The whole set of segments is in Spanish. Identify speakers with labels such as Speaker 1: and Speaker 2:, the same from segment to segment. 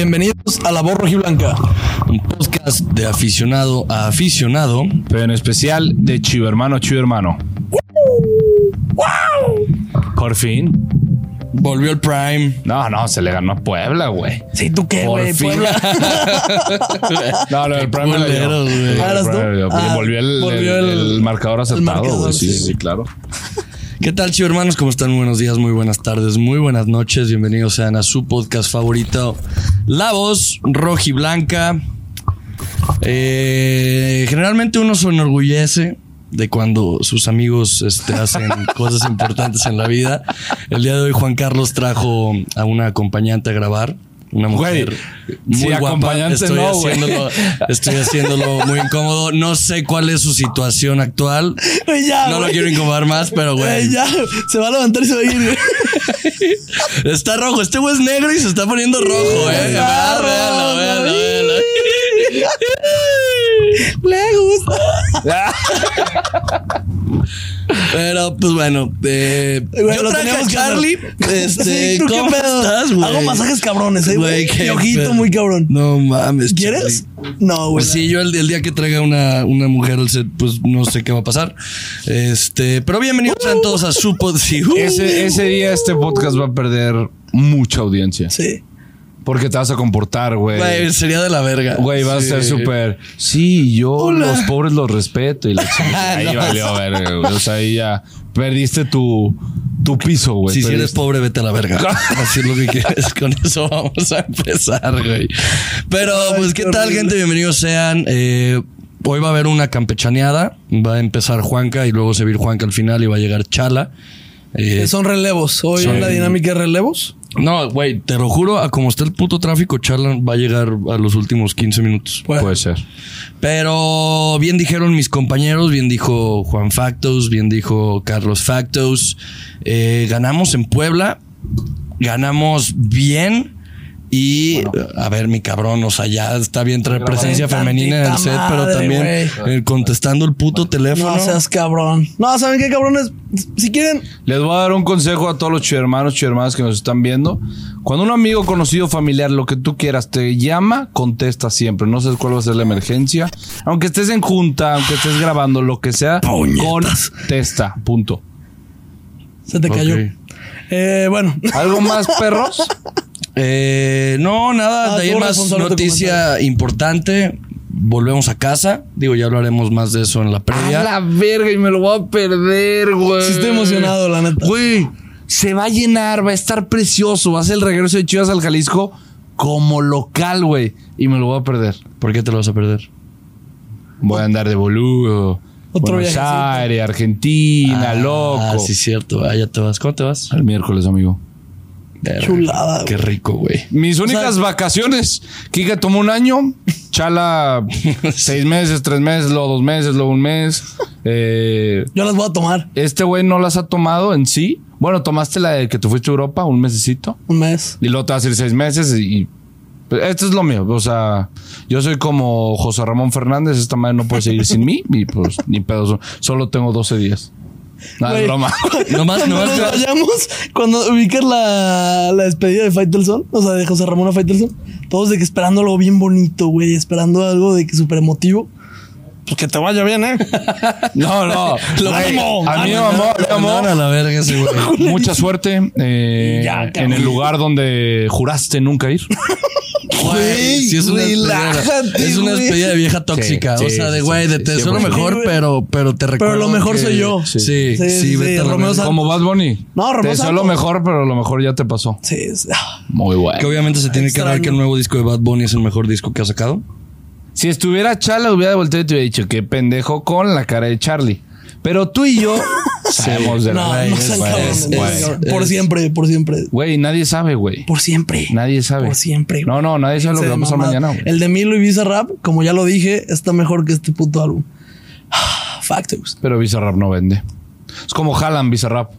Speaker 1: Bienvenidos a La Voz Rojiblanca.
Speaker 2: Un podcast de aficionado a aficionado.
Speaker 3: Pero en especial de Chivo Hermano, Chivo Hermano. Por fin.
Speaker 2: Volvió el Prime.
Speaker 3: No, no, se le ganó a Puebla, güey.
Speaker 1: Sí, ¿tú qué,
Speaker 3: Por
Speaker 1: güey?
Speaker 3: fin.
Speaker 1: Puebla.
Speaker 3: No, lo del Prime lo dio.
Speaker 2: culeros, güey.
Speaker 3: Sí, el
Speaker 1: Ah, ¿eras tú?
Speaker 3: Prime lo dio.
Speaker 1: Ah,
Speaker 3: Volvió el,
Speaker 1: volvió
Speaker 3: el-
Speaker 1: el-
Speaker 3: el marcador aceptado,
Speaker 1: marcador,
Speaker 3: güey. Sí,
Speaker 1: sí.
Speaker 3: sí, claro.
Speaker 2: ¿Qué tal, chivo hermanos? ¿Cómo están? Buenos días, muy buenas tardes, muy buenas noches. Bienvenidos sean a su podcast favorito, La Voz Rojiblanca. Eh, generalmente uno se enorgullece de cuando sus amigos este, hacen cosas importantes en la vida. El día de hoy Juan Carlos trajo a una acompañante a grabar. Una
Speaker 3: Güey,
Speaker 2: mujer muy
Speaker 3: si
Speaker 2: guapa.
Speaker 3: acompañante
Speaker 2: estoy
Speaker 3: no, güey.
Speaker 2: haciéndolo, estoy haciéndolo muy incómodo. No sé cuál es su situación actual.
Speaker 1: Güey, ya,
Speaker 2: No lo
Speaker 1: güey.
Speaker 2: quiero incomodar más, pero
Speaker 1: Güey,
Speaker 2: güey.
Speaker 1: ya, se va a levantar y se va a ir, güey.
Speaker 2: Está rojo. Este güey es negro y se está poniendo rojo, eh.
Speaker 1: está
Speaker 2: Ah, véalo,
Speaker 1: rojo,
Speaker 2: véalo,
Speaker 1: güey.
Speaker 2: véalo.
Speaker 1: Le gusta.
Speaker 2: Pero, pues bueno, eh,
Speaker 1: Güey,
Speaker 2: yo
Speaker 1: lo
Speaker 2: traje a
Speaker 1: teníamos que
Speaker 2: Charlie.
Speaker 1: hacer.
Speaker 2: Este,
Speaker 1: Sí, ¿tú qué
Speaker 2: ¿cómo
Speaker 1: pedo?
Speaker 2: estás, güey?
Speaker 1: Hago masajes cabrones, eh, güey.
Speaker 2: qué
Speaker 1: De ojito
Speaker 2: pedo.
Speaker 1: muy cabrón.
Speaker 2: No mames.
Speaker 1: ¿Quieres?
Speaker 2: Charlie.
Speaker 1: No, güey.
Speaker 2: Pues sí, yo el, el día que traiga una, una mujer al set, pues no sé qué va a pasar. Este, pero bienvenidos
Speaker 1: Uh.
Speaker 2: sean todos a su pod. sí, uh.
Speaker 3: Ese, ese día este podcast va a perder mucha audiencia.
Speaker 1: Sí.
Speaker 3: Porque te vas a comportar,
Speaker 2: Güey, sería de la verga.
Speaker 3: Güey, va a
Speaker 2: Sí.
Speaker 3: ser súper. Sí, yo
Speaker 1: Hola.
Speaker 3: los pobres los respeto. Y la chingada. ahí
Speaker 2: No.
Speaker 3: valió verga, güey. O sea, ahí ya perdiste tu, tu piso,
Speaker 1: Pues
Speaker 3: güey.
Speaker 2: Si, si eres
Speaker 3: Perdiste-
Speaker 2: pobre, vete a la verga. Así es lo que quieres. Con eso vamos a empezar, güey. Pero,
Speaker 1: Ay,
Speaker 2: pues, ¿qué
Speaker 1: qué
Speaker 2: tal,
Speaker 1: horrible.
Speaker 2: gente? Bienvenidos sean. Eh, hoy va a haber una campechaneada. Va a empezar Juanca y luego se va a ir Juanca al final y va a llegar Chala. Eh,
Speaker 1: Son relevos. Hoy
Speaker 2: Sí.
Speaker 1: la dinámica es relevos.
Speaker 2: No, güey, te lo juro, a como está el puto tráfico, Chala va a llegar a los últimos 15 minutos.
Speaker 1: Bueno,
Speaker 3: Puede ser.
Speaker 2: Pero bien dijeron mis compañeros, bien dijo Juan Factos, bien dijo Carlos Factos. Eh, ganamos en Puebla, ganamos bien. Y a ver, mi cabrón, o sea, ya está bien traer presencia femenina en el set,
Speaker 1: Tantita
Speaker 2: pero
Speaker 1: madre,
Speaker 2: también
Speaker 1: güey.
Speaker 2: eh, contestando el puto teléfono.
Speaker 1: no seas cabrón. No, ¿saben qué, cabrones? Si quieren,
Speaker 3: Les voy a dar un consejo a todos los chivermanos, chivermanas que nos están viendo. Cuando un amigo conocido, familiar, lo que tú quieras, te llama, contesta siempre. No sabes cuál va a ser la emergencia. Aunque estés en junta, aunque estés grabando, lo que sea,
Speaker 2: Puñetas.
Speaker 3: contesta. Punto.
Speaker 1: se te cayó.
Speaker 2: Ok.
Speaker 1: Eh, bueno.
Speaker 3: ¿Algo más, perros?
Speaker 2: Eh, no, nada,
Speaker 1: Ah,
Speaker 2: de ahí
Speaker 1: tú
Speaker 2: en más
Speaker 1: responsable de tu
Speaker 2: noticia importante. Volvemos a casa. Digo, ya hablaremos más de eso en la previa.
Speaker 3: A la verga y me lo voy a perder, güey.
Speaker 1: Sí, estoy
Speaker 2: Eh,
Speaker 1: emocionado, la neta.
Speaker 3: Güey, se va a llenar, va a estar precioso. Va a ser el regreso de Chivas al Jalisco como local, güey. Y me lo voy a perder.
Speaker 2: ¿Por qué te lo vas a perder?
Speaker 3: Voy a andar de boludo.
Speaker 1: Otro
Speaker 3: Buenos
Speaker 1: viajecito.
Speaker 3: Aires, Argentina,
Speaker 2: Ah,
Speaker 3: loco.
Speaker 2: sí, cierto. Ah, ya te vas. ¿Cómo te vas?
Speaker 3: Al miércoles, amigo.
Speaker 2: Verga,
Speaker 1: Chulada,
Speaker 2: Qué rico, güey.
Speaker 3: Mis
Speaker 1: sea-
Speaker 3: únicas vacaciones. Kika tomó un año, Chala seis meses, tres meses, luego dos meses, luego un mes. Eh,
Speaker 1: Yo las voy a tomar
Speaker 3: Este güey no las ha tomado en sí. Bueno, tomaste la de que te fuiste a Europa un mesecito
Speaker 1: un mes.
Speaker 3: y luego te vas a ir seis meses y. y- pues, Esto es lo mío. O sea, yo soy como José Ramón Fernández. Esta madre no puede seguir sin mí y pues ni pedo. so- Solo tengo 12 días. Nada,
Speaker 1: Güey.
Speaker 3: es broma.
Speaker 2: Nomás,
Speaker 1: Cuando
Speaker 2: nomás.
Speaker 1: nos
Speaker 2: te-
Speaker 1: vayamos, cuando ubicas la, la despedida de Faitelson, o sea, de José Ramón a Faitelson, todos de que esperando algo bien bonito, güey, esperando algo de que súper emotivo. Pues que te vaya bien, ¿eh?
Speaker 3: No, no.
Speaker 2: Lo
Speaker 3: Güey,
Speaker 2: amo.
Speaker 3: A mí, amor, mi amor.
Speaker 2: Mandaron a la verga ese güey.
Speaker 3: Mucha suerte eh,
Speaker 1: Ya,
Speaker 3: en
Speaker 1: cabrón.
Speaker 3: el lugar donde juraste nunca ir.
Speaker 2: Güey, sí es una despedida.
Speaker 1: relájate,
Speaker 2: Es una
Speaker 1: güey.
Speaker 2: despedida de vieja tóxica.
Speaker 3: Sí,
Speaker 2: o
Speaker 3: sí,
Speaker 2: sea, de
Speaker 3: sí,
Speaker 2: güey,
Speaker 3: sí,
Speaker 2: de
Speaker 3: sí,
Speaker 2: te deseo lo
Speaker 3: sí,
Speaker 2: mejor,
Speaker 1: güey.
Speaker 2: pero, pero te recuerdo.
Speaker 1: Pero lo mejor
Speaker 2: que-
Speaker 1: soy yo.
Speaker 2: Sí, sí,
Speaker 1: Sí, sí,
Speaker 2: vete a la
Speaker 1: Romeo
Speaker 2: verga.
Speaker 1: Santos.
Speaker 3: Como Bad Bunny.
Speaker 1: No, Ramón
Speaker 3: Te deseo lo
Speaker 1: Santos.
Speaker 3: mejor, pero lo mejor ya te pasó.
Speaker 1: Sí, sí. Ah,
Speaker 3: Muy
Speaker 2: Que
Speaker 3: bueno.
Speaker 2: obviamente se tiene que hablar
Speaker 1: Extraño.
Speaker 2: que el nuevo disco de Bad Bunny es el mejor disco que ha sacado.
Speaker 3: Si estuviera Chala, hubiera volteado y te hubiera dicho qué pendejo con la cara de Charlie. Pero tú y yo sabemos de la
Speaker 1: No,
Speaker 2: Güey,
Speaker 1: no
Speaker 2: es-
Speaker 1: sean
Speaker 2: güey,
Speaker 1: cabrones,
Speaker 2: es-
Speaker 1: no,
Speaker 2: güey,
Speaker 1: señor.
Speaker 2: es-
Speaker 1: Por siempre, por siempre.
Speaker 3: Güey, nadie sabe, güey.
Speaker 1: Por siempre.
Speaker 3: Nadie sabe.
Speaker 1: Por siempre.
Speaker 3: No, no, nadie sabe lo que va a pasar
Speaker 1: Mamá,
Speaker 3: mañana. güey.
Speaker 1: El de Milo y Visa Rap, como ya lo dije, está mejor que este puto álbum. Ah, Factos.
Speaker 3: Pero Bizarrap no vende. Es como Haaland, Bizarrap.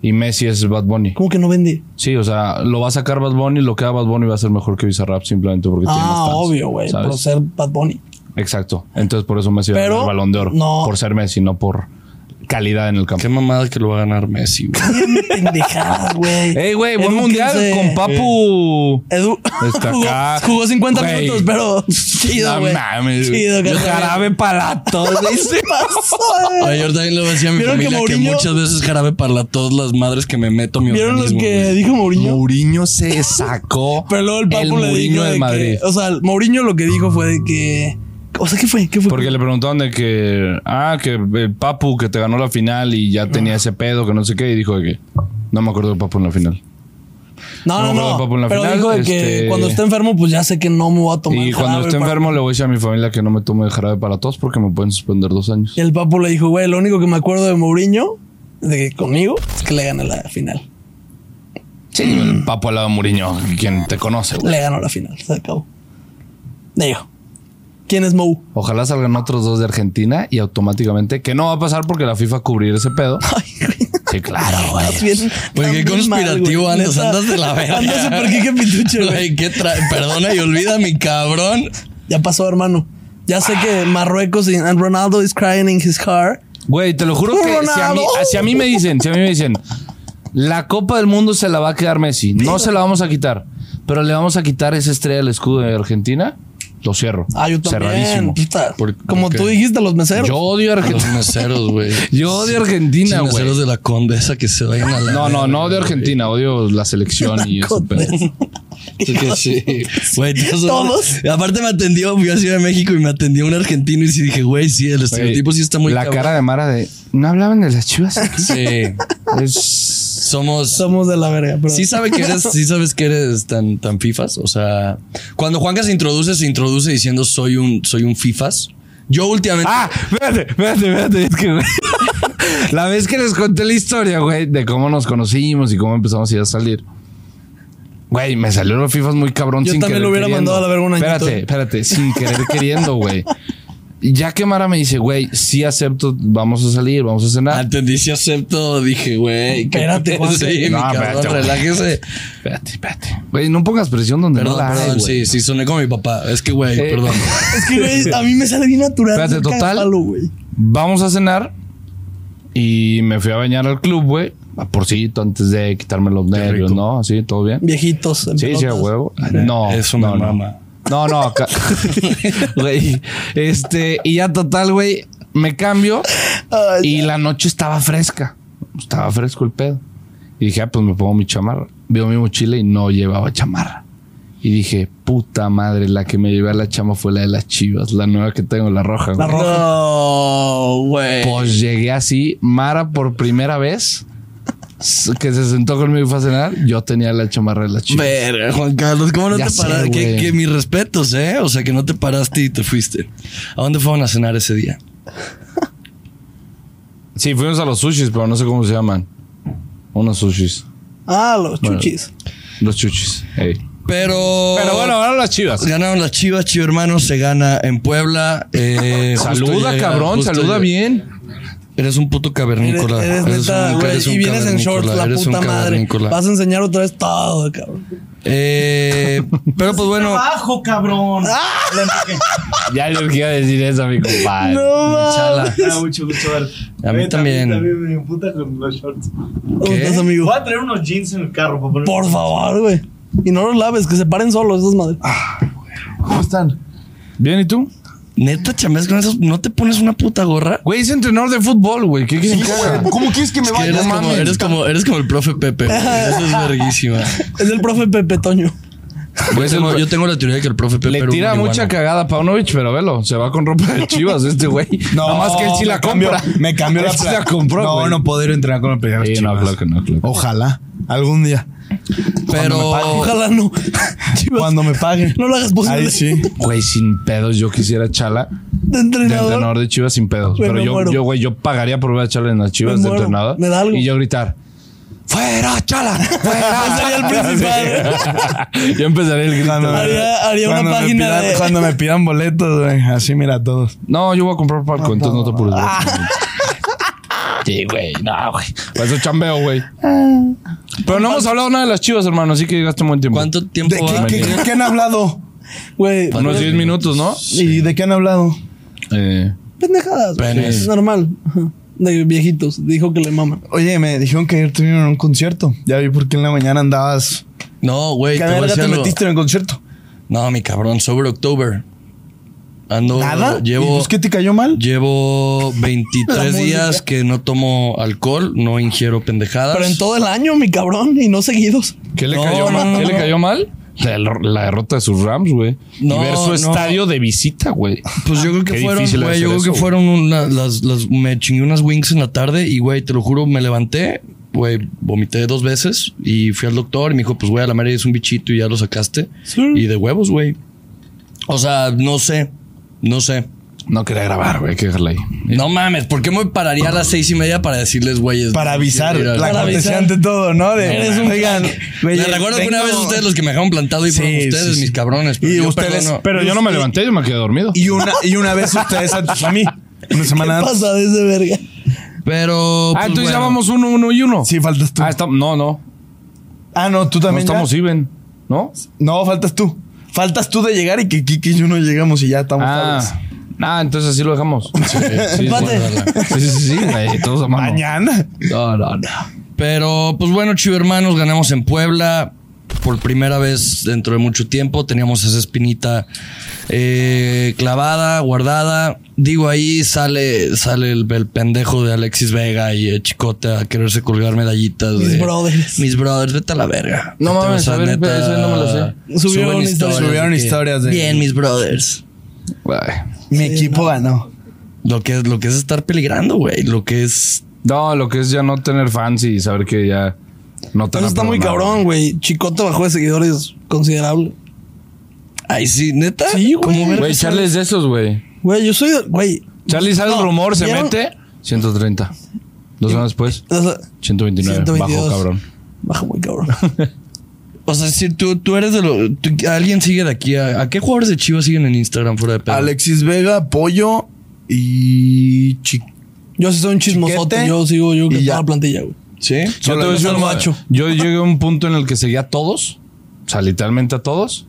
Speaker 3: Y Messi es Bad Bunny.
Speaker 1: ¿Cómo que no vendí?
Speaker 3: Sí, o sea, lo va a sacar Bad Bunny, lo que haga Bad Bunny va a ser mejor que Bizarrap simplemente porque tiene más
Speaker 1: Ah,
Speaker 3: fans,
Speaker 1: obvio, güey.
Speaker 3: ¿sabes?
Speaker 1: Por ser Bad Bunny.
Speaker 3: Exacto. Entonces por eso Messi va a
Speaker 1: Pero,
Speaker 3: ganar el Balón de Oro.
Speaker 1: no.
Speaker 3: Por ser Messi, no por calidad en el campo.
Speaker 2: Qué mamada que lo va a ganar Messi, güey.
Speaker 1: Pendejadas, güey.
Speaker 3: Ey, güey, buen
Speaker 1: Edúquense.
Speaker 3: mundial con Papu.
Speaker 1: Edu
Speaker 3: Está
Speaker 1: jugó,
Speaker 3: acá.
Speaker 1: jugó 50
Speaker 3: Güey.
Speaker 1: minutos, pero chido,
Speaker 3: No
Speaker 1: güey.
Speaker 3: mames, güey.
Speaker 1: Chido, carnal.
Speaker 3: Jarabe para todos.
Speaker 1: ¿Qué pasó, eh?
Speaker 2: Ay, yo también lo decía a mi
Speaker 1: ¿Vieron
Speaker 2: familia que,
Speaker 1: que Mourinho-
Speaker 2: muchas veces jarabe para todas las madres que me meto mi
Speaker 1: ¿Vieron lo
Speaker 2: organismo.
Speaker 1: que
Speaker 2: güey.
Speaker 1: dijo Mourinho?
Speaker 3: Mourinho se sacó.
Speaker 1: Pero luego el Papu le
Speaker 3: Mourinho
Speaker 1: dijo
Speaker 3: de
Speaker 1: de
Speaker 3: Madrid.
Speaker 1: que... O sea, Mourinho lo que dijo fue de que... O sea, ¿qué fue? ¿Qué fue?
Speaker 3: Porque le preguntaron de que, ah, que el Papu que te ganó la final y ya tenía ese pedo, que no sé qué, y dijo de que no me acuerdo del Papu en la final.
Speaker 1: No, no,
Speaker 3: No, pero el
Speaker 1: no.
Speaker 3: Papu en la
Speaker 1: pero
Speaker 3: final,
Speaker 1: dijo de que
Speaker 3: este-
Speaker 1: cuando esté enfermo, pues ya sé que no me voy a tomar.
Speaker 3: Y
Speaker 1: el
Speaker 3: cuando
Speaker 1: jarabe
Speaker 3: esté
Speaker 1: para-
Speaker 3: enfermo le voy a decir a mi familia que no me tome el jarabe para todos porque me pueden suspender dos años.
Speaker 1: Y el Papu le dijo, güey, lo único que me acuerdo de Mourinho, de que conmigo, es que le gana la final.
Speaker 3: Sí, el Papu al lado de Mourinho, quien te conoce. güey.
Speaker 1: Le ganó la final, se acabó. Digo, ¿quién es Mou?
Speaker 3: Ojalá salgan otros dos de Argentina y automáticamente, que no va a pasar porque la FIFA cubrir ese pedo.
Speaker 1: Ay, güey.
Speaker 3: Sí, claro, güey.
Speaker 1: Estás bien-
Speaker 2: Güey, qué
Speaker 1: estás bien mal,
Speaker 2: conspirativo
Speaker 1: güey.
Speaker 2: andas,
Speaker 1: Neta,
Speaker 2: andas de la verga.
Speaker 1: Andas súper que pitucho, güey.
Speaker 2: Güey, qué tra- Perdona y olvida mi cabrón.
Speaker 1: Ya pasó, hermano. Ya sé
Speaker 2: Ah.
Speaker 1: que Marruecos y and Ronaldo is crying in his car.
Speaker 3: Güey, te lo juro que si a, mí,
Speaker 1: Ronaldo.
Speaker 3: si a mí me dicen, si a mí me dicen, la Copa del Mundo se la va a quedar Messi, no se la vamos a quitar, pero le vamos a quitar esa estrella del escudo de Argentina, lo cierro.
Speaker 1: Ah, yo también.
Speaker 3: Cerradísimo.
Speaker 1: puta.
Speaker 2: ¿Por-
Speaker 1: Como
Speaker 2: por qué?
Speaker 1: tú dijiste, los meseros.
Speaker 3: Yo odio a
Speaker 2: Los
Speaker 3: Argentina.
Speaker 2: meseros, güey.
Speaker 3: Yo odio a
Speaker 2: Los
Speaker 3: Argentina, güey.
Speaker 2: meseros de la condesa que se vayan a la.
Speaker 3: No, no, no odio a
Speaker 2: verga,
Speaker 3: Argentina, odio la selección y eso.
Speaker 1: Con-
Speaker 2: güey. Es que sí. Güey, te vas a-
Speaker 1: Todos.
Speaker 2: Aparte me atendió, fui a Ciudad de México y me atendió un argentino y sí dije, güey, sí, el estereotipo sí está muy
Speaker 3: La
Speaker 2: cabrón.
Speaker 3: cara de Mara de. ¿No hablaban de las chivas? aquí?"
Speaker 2: Sí.
Speaker 3: Es-
Speaker 2: Somos.
Speaker 1: Somos de la verga, pero.
Speaker 2: Sí sabe que eres, sí sabes que eres tan, tan fifas. O sea, cuando Juanca se introduce, se introduce diciendo soy un, soy un fifas. Yo últimamente.
Speaker 3: Ah, espérate, espérate, espérate. Es que, güey, la vez que les conté la historia, güey, de cómo nos conocimos y cómo empezamos a ir a salir. Güey, me salió los FIFAs muy cabrón
Speaker 1: Yo
Speaker 3: sin
Speaker 1: también
Speaker 3: querer
Speaker 1: lo hubiera
Speaker 3: queriendo.
Speaker 1: mandado a la verga un añito.
Speaker 3: Espérate, espérate, sin querer queriendo, güey. Y Ya que Mara me dice, güey, sí acepto, vamos a salir, vamos a cenar.
Speaker 2: Entendí, si acepto, dije, güey. que-
Speaker 1: Espérate, Juanca.
Speaker 2: Sí, mi
Speaker 3: No,
Speaker 2: cabrón,
Speaker 3: espérate, güey.
Speaker 2: relájese.
Speaker 1: Ah,
Speaker 3: Espérate, espérate. Güey, no pongas presión donde
Speaker 2: Perdón,
Speaker 3: no la hay,
Speaker 2: perdón, sí,
Speaker 3: güey.
Speaker 2: sí, soné como mi papá. Es que, güey,
Speaker 3: Eh.
Speaker 2: perdón.
Speaker 1: Es que, güey, a mí me sale bien natural.
Speaker 3: Espérate,
Speaker 1: ser
Speaker 3: total.
Speaker 1: cagapalo, güey.
Speaker 3: Vamos a cenar y me fui a bañar al club, güey. A porcito antes de quitarme los nervios,
Speaker 2: rico.
Speaker 3: ¿no? Así, todo bien.
Speaker 1: Viejitos. en
Speaker 3: Sí, sí, a
Speaker 1: pelotas.
Speaker 3: huevo. Ah, No.
Speaker 2: Es una
Speaker 3: no, no.
Speaker 2: mama.
Speaker 3: No, no, acá. Güey. Este, y ya total, güey, me cambio
Speaker 1: Ay,
Speaker 3: y la noche estaba fresca. Estaba fresco el pedo. Y dije, ah, pues me pongo mi chamarra. Veo mi mochila y no llevaba chamarra. Y dije, puta madre, la que me llevé a la chama fue la de las chivas, la nueva que tengo, la roja.
Speaker 1: La
Speaker 3: güey.
Speaker 1: roja.
Speaker 2: No, güey.
Speaker 3: Pues llegué así, Mara por primera vez, s- que se sentó conmigo y fue a cenar, yo tenía la chamarra de las chivas.
Speaker 2: Verga, Juan Carlos, ¿cómo no
Speaker 3: Ya
Speaker 2: te
Speaker 3: sé,
Speaker 2: paraste? Que,
Speaker 3: güey.
Speaker 2: que mis respetos, ¿eh? O sea, que no te paraste y te fuiste. ¿A dónde fueron a cenar ese día?
Speaker 3: Sí, fuimos a los sushis, pero no sé cómo se llaman. Unos sushis.
Speaker 1: Ah, los chuchis.
Speaker 3: Los chuchis.
Speaker 2: Pero.
Speaker 3: Pero bueno, ahora las
Speaker 2: Pues
Speaker 3: chivas.
Speaker 2: Ganaron las chivas, chivo hermano, se gana en Puebla. Eh, justo
Speaker 3: Saluda,
Speaker 2: llega-
Speaker 3: cabrón,
Speaker 2: justo
Speaker 3: saluda
Speaker 2: llega-
Speaker 3: bien.
Speaker 2: Eres un puto cavernícola.
Speaker 1: Eres, eres neta,
Speaker 2: un-
Speaker 1: güey.
Speaker 2: eres un
Speaker 1: Y vienes en
Speaker 2: cavernícola,
Speaker 1: shorts, la
Speaker 2: eres un
Speaker 1: puta madre.
Speaker 2: cavernícola.
Speaker 1: Vas a enseñar otra vez todo, cabrón.
Speaker 2: Eh, pero pues bueno,
Speaker 4: Abajo, cabrón. Le enfoqué.
Speaker 3: Ya le quería decir eso a mi compadre.
Speaker 2: chala.
Speaker 4: Ah, mucho gusto verte.
Speaker 2: A mí
Speaker 4: Eh,
Speaker 2: también.
Speaker 4: También me emputa con los shorts.
Speaker 1: ¿Cómo
Speaker 2: ¿Qué?
Speaker 1: estás, amigo?
Speaker 4: Voy a traer unos jeans en el carro para poner.
Speaker 1: Por favor, güey. Y no los laves, que se paren solos esas madres.
Speaker 5: Ah.
Speaker 3: ¿Cómo están? Bien, ¿y tú?
Speaker 2: neta, chamés, con esos, ¿no te pones una puta gorra?
Speaker 3: Güey, es entrenador de fútbol, güey. ¿Qué quieres que haga?
Speaker 4: ¿Cómo quieres que me
Speaker 2: Es que eres,
Speaker 3: no
Speaker 2: como,
Speaker 3: mames.
Speaker 2: eres, como, eres como el profe Pepe. güey. Eso es verguísima.
Speaker 1: Es del profe Pepe Toño.
Speaker 2: Yo tengo, yo tengo la teoría de que el profe Pepe.
Speaker 3: Le
Speaker 2: era un
Speaker 3: tira
Speaker 2: marihuano.
Speaker 3: mucha cagada a Paunovic, pero velo, se va con ropa de chivas este güey. No, más que él sí la
Speaker 5: me cambió-
Speaker 3: compra.
Speaker 5: Me cambió la
Speaker 3: Él sí
Speaker 5: pla-
Speaker 3: la compró,
Speaker 5: No,
Speaker 3: güey.
Speaker 5: no puedo ir a entrenar con la playera de
Speaker 3: Sí, no,
Speaker 5: Chivas.
Speaker 3: claro que no, claro que no.
Speaker 5: Ojalá, algún día,
Speaker 2: Pero.
Speaker 1: Ojalá no. Chivas,
Speaker 5: cuando me paguen.
Speaker 1: No lo hagas posible.
Speaker 5: Oh. Ahí sí.
Speaker 3: Güey, sin pedos, yo quisiera chala
Speaker 1: De
Speaker 3: de
Speaker 1: entrenador.
Speaker 3: entrenador de chivas sin pedos.
Speaker 1: Güey,
Speaker 3: pero
Speaker 1: me
Speaker 3: yo,
Speaker 1: muero.
Speaker 3: yo, güey, yo pagaría por ver a chala en las chivas
Speaker 1: Me
Speaker 3: de
Speaker 1: muero.
Speaker 3: entrenador.
Speaker 1: Me da algo.
Speaker 3: Y yo gritar. ¡Fuera, chala! ¡Fuera!
Speaker 1: Sería el principal.
Speaker 3: Yo empezaría el grito.
Speaker 5: Cuando me-
Speaker 1: Haría- haría una
Speaker 5: cuando me
Speaker 1: página
Speaker 5: pidan-
Speaker 1: de-
Speaker 5: Cuando me pidan boletos, güey. Así, mira, a todos.
Speaker 3: No, yo voy a comprar palco, entonces no te apures. güey.
Speaker 2: Ah.
Speaker 3: Sí, güey, no, güey. Para eso chambeo, güey.
Speaker 2: Ah.
Speaker 3: Pero no hemos hablado nada de las chivas, hermano, así que llegaste un buen tiempo.
Speaker 2: ¿Cuánto tiempo
Speaker 5: ¿De
Speaker 2: va?
Speaker 5: qué, qué- qué- qué han hablado?
Speaker 1: Güey,
Speaker 3: Unos 10 minutos, ¿no?
Speaker 5: ¿Y de qué han hablado?
Speaker 3: Eh,
Speaker 1: pendejadas. güey.
Speaker 2: Penes.
Speaker 1: Es normal. Ajá. de viejitos. Dijo que le maman.
Speaker 5: Oye, me dijeron que ayer tuvieron un concierto. Ya vi por qué en la mañana andabas.
Speaker 2: No, güey,
Speaker 5: ¿Qué
Speaker 2: te voy a
Speaker 5: verga
Speaker 2: decir
Speaker 5: te
Speaker 2: algo.
Speaker 5: metiste en el concierto?
Speaker 2: No, mi cabrón, sobre October. Ando,
Speaker 5: Nada. ¿Y
Speaker 2: llevo,
Speaker 5: pues qué te cayó mal?
Speaker 2: llevo
Speaker 1: La
Speaker 2: 23
Speaker 1: música.
Speaker 2: días que no tomo alcohol, no ingiero pendejadas.
Speaker 1: Pero en todo el año, mi cabrón, y no seguidos.
Speaker 3: ¿Qué le
Speaker 2: No,
Speaker 3: cayó
Speaker 2: no,
Speaker 3: mal?
Speaker 2: no,
Speaker 3: ¿Qué le
Speaker 2: no.
Speaker 3: cayó mal? La, la derrota de sus Rams, güey.
Speaker 2: No,
Speaker 3: y ver su
Speaker 2: no.
Speaker 3: estadio de visita, güey.
Speaker 2: Pues yo creo que
Speaker 3: Ah, Qué
Speaker 2: fueron,
Speaker 3: difícil
Speaker 2: güey,
Speaker 3: hacer
Speaker 2: yo creo
Speaker 3: eso,
Speaker 2: que fueron una- las, las, me chingué unas wings en la tarde y, güey, te lo juro, me levanté, güey, vomité dos veces y fui al doctor y me dijo, pues, güey, a la madre es un bichito y ya lo sacaste. Y de huevos, güey. O sea, no sé, no sé.
Speaker 3: No quería grabar, güey. Hay que dejarla ahí.
Speaker 2: No mames, ¿por qué me pararía a las seis y media para decirles, güeyes?
Speaker 5: Para avisar.
Speaker 2: Mira,
Speaker 5: La
Speaker 1: Para
Speaker 5: cortesía
Speaker 1: avisar.
Speaker 5: ante todo, ¿no? De,
Speaker 1: Eres un
Speaker 5: oigan,
Speaker 2: Les
Speaker 5: oye,
Speaker 2: recuerdo que una
Speaker 5: tengo-
Speaker 2: vez ustedes los que me dejaron plantado y fueron
Speaker 5: Sí,
Speaker 2: ustedes,
Speaker 5: sí, sí.
Speaker 2: mis cabrones. pero
Speaker 5: Y
Speaker 2: yo
Speaker 5: ustedes-
Speaker 2: perdono.
Speaker 3: Pero yo no me levanté, yo me quedé dormido. Ah,
Speaker 5: Y una, y una vez ustedes antes a mí. Una semana antes.
Speaker 1: Pasa de ese verga.
Speaker 2: Pero.
Speaker 3: ah,
Speaker 2: pues,
Speaker 3: entonces ya
Speaker 2: bueno.
Speaker 3: vamos uno, uno y uno.
Speaker 5: Sí, faltas tú.
Speaker 3: Ah, está- no, no.
Speaker 5: Ah, no, tú
Speaker 3: No
Speaker 5: también. ya.
Speaker 3: estamos even, ¿no?
Speaker 5: No, faltas tú. Faltas tú de llegar y que Kiki y yo no llegamos y ya estamos
Speaker 3: Ah,
Speaker 5: tardes.
Speaker 3: ah, entonces así lo dejamos. Sí, sí,
Speaker 1: Empate.
Speaker 3: sí, sí, sí, güey, todos a mano.
Speaker 5: Mañana.
Speaker 3: No, no, no.
Speaker 2: Pero, pues bueno, Chivo Hermanos, ganamos en Puebla por primera vez dentro de mucho tiempo. Teníamos esa espinita eh, clavada, guardada. Digo, ahí sale, sale el, el pendejo de Alexis Vega y el Chicote a quererse colgar medallitas.
Speaker 1: Mis
Speaker 2: de-
Speaker 1: brothers.
Speaker 2: Mis brothers, vete a la verga.
Speaker 3: No
Speaker 2: Vete,
Speaker 3: mames,
Speaker 2: o sea,
Speaker 3: a ver, ese no me lo sé.
Speaker 1: Subieron
Speaker 2: suben
Speaker 1: historias.
Speaker 5: Subieron
Speaker 2: de que,
Speaker 5: historias de-
Speaker 2: Bien, mis brothers.
Speaker 5: Mi equipo ganó.
Speaker 2: Lo que, es- lo que es estar peligrando, güey. Lo que es
Speaker 3: No, lo que es ya no tener fans y saber que ya no
Speaker 1: Eso
Speaker 3: te van a
Speaker 1: Pues está muy
Speaker 3: perdonar.
Speaker 1: cabrón, güey. Chicote bajó de seguidores considerable.
Speaker 2: Ay, sí, neta.
Speaker 1: Sí, güey.
Speaker 2: ¿Cómo ver?
Speaker 3: Güey, Charlie es de esos, güey.
Speaker 1: Güey, yo soy. Güey.
Speaker 3: Charlie sale
Speaker 1: No,
Speaker 3: el rumor, se
Speaker 1: ¿vieron?
Speaker 3: mete. 130. Dos semanas después,
Speaker 1: O sea,
Speaker 3: 129.
Speaker 1: 122.
Speaker 3: Bajo, cabrón.
Speaker 1: baja muy cabrón.
Speaker 2: O sea, si tú, tú eres de lo. tú- alguien sigue de aquí. ¿A, a qué jugadores de Chivas siguen en Instagram fuera de pedo?
Speaker 5: Alexis Vega, Pollo y Chico.
Speaker 1: Yo sí soy un chismosote.
Speaker 5: Chiquete,
Speaker 1: Yo sigo, yo que
Speaker 5: y ya.
Speaker 1: toda la plantilla, güey.
Speaker 5: Sí.
Speaker 3: Yo, te voy a decir
Speaker 1: Solo
Speaker 3: algo.
Speaker 1: macho.
Speaker 3: Yo llegué a un punto en el que seguía a todos, o sea, literalmente a todos,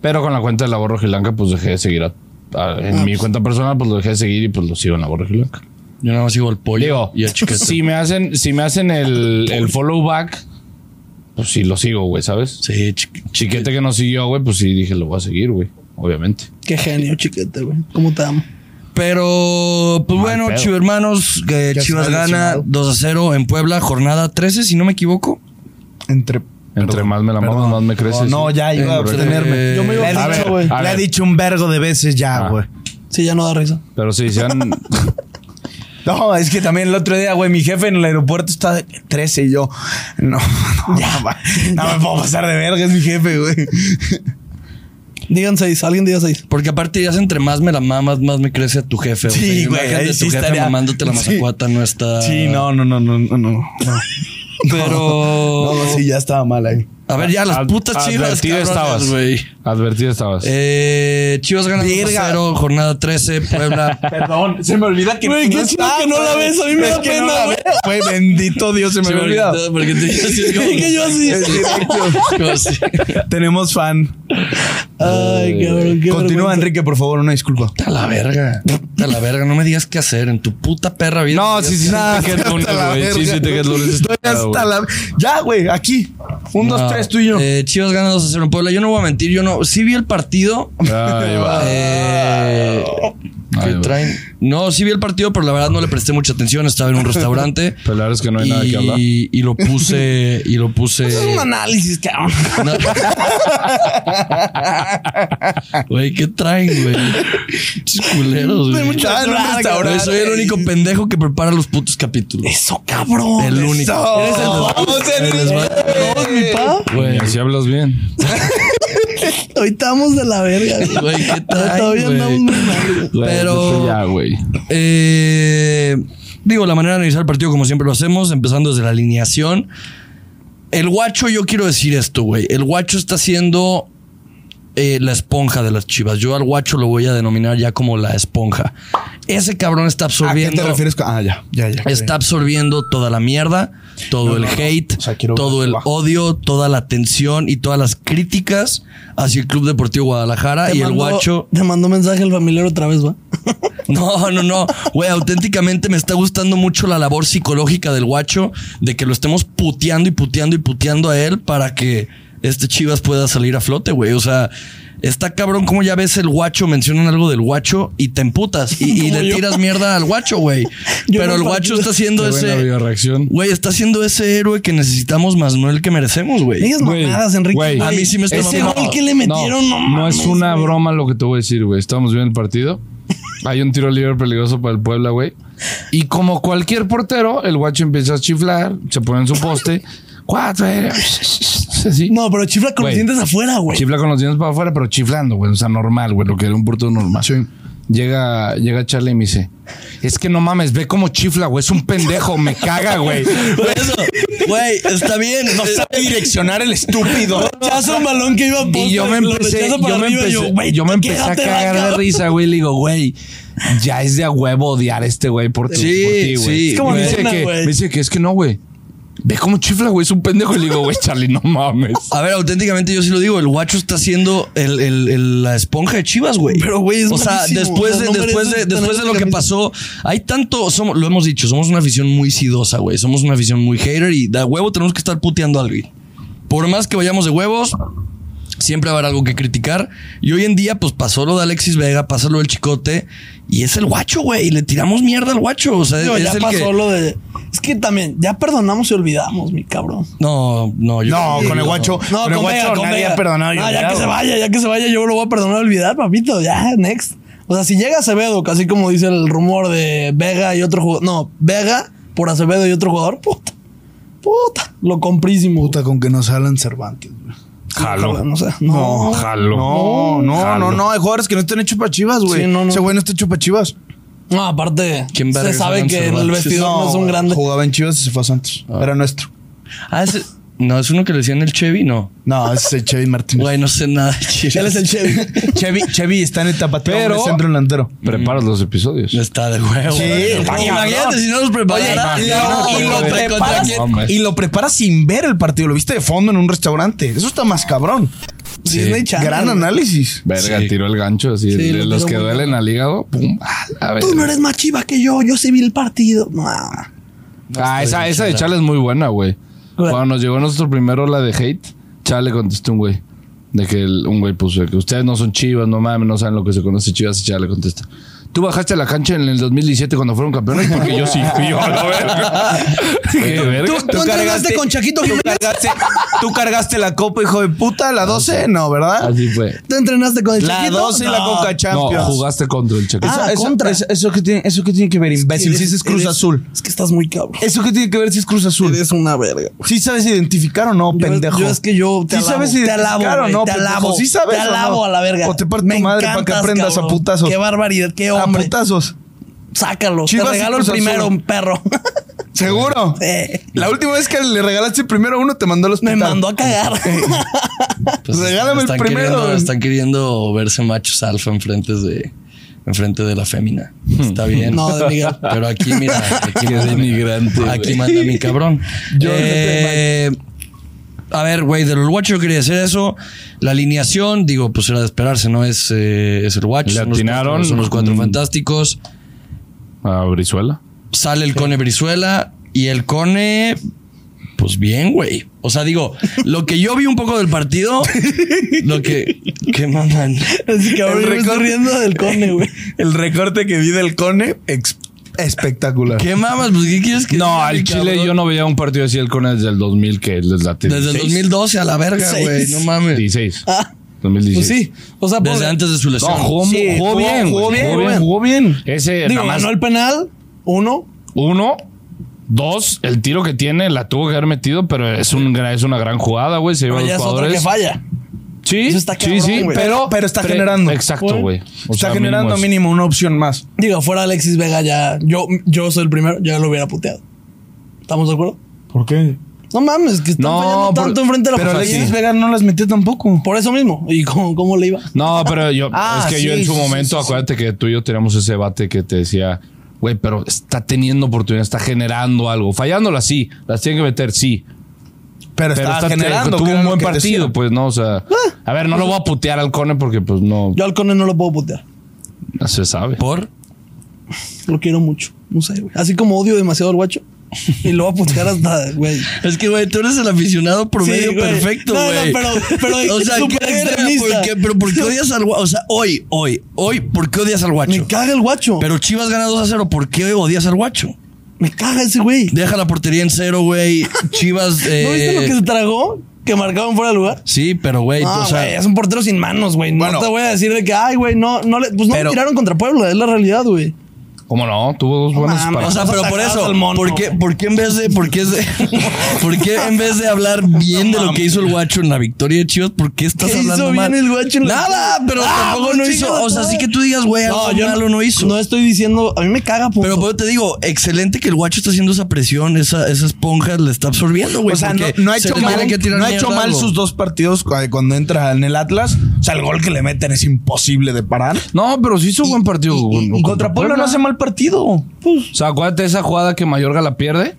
Speaker 3: pero con la cuenta de la Borja Gilanca, pues dejé de seguir a. a- en mi cuenta personal, pues lo dejé de seguir y pues lo sigo en la Borja Gilanca.
Speaker 2: Yo nada más sigo al pollo
Speaker 3: Digo,
Speaker 2: y a Chiquete.
Speaker 3: si me hacen, si me hacen el, el follow back, pues sí lo sigo, güey, ¿sabes?
Speaker 2: Sí, Chiquete.
Speaker 3: Chiquete que no siguió, güey, pues sí dije, lo voy a seguir, güey, obviamente.
Speaker 1: Qué genio, chiquete, güey. ¿Cómo te amo?
Speaker 2: Pero, pues
Speaker 3: Mal
Speaker 2: bueno,
Speaker 3: pedo.
Speaker 2: Chivo hermanos, que
Speaker 5: Ya
Speaker 2: Chivas
Speaker 5: se me ha
Speaker 2: gana
Speaker 5: lesionado.
Speaker 2: 2 a 0 en Puebla, jornada 13, si no me equivoco.
Speaker 5: Entre.
Speaker 3: Entre más me la mamo,
Speaker 5: perdón.
Speaker 3: más me crece,
Speaker 5: No, no,
Speaker 3: sí.
Speaker 5: ya iba a
Speaker 2: Entre-
Speaker 5: abstenerme.
Speaker 1: Yo me iba
Speaker 5: Le he
Speaker 1: a
Speaker 5: dicho,
Speaker 1: ver,
Speaker 5: güey.
Speaker 3: a
Speaker 5: Le he
Speaker 3: ver.
Speaker 5: dicho un vergo de veces ya,
Speaker 3: Ah.
Speaker 5: güey.
Speaker 1: Sí, ya no da risa.
Speaker 3: Pero sí, sean.
Speaker 5: No, es que también el otro día, güey, mi jefe en el aeropuerto está de 13 y yo. No, no, va- no me puedo pasar de verga, es mi jefe, güey.
Speaker 1: Digan seis, alguien diga seis.
Speaker 2: Porque aparte, ya es entre más me la mamas, más me crece a tu jefe.
Speaker 5: Sí,
Speaker 2: y
Speaker 5: güey,
Speaker 2: imagínate
Speaker 5: ahí
Speaker 2: tu
Speaker 5: sí
Speaker 2: jefe
Speaker 5: estaría-
Speaker 2: mamándote la
Speaker 5: sí.
Speaker 2: mazacuata no
Speaker 3: Ah.
Speaker 2: está.
Speaker 5: Sí, no, no, no, no, no, no.
Speaker 2: Pero.
Speaker 5: No, no, sí, ya estaba mal ahí.
Speaker 2: A ver, ya las
Speaker 3: Ad-
Speaker 2: putas chivas.
Speaker 3: Advertido
Speaker 2: cabronas,
Speaker 3: estabas.
Speaker 2: güey.
Speaker 3: Advertido estabas.
Speaker 2: Eh, Chivas gana
Speaker 5: Verga.
Speaker 2: 0, jornada 13, Puebla.
Speaker 4: Perdón, se me olvida que.
Speaker 5: Güey,
Speaker 1: qué chido que no la ves, a mí me da pena, güey.
Speaker 5: Güey, bendito Dios, se me había olvidado.
Speaker 2: Porque te así es como-
Speaker 1: Es que yo así.
Speaker 5: Es directo.
Speaker 2: como así.
Speaker 5: Tenemos fan.
Speaker 1: Ay, cabrón, qué
Speaker 5: Continúa,
Speaker 1: vergüenza.
Speaker 5: Enrique, por favor, una disculpa.
Speaker 2: Vete a la verga. Vete a la verga. No me digas qué hacer en tu puta perra vida.
Speaker 3: No, sí, sí,
Speaker 5: Nah,
Speaker 3: sí, te quedas lunes,
Speaker 5: hasta la
Speaker 3: güey. Sí,
Speaker 5: verga.
Speaker 3: sí, te quedas lunes.
Speaker 5: Estoy hasta la. Ya, güey, aquí. Un, dos,
Speaker 2: No.
Speaker 5: tres, tú y yo.
Speaker 2: Eh, Chivas gana 2 a 0 en Puebla. Yo no voy a mentir. Yo no. Sí vi el partido.
Speaker 3: Ahí va.
Speaker 2: Eh,
Speaker 3: Ahí
Speaker 2: ¿qué
Speaker 3: va.
Speaker 2: traen? No, sí vi el partido, pero la verdad no le presté mucha atención. Estaba en un restaurante.
Speaker 3: Pero la verdad es que no hay nada que hablar.
Speaker 2: y, y lo puse. Y lo puse.
Speaker 1: Es un análisis, cabrón.
Speaker 2: No. Güey, ¿qué traen, güey? Pinches culeros, güey.
Speaker 1: mucho
Speaker 5: Ah, en un
Speaker 1: raro,
Speaker 5: restaurante.
Speaker 2: Güey, soy el único pendejo que prepara los putos capítulos.
Speaker 1: Eso, cabrón.
Speaker 2: El
Speaker 1: Eso.
Speaker 2: único.
Speaker 1: Eres el
Speaker 5: Vamos,
Speaker 2: Ahí les va.
Speaker 1: dos, mi pa.
Speaker 2: Güey,
Speaker 3: Y así hablas bien.
Speaker 1: Ahorita vamos de la verga. güey.
Speaker 2: güey, ¿qué traen,
Speaker 1: Todavía
Speaker 2: güey?
Speaker 1: andamos muy mal. güey.
Speaker 3: Güey,
Speaker 2: Pero-
Speaker 3: vete Ya, güey.
Speaker 2: Eh, digo, la manera de analizar el partido, como siempre lo hacemos, empezando desde la alineación. El guacho, yo quiero decir esto, güey. El guacho está siendo eh, la esponja de las chivas. Yo al guacho lo voy a denominar ya como la esponja. Ese cabrón está
Speaker 5: ¿A
Speaker 2: absorbiendo.
Speaker 5: qué te refieres? con- Ah, ya, ya, ya.
Speaker 2: Está absorbiendo toda la mierda, todo el hate,
Speaker 5: O sea, quiero
Speaker 2: todo
Speaker 5: ver
Speaker 2: el
Speaker 5: abajo.
Speaker 2: odio, toda la tensión y todas las críticas hacia el Club Deportivo Guadalajara
Speaker 1: Te
Speaker 2: y el
Speaker 1: mandó-
Speaker 2: guacho.
Speaker 1: Te mandó mensaje el familiar otra vez, ¿va?
Speaker 2: No, no, no. Güey, auténticamente me está gustando mucho la labor psicológica del guacho de que lo estemos puteando y puteando y puteando a él para que este Chivas pueda salir a flote, güey. O sea, está cabrón como ya ves el guacho, mencionan algo del guacho y te emputas y, y
Speaker 1: Como
Speaker 2: le
Speaker 1: yo.
Speaker 2: tiras mierda al guacho, güey.
Speaker 1: Yo
Speaker 2: Pero
Speaker 1: no
Speaker 2: el guacho
Speaker 1: partido.
Speaker 2: está haciendo
Speaker 3: Qué buena
Speaker 2: ese...
Speaker 3: bioreacción.
Speaker 2: Güey, está haciendo ese héroe que necesitamos más no el que merecemos, güey.
Speaker 1: Digas
Speaker 3: Güey,
Speaker 1: mamadas, Enrique.
Speaker 3: güey.
Speaker 2: A mí sí me está
Speaker 1: Ese
Speaker 2: mamando.
Speaker 1: gol que le metieron, no,
Speaker 3: no, es
Speaker 1: mames,
Speaker 3: una
Speaker 1: güey.
Speaker 3: broma lo que te voy a decir, güey. Estamos viendo el partido. Hay un tiro libre peligroso para el Puebla, güey. Y como cualquier portero, el guacho empieza a chiflar, se pone en su poste. Cuatro. eh, Así.
Speaker 1: No, pero chifla con los
Speaker 3: Güey.
Speaker 1: dientes afuera, güey.
Speaker 3: Chifla con los dientes para afuera, pero chiflando, güey. O sea, normal, güey. Lo que era un portero normal. Llega, llega Charlie y me dice: Es que no mames, ve cómo chifla, güey. Es un pendejo, me caga, güey.
Speaker 2: Por eso, Güey, está bien.
Speaker 5: No
Speaker 2: Eh,
Speaker 5: sabe direccionar el estúpido.
Speaker 1: Rechaza un balón que iba a poste,
Speaker 3: Y yo me
Speaker 1: lo
Speaker 3: empecé,
Speaker 1: rechaza para
Speaker 3: yo me
Speaker 1: arriba,
Speaker 3: empecé,
Speaker 1: y
Speaker 3: yo,
Speaker 1: güey,
Speaker 3: me empecé a
Speaker 1: quédate,
Speaker 3: cagar de
Speaker 1: vaca.
Speaker 3: risa, güey. Le digo, güey, ya es de a huevo odiar a este güey por, tu,
Speaker 2: Sí,
Speaker 3: por ti, güey.
Speaker 2: sí. Es como
Speaker 3: me, dice
Speaker 1: Arizona,
Speaker 3: que,
Speaker 1: güey.
Speaker 3: me dice que es que no, güey. Ve cómo chifla, güey, es un pendejo. Y le digo, güey, Charlie, no mames.
Speaker 2: A ver, auténticamente yo sí lo digo, el guacho está siendo el, el- el- la esponja de Chivas, güey.
Speaker 1: Pero, güey, es
Speaker 2: O sea,
Speaker 1: malísimo.
Speaker 2: después,
Speaker 1: O sea,
Speaker 2: de,
Speaker 1: no
Speaker 2: después, de,
Speaker 1: mereces
Speaker 2: después de
Speaker 1: tener
Speaker 2: lo
Speaker 1: esa
Speaker 2: que
Speaker 1: camisa.
Speaker 2: pasó, hay tanto, somos, lo hemos dicho, somos una afición muy sidosa, güey. Somos una afición muy hater y de huevo tenemos que estar puteando a alguien. Por más que vayamos de huevos, siempre va a haber algo que criticar. Y hoy en día, pues pasó lo de Alexis Vega, pasó lo del Chicote y es el guacho, güey. Y le tiramos mierda al guacho. O sea,
Speaker 1: Digo,
Speaker 2: es
Speaker 1: ya
Speaker 2: el
Speaker 1: pasó
Speaker 2: que...
Speaker 1: lo de. Es que también, ya perdonamos y olvidamos, mi cabrón.
Speaker 2: No, no, yo
Speaker 5: No, con el guacho.
Speaker 1: No,
Speaker 5: con el guacho nadie
Speaker 1: Vega.
Speaker 5: ha perdonado. y
Speaker 1: Ah, ya
Speaker 5: olvidado.
Speaker 1: que se vaya, ya que se vaya, yo lo voy a perdonar y olvidar, papito. Ya, next. O sea, si llega Acevedo, casi como dice el rumor de Vega y otro jugador. No, Vega por Acevedo y otro jugador, puta. Puta. Lo comprísimo.
Speaker 6: Puta, con que nos hablan Cervantes, güey.
Speaker 3: Jalo.
Speaker 1: No sé.
Speaker 3: No,
Speaker 1: No.
Speaker 3: jalo.
Speaker 6: No, no,
Speaker 3: Jalo.
Speaker 6: no, no. Hay jugadores que no están hechos para chivas, güey.
Speaker 1: Sí, no, no.
Speaker 6: Ese güey no está hecho para chivas.
Speaker 1: No, aparte,
Speaker 2: ¿Quién verga
Speaker 1: se sabe
Speaker 2: sabe
Speaker 1: que en el
Speaker 2: Cervantes?
Speaker 1: vestidor no, este es un
Speaker 6: güey.
Speaker 1: grande.
Speaker 6: Jugaba en chivas y se fue a Santos. Era nuestro.
Speaker 2: Ah, ese- no, es uno que le decían el Chevy, no.
Speaker 6: No, ese es el Chevy Martínez.
Speaker 2: Güey, no sé nada de Chivas.
Speaker 1: Él es el Chevy.
Speaker 6: Chevy, Chevy está en el tapateo
Speaker 3: Pero-
Speaker 6: hombre, centro delantero.
Speaker 3: Preparas los episodios.
Speaker 2: Está de huevo.
Speaker 5: está
Speaker 2: Imagínate
Speaker 5: cabrón.
Speaker 2: si no los
Speaker 5: Oye,
Speaker 2: preparara.
Speaker 5: y
Speaker 2: No,
Speaker 5: lo- y lo
Speaker 2: güey.
Speaker 5: preparas-
Speaker 2: Contra-
Speaker 3: Hombre.
Speaker 5: y lo preparas sin ver el partido. Lo viste de fondo en un restaurante. Eso está más cabrón.
Speaker 1: Disney Channel.
Speaker 6: Gran análisis.
Speaker 3: Verga, tiró el gancho así.
Speaker 1: Sí,
Speaker 3: de
Speaker 1: lo
Speaker 3: los
Speaker 1: tiró
Speaker 3: que
Speaker 1: muy
Speaker 3: duelen al hígado, pum. ah, A ver.
Speaker 1: Tú no eres más chiva que yo, yo sí vi el partido. No.
Speaker 3: Ah, esa, esa de Chale es muy buena, güey.
Speaker 1: Güey.
Speaker 3: Cuando nos llegó nuestro primer ola de hate, Chale contestó un güey. De que el- un güey puso de que ustedes no son chivas, no mames, no saben lo que se conoce chivas. Y Chale contesta. Tú bajaste a la cancha en el 2017 cuando fueron campeones porque yo sí fui yo, a la verga. Qué verga.
Speaker 1: ¿Tú entrenaste con Chaquito
Speaker 5: tú
Speaker 1: Jiménez?
Speaker 5: cargaste, tú cargaste la copa, hijo de puta, la 12, no, ¿verdad?
Speaker 3: Así fue.
Speaker 1: ¿Tú entrenaste con el
Speaker 5: La
Speaker 1: Chaquito?
Speaker 5: 12 y la
Speaker 1: No.
Speaker 5: Coca
Speaker 3: No,
Speaker 5: Champions.
Speaker 3: jugaste contra el Chaco.
Speaker 1: Ah,
Speaker 5: eso,
Speaker 1: contra.
Speaker 5: eso- eso que tiene, eso que tiene que ver, imbécil.
Speaker 1: Eres-
Speaker 5: si es Cruz
Speaker 1: eres-
Speaker 5: Azul.
Speaker 1: Es que estás muy cabrón.
Speaker 5: Eso que tiene que ver si es Cruz Azul.
Speaker 1: Eres una verga.
Speaker 5: ¿Sí sabes identificar o no,
Speaker 1: Yo-
Speaker 5: pendejo?
Speaker 1: Yo es que yo te
Speaker 5: ¿Sí
Speaker 1: alabo.
Speaker 5: sabes
Speaker 1: te
Speaker 5: identificar
Speaker 1: alabo,
Speaker 5: o
Speaker 1: güey,
Speaker 5: no,
Speaker 1: te
Speaker 5: pendejo?
Speaker 1: alabo.
Speaker 5: ¿Sí sabes
Speaker 1: te
Speaker 5: o no?
Speaker 1: alabo a la verga.
Speaker 5: O te parto tu madre para que
Speaker 1: encantas,
Speaker 5: aprendas a
Speaker 1: cabrón.
Speaker 5: putazos.
Speaker 1: Qué barbaridad, qué
Speaker 5: A
Speaker 1: hombre.
Speaker 5: putazos.
Speaker 1: Sácalo.
Speaker 5: Chivas
Speaker 1: te
Speaker 5: y
Speaker 1: regalo el
Speaker 5: Cruz Azul.
Speaker 1: primero, un perro.
Speaker 5: ¿Seguro?
Speaker 1: Eh,
Speaker 5: La última vez que le regalaste primero a uno, te mandó los
Speaker 1: Me mandó a cagar.
Speaker 2: Pues
Speaker 5: Regálame el
Speaker 2: están
Speaker 5: primero.
Speaker 2: queriendo- están queriendo verse machos alfa enfrente de, enfrente de la fémina. Está bien.
Speaker 1: No, de Miguel.
Speaker 2: Pero aquí, mira, aquí
Speaker 3: Hmm. Qué
Speaker 2: manda,
Speaker 3: denigrante, güey.
Speaker 2: Aquí manda mi cabrón. Eh, a ver, güey, del Watch yo quería decir eso. La alineación, digo, pues era de esperarse, ¿no? Es, eh, es el Watch.
Speaker 3: Le
Speaker 2: son los
Speaker 3: atinaron.
Speaker 2: cuatro- Son los cuatro
Speaker 3: Mm.
Speaker 2: fantásticos.
Speaker 3: A Brizuela.
Speaker 2: sale el Cone Brizuela y el Cone, pues bien, güey. O sea, digo, lo que yo vi un poco del partido, lo que. ¿Qué maman?
Speaker 1: Así que ahora
Speaker 5: El
Speaker 1: yo me estoy
Speaker 5: récord.
Speaker 1: riendo del cone, güey.
Speaker 5: El recorte que vi del Cone, ex- espectacular.
Speaker 2: ¿Qué mamas? Pues, ¿qué quieres que
Speaker 3: No,
Speaker 2: diga,
Speaker 3: al
Speaker 2: mi
Speaker 3: Chile
Speaker 2: cabrón?
Speaker 3: yo no veía un partido así el Cone desde el 2000 que les late.
Speaker 2: Desde el 2012 a la verga,
Speaker 1: Seis.
Speaker 2: güey. No mames.
Speaker 3: 2016.
Speaker 1: Ah,
Speaker 3: 2016.
Speaker 1: pues sí. O sea,
Speaker 2: Desde
Speaker 1: por-
Speaker 2: antes de su lesión.
Speaker 3: No, jugó,
Speaker 5: Sí,
Speaker 3: jugó bien,
Speaker 5: Jugó
Speaker 3: güey,
Speaker 5: bien, jugó bien.
Speaker 3: Ese
Speaker 1: Digo,
Speaker 3: nada más
Speaker 1: ganó el penal. Uno.
Speaker 3: Uno, dos, el tiro que tiene la tuvo que haber metido, pero es, un, gra- es una gran jugada, güey. Se lleva
Speaker 1: Pero
Speaker 3: a
Speaker 1: ya
Speaker 3: los
Speaker 1: es otra que
Speaker 3: jugadores.
Speaker 1: falla.
Speaker 3: Sí,
Speaker 1: Eso está
Speaker 3: sí,
Speaker 1: cabrón,
Speaker 3: sí,
Speaker 1: güey.
Speaker 3: pero,
Speaker 5: Pero está
Speaker 3: pre-
Speaker 5: generando.
Speaker 3: Exacto, güey. O
Speaker 5: Está
Speaker 3: sea,
Speaker 5: generando
Speaker 3: es-
Speaker 5: mínimo una opción más.
Speaker 1: Digo, fuera Alexis Vega ya. Yo, yo soy el primero, ya lo hubiera puteado. ¿Estamos de acuerdo?
Speaker 6: ¿Por qué?
Speaker 1: No mames, que están
Speaker 3: No,
Speaker 1: fallando
Speaker 3: por-
Speaker 1: tanto enfrente de la
Speaker 5: Pero
Speaker 1: portería.
Speaker 5: Alexis Vega no las metió tampoco.
Speaker 1: Por eso mismo. ¿Y cómo, cómo le iba?
Speaker 3: No, pero yo,
Speaker 5: Ah,
Speaker 3: es que yo
Speaker 5: sí,
Speaker 3: en su
Speaker 5: sí,
Speaker 3: momento, acuérdate que tú y yo teníamos ese debate que te decía, güey, pero está teniendo oportunidad, está generando algo. Fallándolas, sí. Las tiene que meter, sí.
Speaker 5: Pero,
Speaker 3: Pero
Speaker 5: está,
Speaker 3: está
Speaker 5: generando. que
Speaker 3: tuvo
Speaker 5: era
Speaker 3: un
Speaker 5: lo
Speaker 3: buen
Speaker 5: que
Speaker 3: partido,
Speaker 5: decía. Ah,
Speaker 3: pues no, o sea. A ver, no lo voy a putear al Cone porque, pues no,
Speaker 1: Yo al Cone no lo puedo putear.
Speaker 3: se sabe.
Speaker 2: ¿Por?
Speaker 1: Lo quiero mucho. No sé, güey. Así como odio demasiado al guacho. Y lo voy a putear hasta, güey.
Speaker 2: Es que, güey, tú eres el aficionado promedio
Speaker 1: Sí, güey.
Speaker 2: perfecto,
Speaker 1: No, no,
Speaker 2: güey.
Speaker 1: pero- pero
Speaker 2: o sea,
Speaker 1: súper
Speaker 2: ¿qué era?
Speaker 1: extremista.
Speaker 2: ¿Por qué? Pero ¿por qué odias al guacho? O sea, hoy, hoy, hoy, ¿por qué odias al
Speaker 1: Me
Speaker 2: guacho?
Speaker 1: caga el guacho.
Speaker 2: Pero Chivas gana 2 a 0, ¿por qué odias al guacho?
Speaker 1: Me caga ese güey.
Speaker 2: Deja la portería en cero, güey. Chivas. Eh,
Speaker 1: ¿No viste lo que se tragó? Que marcaban fuera de lugar.
Speaker 2: Sí, pero, güey,
Speaker 1: Ah,
Speaker 2: o sea,
Speaker 1: güey, es un portero sin manos, güey. No
Speaker 6: Bueno.
Speaker 1: te voy a decir de que, ay, güey, no, no le, pues no le
Speaker 2: Pero-
Speaker 1: tiraron contra Puebla, es la realidad, güey.
Speaker 3: ¿Cómo no? Tuvo dos buenas
Speaker 1: mames.
Speaker 2: O
Speaker 3: paradas.
Speaker 2: sea,
Speaker 1: Vamos
Speaker 2: pero
Speaker 1: a
Speaker 2: por
Speaker 1: sacar
Speaker 2: eso,
Speaker 1: al mono.
Speaker 2: ¿por qué, por qué en vez de, por qué es de- por qué en vez de hablar bien de lo que hizo el guacho en la victoria de Chivas, por qué estás
Speaker 1: ¿Qué
Speaker 2: hablando
Speaker 1: hizo
Speaker 2: mal?
Speaker 1: bien el guacho en la-
Speaker 2: Nada, pero
Speaker 1: Ah,
Speaker 2: tampoco
Speaker 1: pues
Speaker 2: no
Speaker 1: chingas,
Speaker 2: hizo, o sea,
Speaker 1: madre.
Speaker 2: sí que tú digas, güey, algo malo no hizo.
Speaker 1: No estoy diciendo, a mí me caga, pues. punto.
Speaker 2: pero por eso te digo, excelente que el guacho está haciendo esa presión, esa, esa esponja le está absorbiendo, güey.
Speaker 6: O sea, no,
Speaker 2: porque
Speaker 6: no ha
Speaker 2: se
Speaker 6: hecho
Speaker 2: le
Speaker 6: mal,
Speaker 2: tiene que tirar
Speaker 6: no ha
Speaker 2: mierda
Speaker 6: hecho
Speaker 2: a
Speaker 6: mal
Speaker 2: algo.
Speaker 6: sus dos partidos cu- cuando entra en el Atlas. O sea, el gol que le meten es imposible de parar.
Speaker 3: No, pero sí hizo buen partido.
Speaker 6: Y- y contra Puebla no hace mal partido.
Speaker 5: Pues,
Speaker 3: O sea, acuérdate de esa jugada que Mayorga la pierde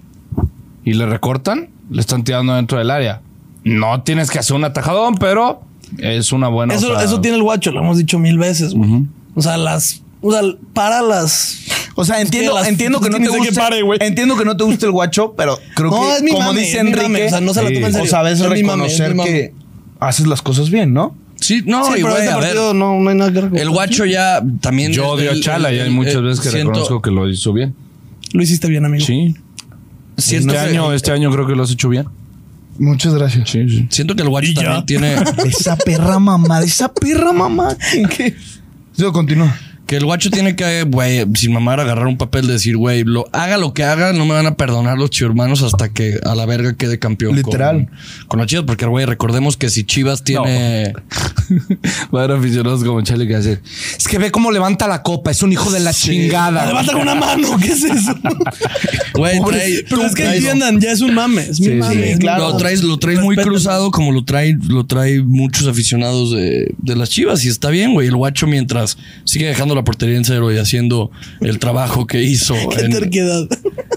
Speaker 3: y le recortan, le están tirando dentro del área. No tienes que hacer un atajadón, pero es una buena.
Speaker 1: eso,
Speaker 3: o sea,
Speaker 1: eso tiene el guacho, lo hemos dicho mil veces, güey. O sea, las, o sea, para las.
Speaker 6: O sea, entiendo,
Speaker 1: las-
Speaker 6: entiendo que no
Speaker 1: ni
Speaker 6: te
Speaker 1: sé qué
Speaker 6: guste.
Speaker 1: pare, güey.
Speaker 6: entiendo que no te guste el guacho, pero creo
Speaker 1: No,
Speaker 6: que
Speaker 1: es mi
Speaker 6: como
Speaker 1: mame,
Speaker 6: dice
Speaker 1: es mi mame,
Speaker 6: Enrique,
Speaker 1: o sea, no se la
Speaker 6: sí.
Speaker 1: toma en serio.
Speaker 6: o sabes
Speaker 1: Es mi mame, es mi
Speaker 6: reconocer
Speaker 1: mame.
Speaker 6: que haces las cosas bien, ¿no?
Speaker 2: Sí, no,
Speaker 1: sí,
Speaker 2: y,
Speaker 1: pero
Speaker 2: güey,
Speaker 1: este
Speaker 2: a ver,
Speaker 1: partido no, no hay nada que recordar.
Speaker 2: el guacho ya también.
Speaker 3: Yo odio a
Speaker 2: el-
Speaker 3: Chala y
Speaker 2: el-
Speaker 3: hay muchas
Speaker 2: el-
Speaker 3: veces que
Speaker 2: siento-
Speaker 3: reconozco que lo hizo bien.
Speaker 1: Lo hiciste bien, amigo.
Speaker 3: Sí.
Speaker 2: siento
Speaker 3: este
Speaker 2: que-
Speaker 3: año, este año creo que lo has hecho bien.
Speaker 6: Muchas gracias.
Speaker 3: Sí, sí.
Speaker 2: Siento que el guacho también tiene.
Speaker 6: Esa perra mamá, esa perra mamá. ¿Qué? Yo continúo.
Speaker 2: Que el guacho tiene que, güey, sin mamar, agarrar un papel de decir, güey, lo, haga lo que haga, no me van a perdonar los chivermanos hasta que a la verga quede campeón.
Speaker 6: Literal.
Speaker 2: Con, con los chivas, porque, güey, recordemos que si Chivas tiene.
Speaker 3: Va a haber aficionados como Chale que hacer. Es que ve cómo levanta la copa, es un hijo de la chingada.
Speaker 1: Levanta con una mano, ¿qué es eso?
Speaker 2: Güey,
Speaker 1: Pobre-
Speaker 2: trae-
Speaker 1: pero es que
Speaker 2: trae-
Speaker 1: entiendan, ya es un mame. Es mi mame. es mi
Speaker 2: Lo
Speaker 1: mame.
Speaker 2: traes, lo traes muy
Speaker 1: Respétame.
Speaker 2: cruzado, como lo trae, lo trae muchos aficionados de, de las Chivas, y está bien, güey. El guacho, mientras sigue dejando la portería en cero y haciendo el trabajo que hizo.
Speaker 1: Qué
Speaker 2: en-
Speaker 1: terquedad.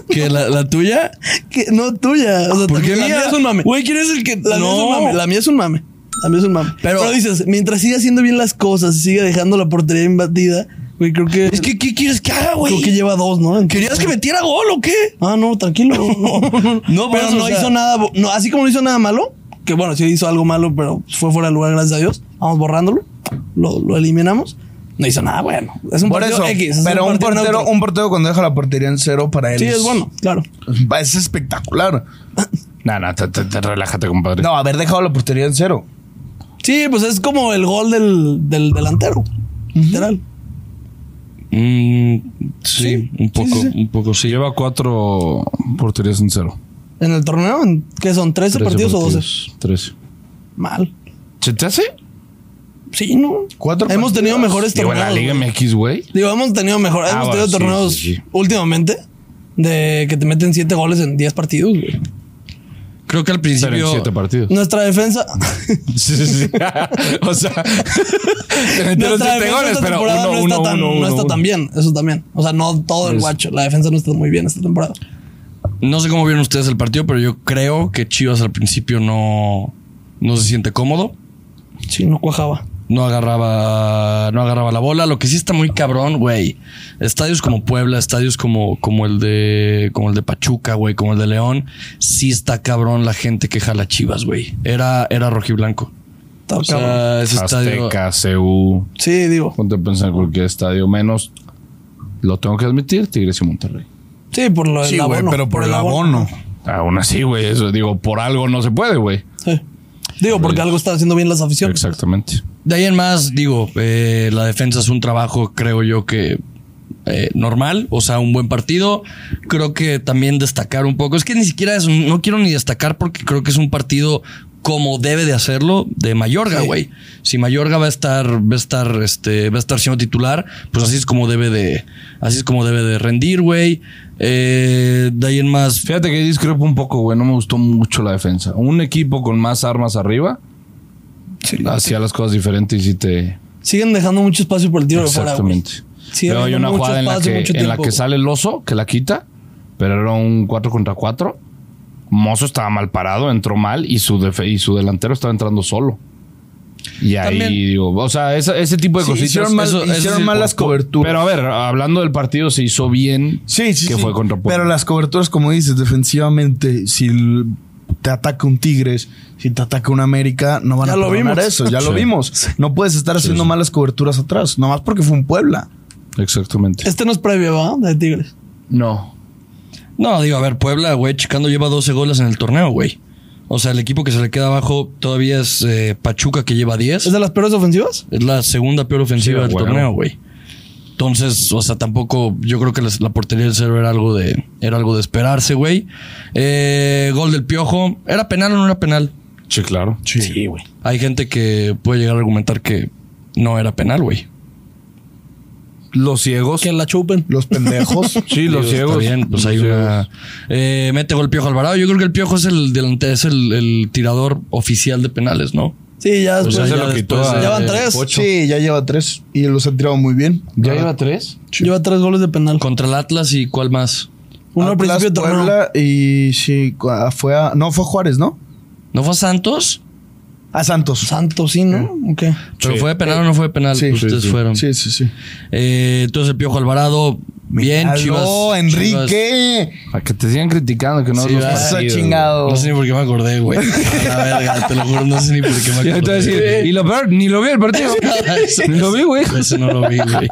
Speaker 2: que la, la tuya.
Speaker 1: Que- no tuya. O sea,
Speaker 2: ¿Por qué
Speaker 1: la
Speaker 2: mía?
Speaker 1: mía es un mame.
Speaker 2: Güey, ¿quién es el que.?
Speaker 1: La mía es un mame. La mía es un mame. La mía es un mame.
Speaker 2: Pero-
Speaker 1: Pero, dices, mientras siga haciendo bien las cosas y siga dejando la portería imbatida, güey, creo que.
Speaker 2: Es que, ¿qué quieres que haga, güey?
Speaker 1: creo que lleva dos, ¿no? Entonces-
Speaker 2: ¿Querías que metiera gol o qué?
Speaker 1: Ah, no, tranquilo. No,
Speaker 2: No, pues,
Speaker 1: pero no
Speaker 2: o sea-
Speaker 1: hizo nada. bo- No, así como no hizo nada malo, que bueno, sí hizo algo malo, pero fue fuera de lugar, gracias a Dios. Vamos borrándolo. Lo, lo eliminamos. No hizo nada bueno. Es un
Speaker 6: Por
Speaker 1: partido
Speaker 6: eso,
Speaker 1: X. es
Speaker 6: pero un
Speaker 1: partido
Speaker 6: portero,
Speaker 1: neutro.
Speaker 6: un portero cuando deja la portería en cero para él.
Speaker 1: Sí, es bueno, claro.
Speaker 6: Es espectacular.
Speaker 3: No, no, te, te- te- relájate, compadre.
Speaker 6: No, haber dejado la portería en cero.
Speaker 1: Sí, pues es como el gol del, del delantero. Literal.
Speaker 2: Mm, sí, un poco,
Speaker 1: sí,
Speaker 2: un poco sí.
Speaker 3: Lleva cuatro porterías en cero.
Speaker 1: En el torneo, ¿en ¿qué son? ¿13 partidos, o 12?
Speaker 3: Trece.
Speaker 1: Mal.
Speaker 3: ¿Se te hace?
Speaker 1: Sí, ¿no?
Speaker 6: Cuatro
Speaker 1: Hemos tenido mejores
Speaker 3: Digo, en la
Speaker 1: torneos.
Speaker 3: Liga
Speaker 1: güey.
Speaker 3: MX, güey.
Speaker 1: Digo, hemos tenido mejor, hemos
Speaker 3: Ah, bueno,
Speaker 1: tenido
Speaker 3: sí,
Speaker 1: torneos
Speaker 3: sí, sí.
Speaker 1: últimamente de que te meten 7 goles en 10 partidos, güey.
Speaker 2: Creo que al
Speaker 3: Pero en
Speaker 2: principio.
Speaker 3: siete partidos.
Speaker 1: Nuestra defensa.
Speaker 3: Sí, sí, sí. o sea, te
Speaker 1: nuestra
Speaker 3: metieron siete
Speaker 1: defensa
Speaker 3: goles,
Speaker 1: esta
Speaker 3: pero
Speaker 1: temporada
Speaker 3: uno,
Speaker 1: no
Speaker 3: uno,
Speaker 1: está tan,
Speaker 3: uno, uno,
Speaker 1: no está
Speaker 3: uno.
Speaker 1: tan bien. Eso también. O sea, no todo el
Speaker 3: Es-
Speaker 1: guacho. La defensa no está muy bien esta temporada.
Speaker 2: No sé cómo vieron ustedes el partido, pero yo creo que Chivas al principio no, no se siente cómodo.
Speaker 1: Sí, no cuajaba.
Speaker 2: No agarraba, no agarraba la bola. Lo que sí está muy cabrón, güey. Estadios como Puebla, estadios como, como el de, como el de Pachuca, güey, como el de León. Sí está cabrón la gente que jala Chivas, güey. Era, era rojiblanco.
Speaker 1: Estaba
Speaker 2: O sea,
Speaker 1: Ah, cabrón.
Speaker 2: ese estadio.
Speaker 3: Azteca, CU.
Speaker 1: Sí, digo.
Speaker 3: Ponte a pensar en cualquier estadio, menos. Lo tengo que admitir, Tigres y Monterrey.
Speaker 1: Sí, por lo del
Speaker 6: Sí,
Speaker 1: abono.
Speaker 6: güey, pero por el abono.
Speaker 3: Aún así, güey, eso digo, por algo no se puede, güey.
Speaker 1: Sí. Digo, porque
Speaker 3: Pues,
Speaker 1: algo están haciendo bien las aficiones.
Speaker 3: Exactamente.
Speaker 2: De ahí en más, digo, eh, la defensa es un trabajo, creo yo, que eh, normal, o sea, un buen partido. Creo que también destacar un poco, es que ni siquiera es, un- no quiero ni destacar porque creo que es un partido como debe de hacerlo de Mayorga,
Speaker 1: Sí.
Speaker 2: güey. Si Mayorga va a estar, va a estar, este, va a estar siendo titular, pues así es como debe de, así es como debe de rendir, güey. Eh, de ahí en más,
Speaker 3: Fíjate que discrepo un poco, güey. No me gustó mucho la defensa. Un equipo con más armas arriba hacía las cosas diferentes y sí te.
Speaker 1: Siguen dejando mucho espacio por el tiro de fuera. güey.
Speaker 3: Exactamente.
Speaker 1: Sí,
Speaker 3: Luego hay
Speaker 1: dejando mucho
Speaker 3: una jugada en la,
Speaker 1: espacio,
Speaker 3: que,
Speaker 1: mucho
Speaker 3: en la
Speaker 1: tiempo,
Speaker 3: que
Speaker 1: güey.
Speaker 3: sale el oso, que la quita, pero era un 4 contra 4. Mozo estaba mal parado, entró mal y su, defe- y su delantero estaba entrando solo. Y ahí
Speaker 2: También-
Speaker 3: digo, o sea, esa- ese tipo de
Speaker 5: Sí,
Speaker 3: cositas.
Speaker 5: hicieron mal- hicieron
Speaker 3: sí,
Speaker 5: mal las
Speaker 3: por-
Speaker 5: coberturas.
Speaker 3: Pero a ver, hablando del partido, se hizo bien.
Speaker 5: Sí, sí,
Speaker 3: Que
Speaker 5: sí.
Speaker 3: fue contra Puebla.
Speaker 5: Pero las coberturas, como dices, defensivamente, si l- te ataca un Tigres, si te ataca un América, no van
Speaker 1: Ya
Speaker 5: a
Speaker 1: lo
Speaker 5: perdonar
Speaker 1: vimos.
Speaker 5: eso. Ya lo
Speaker 3: Sí.
Speaker 5: vimos. No puedes estar haciendo malas coberturas atrás, nomás porque fue un Puebla.
Speaker 3: Exactamente.
Speaker 1: Este no es previo, ¿va? De Tigres.
Speaker 3: No.
Speaker 2: No, digo, a ver, Puebla, güey, Chicando lleva 12 goles en el torneo, güey. O sea, el equipo que se le queda abajo todavía es eh, Pachuca, que lleva 10.
Speaker 1: ¿Es de las peores ofensivas?
Speaker 2: Es la segunda peor ofensiva
Speaker 3: Sí,
Speaker 2: del
Speaker 3: bueno.
Speaker 2: torneo, güey. Entonces, o sea, tampoco. Yo creo que las- la, portería del cero era algo de. Era algo de esperarse, güey. Eh, gol del piojo. ¿Era penal o no era penal?
Speaker 3: Sí, claro.
Speaker 2: Sí, güey. Hay gente que puede llegar a argumentar que no era penal, güey.
Speaker 3: Los ciegos.
Speaker 1: Que la chupen.
Speaker 5: Los pendejos.
Speaker 3: Sí, los
Speaker 2: Digo,
Speaker 3: ciegos.
Speaker 2: Está bien, pues
Speaker 3: Los
Speaker 2: hay
Speaker 3: ciegos.
Speaker 2: una. Eh, mete gol Piojo Alvarado. Yo creo que el Piojo es el delante, es el, el tirador oficial de penales, ¿no?
Speaker 1: Sí, ya
Speaker 3: Pues
Speaker 1: después.
Speaker 3: ya se
Speaker 2: ya
Speaker 3: lo quitó.
Speaker 2: después,
Speaker 3: a-
Speaker 1: ya van tres.
Speaker 3: Pocho.
Speaker 5: sí, ya lleva tres y los han tirado muy bien.
Speaker 3: ¿Ya lleva tres?
Speaker 1: Lleva tres goles de penal.
Speaker 2: Contra el Atlas y cuál más.
Speaker 1: Uno al
Speaker 5: Atlas,
Speaker 1: principio de torneo.
Speaker 5: Puebla y sí, cu- ah, fue a. No, fue a Juárez, ¿no?
Speaker 2: ¿No fue Santos?
Speaker 5: A Santos.
Speaker 1: Santos, sí, ¿no? Ok.
Speaker 2: ¿Pero
Speaker 3: Sí.
Speaker 2: fue de penal o no fue de penal?
Speaker 5: Sí,
Speaker 2: Pues
Speaker 5: sí,
Speaker 2: ustedes
Speaker 5: sí.
Speaker 2: fueron.
Speaker 5: Sí, sí, sí.
Speaker 2: Eh, entonces el Piojo Alvarado, bien,
Speaker 5: Aló,
Speaker 2: Chivas. Chivas.
Speaker 5: Enrique!
Speaker 3: A que te sigan criticando que no
Speaker 2: Sí,
Speaker 3: los
Speaker 2: va.
Speaker 5: Eso
Speaker 3: partidos.
Speaker 5: chingado.
Speaker 2: No sé ni por qué me acordé, güey. A la verga, te lo juro, no sé ni por qué me
Speaker 3: Y
Speaker 2: acordé.
Speaker 3: ahorita voy a decir, y lo peor, ni lo vi el partido.
Speaker 2: Ese-
Speaker 3: Ni lo vi, güey.
Speaker 2: Ese no lo vi, güey.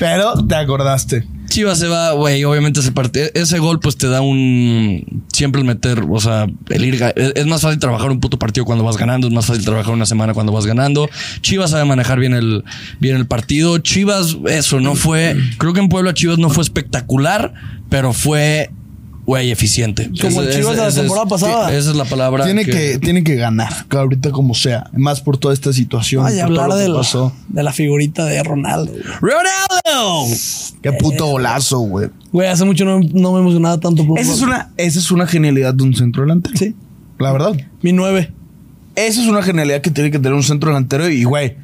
Speaker 5: Pero te acordaste.
Speaker 2: Chivas se va, güey, obviamente ese parte, ese gol pues te da un siempre el meter, o sea, el ir ga- es es más fácil trabajar un puto partido cuando vas ganando, es más fácil trabajar una semana cuando vas ganando. Chivas sabe manejar bien el bien el partido. Chivas eso no fue, creo que en Puebla Chivas no fue espectacular, pero fue güey eficiente.
Speaker 1: Como
Speaker 2: Ese-
Speaker 1: Chivas de la
Speaker 2: ese- ese es-
Speaker 1: temporada pasada.
Speaker 2: Esa es la palabra
Speaker 5: Tiene que, tiene que ganar, que ahorita como sea. Más por toda esta situación.
Speaker 1: Ay,
Speaker 5: por todo
Speaker 1: hablar
Speaker 5: lo que
Speaker 1: de la,
Speaker 5: pasó.
Speaker 1: de la figurita de Ronaldo. güey.
Speaker 2: Ronaldo.
Speaker 5: Qué puto golazo, güey.
Speaker 1: Güey, hace mucho no, no me emocionaba tanto por
Speaker 5: Esa es
Speaker 1: fútbol.
Speaker 5: una, esa es una genialidad de un centro delantero.
Speaker 1: Pues Sí.
Speaker 5: La verdad.
Speaker 1: Mi nueve.
Speaker 5: Esa es una genialidad que tiene que tener un centro delantero y, güey.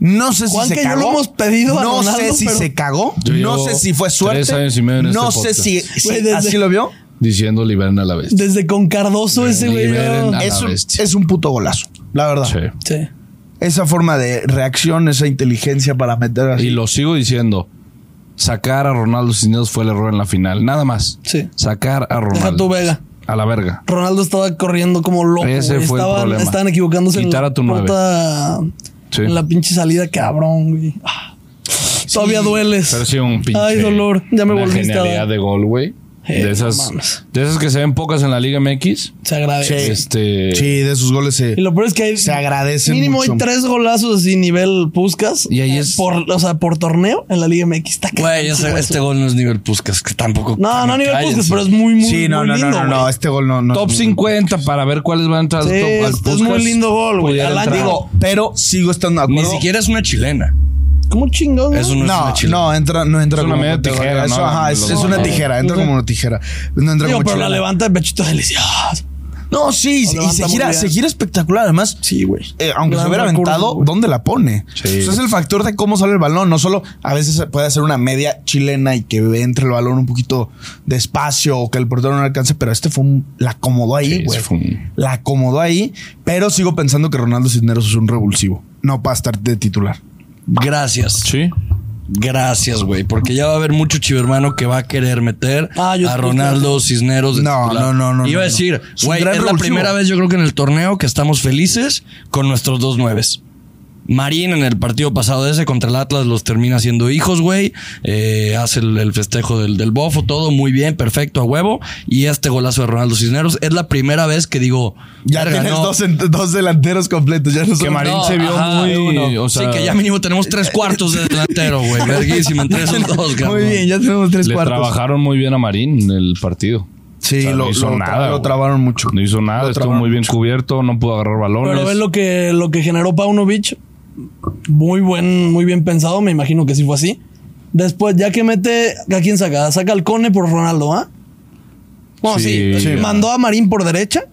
Speaker 5: No sé si
Speaker 1: Juan,
Speaker 5: se
Speaker 1: que yo
Speaker 5: cagó.
Speaker 1: lo hemos pedido a
Speaker 5: no
Speaker 1: Ronaldo,
Speaker 5: sé si
Speaker 1: pero-
Speaker 5: se cagó.
Speaker 3: Yo
Speaker 5: no
Speaker 3: llevo
Speaker 5: sé si fue
Speaker 3: tres
Speaker 5: suerte.
Speaker 3: años y medio en
Speaker 5: no
Speaker 3: este
Speaker 5: sé si,
Speaker 3: podcast.
Speaker 5: si
Speaker 1: Güey, desde-
Speaker 5: así lo vio.
Speaker 3: Diciendo liberen a la vez.
Speaker 1: Desde con Cardoso ese güey.
Speaker 3: Liberen
Speaker 1: yo-
Speaker 3: a- la
Speaker 5: Es un,
Speaker 3: bestia.
Speaker 5: es un puto golazo. La verdad.
Speaker 3: Sí.
Speaker 1: Sí.
Speaker 5: Esa forma de reacción, esa inteligencia para meter así.
Speaker 3: Y lo sigo diciendo. Sacar a Ronaldo Cisneros fue el error en la final. Nada más.
Speaker 1: Sí.
Speaker 3: Sacar a Ronaldo.
Speaker 1: Deja tu Vega.
Speaker 3: A la verga.
Speaker 1: Ronaldo estaba corriendo como loco.
Speaker 3: Ese
Speaker 1: güey.
Speaker 3: fue el
Speaker 1: estaban,
Speaker 3: problema.
Speaker 1: estaban equivocándose en
Speaker 3: Quitar
Speaker 1: la,
Speaker 3: a tu nueve.
Speaker 1: puta-
Speaker 3: Sí.
Speaker 1: en la pinche salida, cabrón, güey. Ah. Todavía dueles.
Speaker 3: Pero sí, un pinche.
Speaker 1: Ay, dolor. Ya me
Speaker 3: una
Speaker 1: volviste a dar.
Speaker 3: genialidad de gol, güey.
Speaker 1: Eh,
Speaker 3: de,
Speaker 1: no
Speaker 3: esas,
Speaker 1: mames.
Speaker 3: de esas que se ven pocas en la Liga MX.
Speaker 1: Se agradece.
Speaker 3: Este.
Speaker 5: Sí, de sus goles se,
Speaker 1: Y lo peor es que hay,
Speaker 5: se agradecen
Speaker 1: mínimo
Speaker 5: mucho.
Speaker 1: hay tres golazos así nivel Puscas.
Speaker 3: Y ahí es-
Speaker 1: Por, o sea, por torneo en la Liga MX. Está
Speaker 2: Güey,
Speaker 1: cabrón,
Speaker 2: ese-
Speaker 1: güey.
Speaker 2: este gol no es nivel Puskas, que tampoco
Speaker 1: No, no a nivel
Speaker 2: Cállense.
Speaker 1: Puskas, pero es muy, muy,
Speaker 5: sí, no,
Speaker 1: muy
Speaker 5: no,
Speaker 1: lindo.
Speaker 5: no, no, no,
Speaker 1: güey.
Speaker 5: este gol no. no
Speaker 3: Top 50 para ver cuáles van a entrar al
Speaker 1: Sí,
Speaker 3: top. al
Speaker 1: es- es
Speaker 3: podcast.
Speaker 1: muy lindo gol, güey.
Speaker 3: Pudiera
Speaker 1: Al
Speaker 3: entrar.
Speaker 1: año.
Speaker 5: Digo, pero sigo estando de
Speaker 2: Ni
Speaker 5: acuerdo.
Speaker 2: siquiera es una chilena.
Speaker 1: ¿Cómo chingón?
Speaker 2: Eso no, es
Speaker 5: No,
Speaker 2: una chilena.
Speaker 5: no, entra, no entra
Speaker 3: Es una
Speaker 5: como
Speaker 3: media
Speaker 5: categoría.
Speaker 3: tijera,
Speaker 5: Eso,
Speaker 3: ¿no?
Speaker 5: ajá, es, es una tijera, entra como una tijera. No entra
Speaker 1: Digo,
Speaker 5: como
Speaker 1: pero la
Speaker 5: chilena.
Speaker 1: levanta el pechito delicioso.
Speaker 5: No, sí,
Speaker 1: O
Speaker 5: y
Speaker 1: levanta
Speaker 5: se
Speaker 1: muy
Speaker 5: gira,
Speaker 1: bien.
Speaker 5: se gira espectacular. Además,
Speaker 1: Sí, güey.
Speaker 5: eh, aunque se
Speaker 1: Gran
Speaker 5: hubiera
Speaker 1: recurso,
Speaker 5: aventado,
Speaker 1: güey.
Speaker 5: ¿dónde la pone?
Speaker 3: Sí.
Speaker 5: Eso es el factor de cómo sale el balón. No solo a veces puede hacer una media chilena y que entre el balón un poquito despacio o que el portero no alcance, pero este fue un, la acomodó
Speaker 3: Sí,
Speaker 5: ahí, güey.
Speaker 3: ese fue un-
Speaker 5: La acomodó ahí, pero sigo pensando que Ronaldo Cisneros es un revulsivo. No para estar de titular.
Speaker 2: Gracias.
Speaker 3: Sí.
Speaker 2: Gracias, güey. Porque ya va a haber mucho chivermano que va a querer meter
Speaker 1: Ah, yo-
Speaker 2: a Ronaldo Cisneros. de
Speaker 5: No,
Speaker 2: titular.
Speaker 5: no, no, no,
Speaker 2: Iba a
Speaker 5: no, no.
Speaker 2: decir,
Speaker 5: Es un
Speaker 2: güey, es
Speaker 5: gran
Speaker 2: la
Speaker 5: revulsivo.
Speaker 2: primera vez yo creo que en el torneo que estamos felices con nuestros dos nueves. Marín en el partido pasado ese contra el Atlas los termina siendo hijos, güey. Eh, hace el, el festejo del, del bofo, todo muy bien, perfecto, a huevo. Y este golazo de Ronaldo Cisneros es la primera vez que digo,
Speaker 5: Ya
Speaker 2: verga,
Speaker 5: tienes
Speaker 2: no.
Speaker 5: dos, en- dos delanteros completos. Ya no
Speaker 3: Que
Speaker 5: solo-
Speaker 3: Marín
Speaker 2: No,
Speaker 3: se vio
Speaker 2: ajá,
Speaker 3: muy.
Speaker 2: uno.
Speaker 3: O sea,
Speaker 2: sí, que ya mínimo tenemos tres cuartos de delantero, güey. Verguísima, entre esos dos, cabrón.
Speaker 5: Muy bien, ya tenemos tres
Speaker 3: le
Speaker 5: cuartos.
Speaker 3: trabajaron muy bien a Marín en el partido.
Speaker 5: Sí,
Speaker 3: O sea,
Speaker 5: lo,
Speaker 3: no hizo
Speaker 5: lo tra-
Speaker 3: nada,
Speaker 5: lo
Speaker 3: güey.
Speaker 5: trabaron mucho.
Speaker 3: No hizo nada,
Speaker 5: Lo
Speaker 3: estuvo
Speaker 5: trabaron
Speaker 3: muy bien cubierto, no pudo agarrar balones.
Speaker 1: Pero ves lo que, lo que generó Paunovic. Muy buen, muy bien pensado. Me imagino que sí fue así. Después, ya que mete, ¿a quién saca? Saca al Cone por Ronaldo, ¿ah? Bueno, sí,
Speaker 3: Sí. Sí.
Speaker 1: Mandó a Marín por derecha.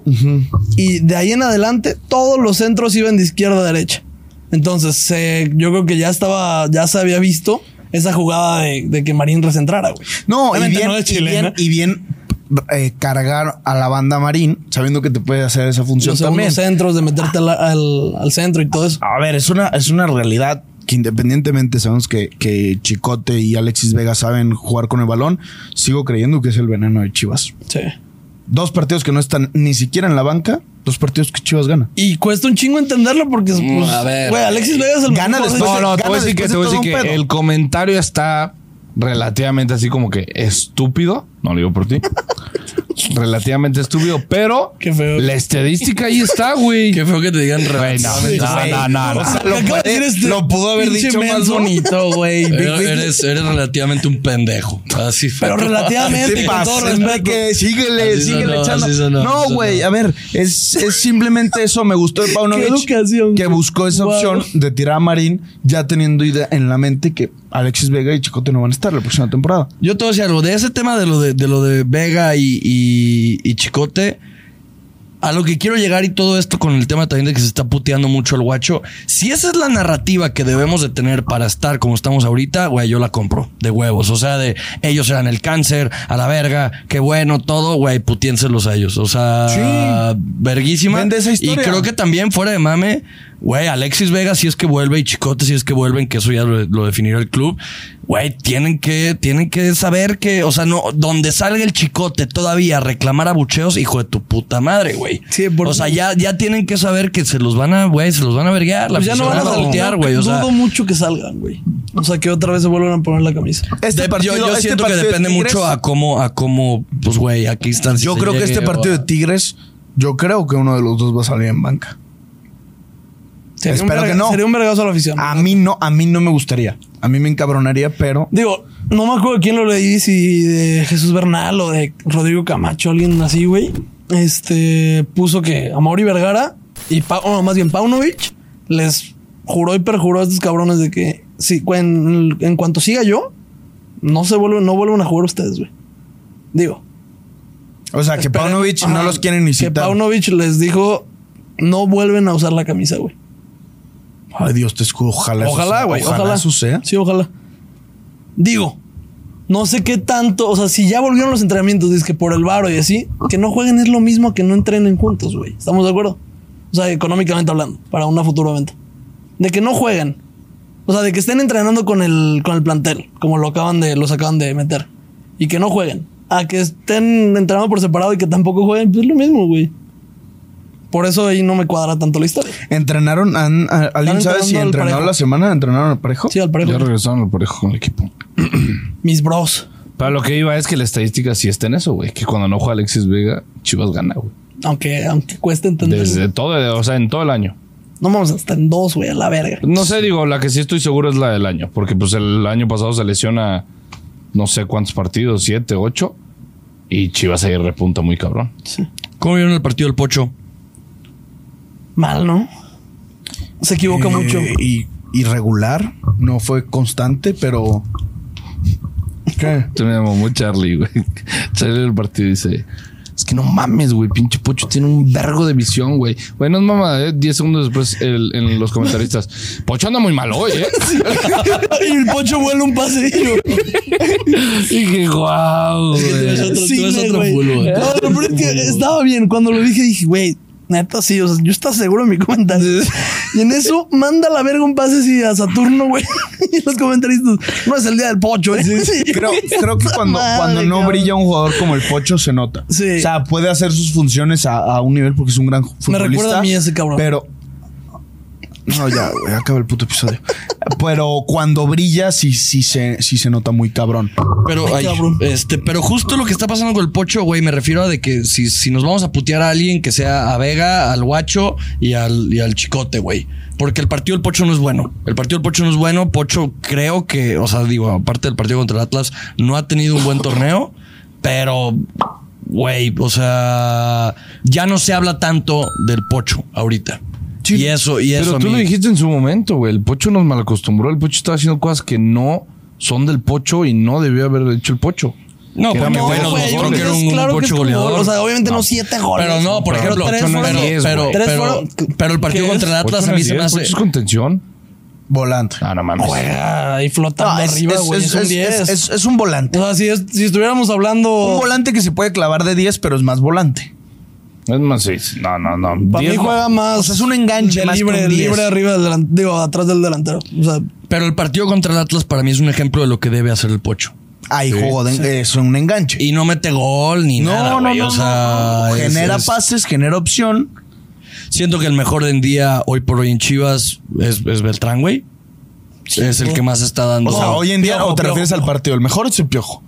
Speaker 1: Y de ahí en adelante, todos los centros iban de izquierda a derecha. Entonces, eh, yo creo que ya estaba, ya se había visto esa jugada de, de que Marín recentrara, güey.
Speaker 5: No, y
Speaker 1: Obviamente
Speaker 5: bien,
Speaker 1: no es
Speaker 5: y
Speaker 1: chilena.
Speaker 5: bien, y bien eh, cargar a la banda Marín, sabiendo que te puede hacer esa función
Speaker 1: Los eh.
Speaker 5: también.
Speaker 1: segundos centros, de meterte al, al- al centro y todo eso.
Speaker 5: A ver, es una, es una realidad que independientemente sabemos que, que Chicote y Alexis Vega saben jugar con el balón, sigo creyendo que es el veneno de Chivas.
Speaker 1: Sí.
Speaker 5: Dos partidos que no están ni siquiera en la banca, dos partidos que Chivas gana.
Speaker 1: Y cuesta un chingo entenderlo porque, pues,
Speaker 2: Mm, a ver.
Speaker 1: güey, Alexis Vega es el
Speaker 5: Gana
Speaker 1: mejor
Speaker 5: después
Speaker 1: jugador
Speaker 3: No,
Speaker 5: de-
Speaker 1: de-
Speaker 3: no, te voy a
Speaker 5: gana
Speaker 3: decir que,
Speaker 5: después
Speaker 3: te
Speaker 5: de
Speaker 3: voy a decir
Speaker 5: todo un
Speaker 3: que
Speaker 5: pedo.
Speaker 3: el comentario está relativamente así como que estúpido. No lo digo por ti. relativamente estúpido, pero
Speaker 1: Qué feo.
Speaker 3: la estadística ahí está, güey.
Speaker 2: Qué feo que te digan
Speaker 3: Güey,
Speaker 2: relativamente.
Speaker 3: no, no, no, no, no.
Speaker 1: O sea,
Speaker 5: lo
Speaker 1: acaba de
Speaker 5: puede-
Speaker 1: decir este
Speaker 5: lo pudo haber
Speaker 1: pinche
Speaker 5: dicho más
Speaker 1: menso.
Speaker 5: bonito, güey. Big
Speaker 2: Eres,
Speaker 5: Big-
Speaker 2: eres- eres relativamente un pendejo. Así fue.
Speaker 1: Pero relativamente,
Speaker 5: Te
Speaker 1: con todo
Speaker 5: pases,
Speaker 1: respeto.
Speaker 5: Enrique, síguele,
Speaker 2: Así
Speaker 5: síguele
Speaker 2: sonó,
Speaker 5: echando.
Speaker 2: así sonó,
Speaker 5: no,
Speaker 2: así
Speaker 5: güey,
Speaker 2: sonó.
Speaker 5: a ver, es, es simplemente eso. Me gustó de Paunovic
Speaker 1: Qué educación,
Speaker 5: que
Speaker 1: güey.
Speaker 5: buscó esa
Speaker 1: Wow.
Speaker 5: opción de tirar a Marín, ya teniendo idea en la mente que Alexis Vega y Chicote no van a estar la próxima temporada.
Speaker 2: Yo te voy a decir algo. De ese tema de lo de, de lo de Vega y, y- y Chicote, a lo que quiero llegar y todo esto con el tema también de que se está puteando mucho el guacho. Si esa es la narrativa que debemos de tener para estar como estamos ahorita, güey, yo la compro de huevos. O sea, de ellos eran el cáncer, a la verga, qué bueno, todo, güey, putiénselos a ellos. O sea,
Speaker 5: Sí.
Speaker 2: verguísima.
Speaker 5: Vende esa
Speaker 2: y
Speaker 5: historia.
Speaker 2: creo que también fuera de mame, güey, Alexis Vega si es que vuelve y Chicote si es que vuelven, que eso ya lo, lo definirá el club. Güey, tienen que, tienen que saber que, o sea, no, donde salga el Chicote todavía a reclamar abucheos, hijo de tu puta madre, güey.
Speaker 1: Sí, por-
Speaker 2: O sea, ya, ya tienen que saber que se los van a, güey, se los van a verguear, la
Speaker 1: Pues ya no
Speaker 2: afición
Speaker 1: van a
Speaker 2: la
Speaker 1: saltar,
Speaker 2: voltear, güey. O sea,
Speaker 1: dudo mucho que salgan, güey. O sea, que otra vez se vuelvan a poner la camisa.
Speaker 5: Este
Speaker 2: de-
Speaker 5: partido-
Speaker 2: yo, yo
Speaker 5: este
Speaker 2: siento que
Speaker 5: partido de
Speaker 2: depende
Speaker 5: Tigres-
Speaker 2: mucho a cómo, a cómo, pues, güey, aquí están.
Speaker 5: Yo creo que este partido de Tigres, yo creo que uno de los dos va a salir en banca.
Speaker 1: Sería un
Speaker 5: Espero
Speaker 1: verga-
Speaker 5: que no.
Speaker 1: Sería un vergazo a la afición.
Speaker 5: A mí no, a mí no me gustaría. A mí me encabronaría, pero
Speaker 1: Digo, no me acuerdo quién lo leí, si de Jesús Bernal o de Rodrigo Camacho, alguien así, güey. Este puso que Amaury Vergara y Pa- bueno, más bien Paunovic les juró y perjuró a estos cabrones de que si en, en cuanto siga yo, no se vuelven, no vuelven a jugar ustedes, güey. Digo.
Speaker 5: o sea, que
Speaker 1: esperen-
Speaker 5: Paunovic
Speaker 1: ajá,
Speaker 5: no los quieren ni
Speaker 1: Que
Speaker 5: citar.
Speaker 1: Paunovic les dijo no vuelven a usar la camisa, güey.
Speaker 5: Ay, Dios te escudo, ojalá. eso
Speaker 1: Ojalá,
Speaker 5: sea-
Speaker 1: güey. Ojalá.
Speaker 5: Ojalá eso sea.
Speaker 1: Sí, ojalá. Digo, no sé qué tanto. O sea, si ya volvieron los entrenamientos, dices que por el varo y así, que no jueguen es lo mismo que no entrenen juntos, güey. ¿Estamos de acuerdo? O sea, económicamente hablando, para una futura venta. De que no jueguen. O sea, de que estén entrenando con el, con el plantel, como lo acaban de, los acaban de meter. Y que no jueguen. A que estén entrenando por separado y que tampoco jueguen, pues es lo mismo, güey. Por eso ahí no me cuadra tanto la historia.
Speaker 5: ¿Entrenaron? han- a- ¿Alguien sabe
Speaker 1: entrenando
Speaker 5: si
Speaker 1: al
Speaker 5: entrenaron
Speaker 1: parejo.
Speaker 5: la semana? ¿Entrenaron al parejo?
Speaker 1: Sí, al parejo.
Speaker 3: Ya regresaron al parejo con el equipo.
Speaker 1: Mis bros.
Speaker 3: Pero lo que iba es que la estadística sí está en eso, güey. Que cuando no juega Alexis Vega, Chivas gana, güey.
Speaker 1: Aunque, aunque cueste entender.
Speaker 3: Desde todo, o sea, en todo el año.
Speaker 1: No vamos hasta en dos, güey, a la verga.
Speaker 3: No sé, digo, la que sí estoy seguro es la del año. Porque pues el año pasado se lesiona no sé cuántos partidos, siete, ocho. Y Chivas ahí repunta muy cabrón.
Speaker 2: ¿Cómo vieron el partido del Pocho?
Speaker 1: Mal, ¿no? Se equivoca
Speaker 5: Eh,
Speaker 1: mucho.
Speaker 5: Y irregular, no fue constante, pero. ¿Qué?
Speaker 3: Tenemos muy Charlie, güey. Charlie el partido dice: Es que no mames, güey. Pinche Pocho tiene un vergo de visión, güey. Güey, no es mamada, ¿eh? Diez segundos después el- en los comentaristas. Pocho anda muy mal hoy, ¿eh?
Speaker 1: y el pocho vuela un pasillo.
Speaker 3: Y que guau, güey.
Speaker 2: otro- tú
Speaker 1: Cine,
Speaker 2: eres otro
Speaker 1: güey.
Speaker 2: full, güey.
Speaker 1: No, pero es que estaba bien. Cuando lo dije, dije, güey, neta, sí. O sea, yo estaba seguro en mi comentario. y en eso, manda a la verga un pase así a Saturno, güey. y los comentaristas, no es el día del pocho, ¿eh? Y yo,
Speaker 5: Creo, creo que
Speaker 1: "Esa
Speaker 5: cuando,
Speaker 1: madre,
Speaker 5: cuando no
Speaker 1: cabrón".
Speaker 5: brilla un jugador como el Pocho se nota.
Speaker 1: Sí.
Speaker 5: O sea, puede hacer sus funciones a, a un nivel porque es un gran futbolista.
Speaker 1: Me recuerda a mí ese cabrón.
Speaker 5: Pero. No, ya, güey, acaba el puto episodio. Pero cuando brilla, sí, sí, se, sí se nota muy cabrón.
Speaker 2: Pero, ay,
Speaker 1: cabrón.
Speaker 2: este, pero justo lo que está pasando con el pocho, güey, me refiero a de que si, si nos vamos a putear a alguien, que sea a Vega, al Guacho y al, y al Chicote, güey. Porque el partido del Pocho no es bueno. El partido del Pocho no es bueno. Pocho creo que, o sea, digo, aparte del partido contra el Atlas, no ha tenido un buen torneo, pero, güey, o sea, ya no se habla tanto del Pocho ahorita. y eso, y eso.
Speaker 3: Pero
Speaker 2: a
Speaker 3: tú
Speaker 2: mí-
Speaker 3: lo dijiste en su momento, güey. El Pocho nos malacostumbró. El Pocho estaba haciendo cosas que no son del Pocho y no debió haber hecho el Pocho.
Speaker 2: No,
Speaker 3: Que era
Speaker 2: porque
Speaker 3: muy
Speaker 2: bueno,
Speaker 3: bueno,
Speaker 1: güey,
Speaker 2: creo
Speaker 1: yo
Speaker 2: que
Speaker 1: creo
Speaker 2: era
Speaker 1: que es
Speaker 2: un
Speaker 1: claro que es
Speaker 2: pocho
Speaker 1: tu
Speaker 2: goleador.
Speaker 1: gol. O sea, obviamente no, siete goles.
Speaker 2: Pero no, por
Speaker 3: Pero
Speaker 2: ejemplo,
Speaker 1: tres
Speaker 2: pero,
Speaker 1: fueron-
Speaker 2: pero,
Speaker 3: diez,
Speaker 2: pero,
Speaker 1: tres
Speaker 2: pero-
Speaker 1: fueron-
Speaker 2: pero el partido
Speaker 1: ¿qué
Speaker 2: contra el
Speaker 1: es?
Speaker 2: Atlas
Speaker 3: Pocho
Speaker 2: a
Speaker 3: no
Speaker 2: mí
Speaker 3: es
Speaker 2: se me
Speaker 3: diez,
Speaker 2: hace.
Speaker 3: Pocho es contención.
Speaker 5: Volante.
Speaker 3: Ah, no mames.
Speaker 1: Juega ahí flotando
Speaker 5: No, es,
Speaker 1: arriba,
Speaker 5: es-
Speaker 1: güey. Es,
Speaker 5: es-
Speaker 1: un
Speaker 5: es-
Speaker 1: 10.
Speaker 5: es- es- es un volante.
Speaker 1: o sea, si, es- si estuviéramos hablando.
Speaker 2: Oh.
Speaker 5: Un volante que se puede clavar de 10, pero es más volante.
Speaker 3: Es más, sí. No, no, no.
Speaker 1: Para mí
Speaker 3: Diez, no.
Speaker 1: juega más.
Speaker 5: O sea, es un enganche
Speaker 1: de
Speaker 5: más que
Speaker 1: libre,
Speaker 5: un 10.
Speaker 1: libre arriba del delantero. Digo, atrás del delantero. O sea,
Speaker 2: Pero el partido contra el Atlas para mí es un ejemplo de lo que debe hacer el Pocho.
Speaker 5: Ahí jugó de- es un enganche.
Speaker 2: Y no mete gol ni
Speaker 5: No,
Speaker 2: nada,
Speaker 5: no,
Speaker 2: güey.
Speaker 5: no,
Speaker 2: o sea, es-
Speaker 5: genera
Speaker 2: es-
Speaker 5: pases, genera opción.
Speaker 2: Siento que el mejor en día hoy por hoy en Chivas es, es Beltrán, güey. es el que más está dando.
Speaker 5: O sea, hoy en día,
Speaker 2: Piojo,
Speaker 5: o te
Speaker 2: Piojo.
Speaker 5: refieres al partido, el mejor es el piojo.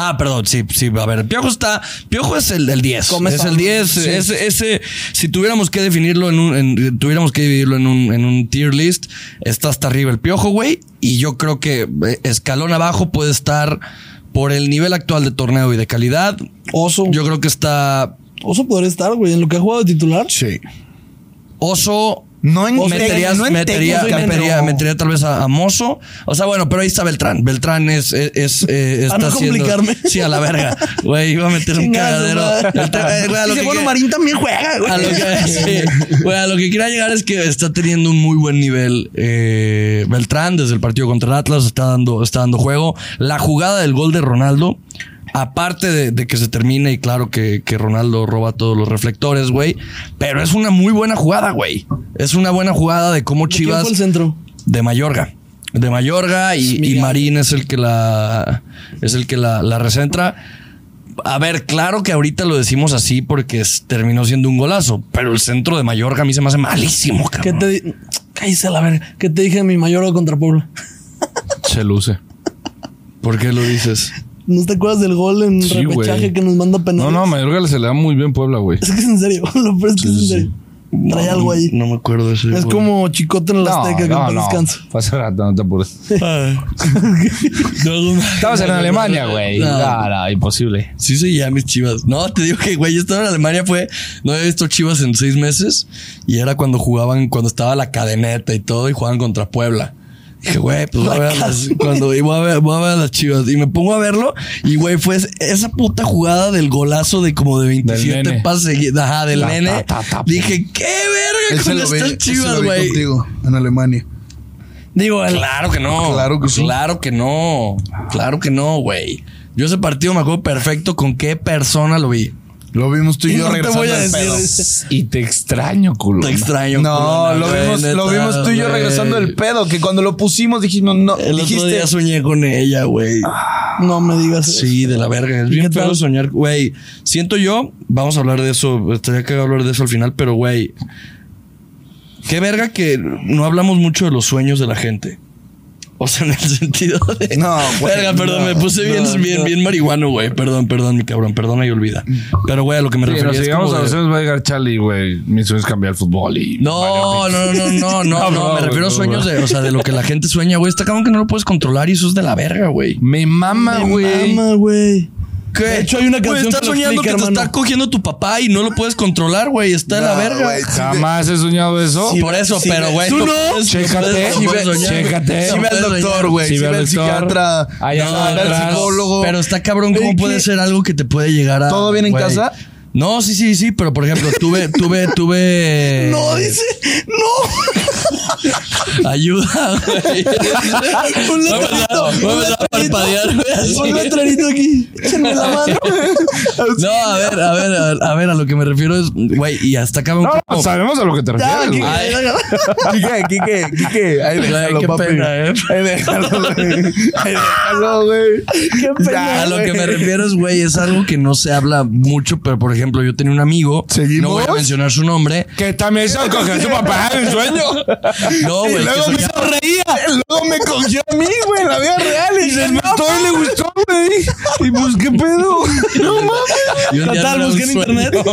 Speaker 2: Ah, perdón, sí, sí, a ver, Piojo está, Piojo es el, el 10.
Speaker 1: Come
Speaker 2: es
Speaker 1: pan.
Speaker 2: el 10,
Speaker 1: Sí.
Speaker 2: ese, ese, si tuviéramos que definirlo en un, en- tuviéramos que dividirlo en un, en un tier list, está hasta arriba el Piojo, güey, y yo creo que eh, escalón abajo puede estar por el nivel actual de torneo y de calidad.
Speaker 1: Oso.
Speaker 2: Yo creo que está
Speaker 1: Oso podría estar, güey, en lo que ha jugado de titular.
Speaker 5: Sí.
Speaker 2: Oso.
Speaker 5: No en-
Speaker 2: metería,
Speaker 5: no en
Speaker 2: metería,
Speaker 5: técnico,
Speaker 2: metería,
Speaker 5: no.
Speaker 2: metería tal vez a, a Mozo. O sea, bueno, pero ahí está Beltrán. Beltrán es, es, es, eh, está
Speaker 1: no
Speaker 2: haciendo-
Speaker 1: complicarme.
Speaker 2: Sí, a la verga. Güey, iba a meter un
Speaker 1: Chingada su
Speaker 2: cagadero.
Speaker 1: madre.
Speaker 2: Beltrán, eh, güey, a lo
Speaker 1: Dice,
Speaker 2: que
Speaker 1: bueno,
Speaker 2: quiera-
Speaker 1: Marín también juega, güey.
Speaker 2: a lo que- sí. Güey, a lo que quería llegar es que está teniendo un muy buen nivel eh, Beltrán desde el partido contra el Atlas, está dando, está dando juego. La jugada del gol de Ronaldo, aparte de, de que se termine y claro que, que Ronaldo roba todos los reflectores, güey, pero es una muy buena jugada, güey. Es una buena jugada de cómo
Speaker 1: ¿De quién
Speaker 2: Chivas
Speaker 1: fue el centro?
Speaker 2: de Mayorga. De Mayorga y, y
Speaker 1: Miguel.
Speaker 2: Marín es el que la es el que la, la recentra. A ver, claro que ahorita lo decimos así porque es- terminó siendo un golazo, pero el centro de Mayorga a mí se me hace malísimo,
Speaker 1: ¿Qué
Speaker 2: cabrón.
Speaker 1: te di- Cállese a la verga. ¿Qué te dije de mi mayor contra Puebla?
Speaker 3: Se luce.
Speaker 2: ¿Por qué lo dices?
Speaker 1: ¿No te acuerdas del gol en
Speaker 3: Sí,
Speaker 1: repechaje
Speaker 3: güey.
Speaker 1: que nos manda
Speaker 3: No,
Speaker 1: penales?
Speaker 3: no, a Mayorga se le da muy bien Puebla, güey.
Speaker 1: Es que es en serio. Lo peor es que es en serio. Trae algo ahí.
Speaker 2: No me acuerdo de ese.
Speaker 1: es
Speaker 2: gol.
Speaker 1: como chicote en la
Speaker 3: No,
Speaker 1: Azteca
Speaker 3: no,
Speaker 1: con
Speaker 3: no.
Speaker 1: descanso.
Speaker 3: Pasa rato, no te apures. Estabas en Alemania, güey.
Speaker 2: No.
Speaker 3: No, no, imposible.
Speaker 2: Sí, sí, ya mis chivas. No, te digo que, güey, yo estaba en Alemania, fue. No había visto chivas en seis meses y era cuando jugaban, cuando estaba la cadeneta y todo y jugaban contra Puebla. Dije, güey, pues voy a ver a las, cuando y voy a ver, voy a ver a las chivas y me pongo a verlo. Y, güey, fue es- esa puta jugada del golazo de como de 27
Speaker 3: nene.
Speaker 2: pases seguidos. Ajá, del
Speaker 3: Ta, ta,
Speaker 2: nene.
Speaker 3: ta, ta,
Speaker 2: Dije, qué verga
Speaker 5: Ese
Speaker 2: con
Speaker 5: lo ve-
Speaker 2: estas
Speaker 5: ese
Speaker 2: chivas,
Speaker 5: lo vi
Speaker 2: güey.
Speaker 5: contigo, en Alemania.
Speaker 2: Digo, claro que no.
Speaker 5: Claro que sí.
Speaker 2: Claro que no. Claro que no, güey. Yo ese partido me acuerdo perfecto con qué persona lo vi.
Speaker 5: Lo vimos tú y,
Speaker 1: Y no
Speaker 5: yo
Speaker 1: te
Speaker 5: regresando
Speaker 1: voy a
Speaker 5: del
Speaker 1: decir.
Speaker 5: pedo.
Speaker 1: dice.
Speaker 3: Y te extraño, culo.
Speaker 2: Te extraño.
Speaker 5: No,
Speaker 2: culona,
Speaker 5: lo
Speaker 2: güey,
Speaker 5: vimos, lo
Speaker 2: neta,
Speaker 5: vimos tú y yo
Speaker 2: güey.
Speaker 5: regresando del pedo, que cuando lo pusimos dijimos, no,
Speaker 2: El
Speaker 5: dijiste, Ah,
Speaker 2: otro día soñé con ella, güey.
Speaker 1: No me digas. eso.
Speaker 2: Sí, de la verga. Es bien
Speaker 1: qué tal?
Speaker 2: feo soñar. Güey, siento yo, vamos a hablar de eso, estaría que hablar de eso al final, pero güey, qué verga que no hablamos mucho de los sueños de la gente. O sea, en el sentido de...
Speaker 5: No, güey,
Speaker 2: Verga, perdón,
Speaker 5: no,
Speaker 2: me puse bien,
Speaker 1: no,
Speaker 2: bien,
Speaker 1: no.
Speaker 2: bien marihuano, güey. Perdón, perdón, mi cabrón, perdona y olvida. Pero, güey, a lo que me
Speaker 3: Sí,
Speaker 2: refería
Speaker 3: nos
Speaker 2: es
Speaker 3: llegamos
Speaker 2: como
Speaker 3: a
Speaker 2: de-
Speaker 3: los sueños, va a llegar Charlie, güey. Mi sueño es cambiar el fútbol y.
Speaker 2: No, no, no, no, no, no, no, me
Speaker 3: güey,
Speaker 2: refiero a
Speaker 3: no,
Speaker 2: sueños de, o sea, de lo que la gente sueña, güey. Está cabrón que no lo puedes controlar y eso es de la verga, güey.
Speaker 3: Me mama, güey.
Speaker 1: Mama, güey.
Speaker 2: ¿Qué?
Speaker 1: De hecho, hay una
Speaker 2: Güey,
Speaker 1: canción
Speaker 2: estás
Speaker 1: que lo
Speaker 2: soñando
Speaker 1: explica,
Speaker 2: que te está
Speaker 1: hermano.
Speaker 2: cogiendo tu papá y no lo puedes controlar, güey. Está de la verga.
Speaker 3: Jamás he soñado eso.
Speaker 2: Por eso, pero, güey.
Speaker 1: ¿Tú no?
Speaker 2: puedes-
Speaker 3: Chécate,
Speaker 2: puedes
Speaker 3: sí
Speaker 2: soñar,
Speaker 3: ve-
Speaker 2: güey.
Speaker 3: chécate.
Speaker 2: No
Speaker 5: sí ve al
Speaker 2: puedes soñar.
Speaker 5: doctor, güey,
Speaker 3: Sí,
Speaker 5: sí,
Speaker 3: ve al
Speaker 5: ve al
Speaker 3: doctor.
Speaker 5: psiquiatra,
Speaker 3: Ahí
Speaker 2: No,
Speaker 3: anda
Speaker 5: ve al
Speaker 2: atrás.
Speaker 5: psicólogo.
Speaker 2: Pero está cabrón, ¿cómo
Speaker 1: Ey,
Speaker 2: puede
Speaker 1: ¿qué?
Speaker 2: ser algo que te puede llegar a.
Speaker 5: ¿Todo bien en
Speaker 2: güey?
Speaker 5: casa?
Speaker 2: No, sí, sí, sí, pero por ejemplo, tuve, tuve, tuve.
Speaker 1: No, dice. No.
Speaker 2: Ayuda, güey.
Speaker 1: Un
Speaker 2: Vamos a-
Speaker 1: letrerito. un
Speaker 2: vamos a parpadear, güey, así.
Speaker 1: Un letrerito aquí. Échenme la mano.
Speaker 2: No, a ver, a ver, a ver, a ver, a lo que me refiero es, güey, y hasta acaba un
Speaker 3: No,
Speaker 2: poco.
Speaker 3: sabemos a lo que te
Speaker 1: Ya,
Speaker 3: refieres.
Speaker 1: aquí.
Speaker 3: güey.
Speaker 2: Ay.
Speaker 5: Quique, Quique, Quique, ahí
Speaker 2: Ay,
Speaker 5: déjalo,
Speaker 2: qué
Speaker 5: papi.
Speaker 2: pena, ¿eh?
Speaker 5: Ahí déjalo, güey. Ahí déjalo, güey.
Speaker 1: Qué pena.
Speaker 2: A lo que me
Speaker 5: güey.
Speaker 2: refiero es, güey, es algo que no se habla mucho, pero por ejemplo, yo tenía un amigo,
Speaker 5: ¿Seguimos?
Speaker 2: no voy a mencionar su nombre.
Speaker 3: Que también se cogió a tu papá en el sueño.
Speaker 2: No, güey, que soñaba-
Speaker 5: Luego me cogió a mí, güey, en la vida real. Y se mató y le gustó, güey. Y pues, ¿qué pedo?
Speaker 2: y un
Speaker 1: Total,
Speaker 2: día no era un
Speaker 1: busqué en
Speaker 2: sueño.
Speaker 1: internet.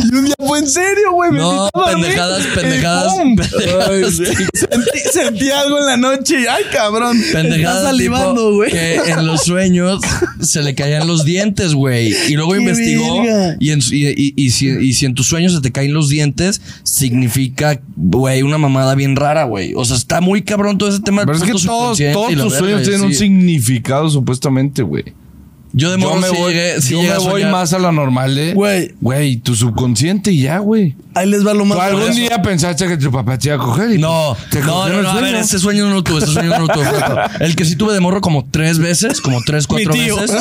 Speaker 5: Y un día fue en serio, güey. me
Speaker 2: No,
Speaker 5: invitó a dormir.
Speaker 2: pendejadas,
Speaker 5: Y
Speaker 2: pendejadas,
Speaker 5: ¡pum!
Speaker 2: pendejadas.
Speaker 5: Sentí, sentí algo en la noche y, ay, cabrón.
Speaker 2: Pendejada
Speaker 1: Estás
Speaker 2: tipo
Speaker 1: salivando, güey.
Speaker 2: Que en los sueños se le caían los dientes, güey. Y luego
Speaker 1: ¡Qué
Speaker 2: investigó.
Speaker 1: verga!
Speaker 2: Y, en, su- y, y- y si, y si en tus sueños se te caen los dientes, significa, güey, una mamada bien rara, güey. O sea, está muy cabrón todo ese tema. del
Speaker 3: Pero es que
Speaker 2: punto
Speaker 3: todos,
Speaker 2: subconsciente
Speaker 3: todos
Speaker 2: y la
Speaker 3: tus
Speaker 2: verga,
Speaker 3: sueños tienen un
Speaker 2: sí.
Speaker 3: significado, supuestamente, güey.
Speaker 2: Yo de
Speaker 3: Yo
Speaker 2: morro
Speaker 3: me
Speaker 2: sí
Speaker 3: voy,
Speaker 2: llegué- sí
Speaker 3: yo
Speaker 2: llegué
Speaker 3: me
Speaker 2: a
Speaker 3: voy
Speaker 2: soñar.
Speaker 3: más a la normal, ¿eh?
Speaker 1: Güey.
Speaker 3: Güey, tu subconsciente y ya, güey.
Speaker 1: Ahí les va lo más.
Speaker 3: ¿Tú algún
Speaker 1: curioso.
Speaker 3: día pensaste que tu papá te iba a coger? y pues,
Speaker 2: No,
Speaker 3: te
Speaker 2: no,
Speaker 3: cogió
Speaker 2: no,
Speaker 3: el
Speaker 2: no, a
Speaker 3: sueño.
Speaker 2: ver, ese sueño no lo tuve, ese sueño no lo tuve. Franco. El que sí tuve de morro como tres veces, como tres, cuatro
Speaker 1: tío.
Speaker 2: veces.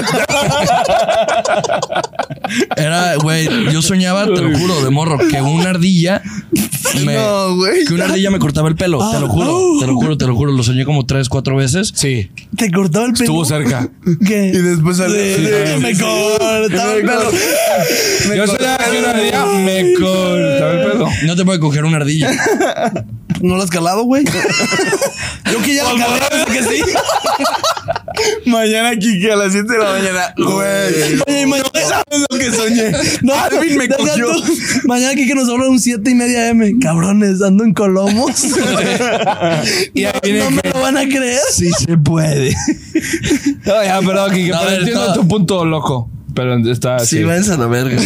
Speaker 2: Era, güey, yo soñaba, te lo juro, de morro, que una ardilla me,
Speaker 1: No, güey.
Speaker 2: que una ardilla me cortaba el pelo, te lo juro,
Speaker 1: Ah, no.
Speaker 2: te lo juro, te lo juro, lo soñé como tres, cuatro veces.
Speaker 3: Sí,
Speaker 1: Te cortaba el pelo.
Speaker 3: estuvo cerca.
Speaker 1: ¿Qué?
Speaker 5: Y después salió-
Speaker 1: De-
Speaker 5: Sí,
Speaker 1: de-
Speaker 5: sí,
Speaker 1: me cortaba el pelo.
Speaker 3: Yo sabía que una día me cortaba el pelo.
Speaker 2: No te puede coger una ardilla.
Speaker 1: ¿No lo has calado, güey? Yo que ya la calé, que sí.
Speaker 5: Mañana Kike a las 7 de la mañana. Güey.
Speaker 1: Oye, y mañana sabes lo que soñé. No,
Speaker 5: Alvin me
Speaker 1: deja
Speaker 5: cogió.
Speaker 1: tú. Mañana que nos habla un 7 y media M. Cabrones, ando en Colomos.
Speaker 3: Y ahí viene
Speaker 1: no me
Speaker 3: que-
Speaker 1: lo van a creer.
Speaker 5: Sí se puede.
Speaker 3: No, ya, Ah, perdón, Kike,
Speaker 2: No, a
Speaker 3: pero
Speaker 2: ver,
Speaker 3: entiendo
Speaker 2: no.
Speaker 3: tu punto loco. Pero está
Speaker 2: Sí,
Speaker 3: sí.
Speaker 2: váyanse a la verga.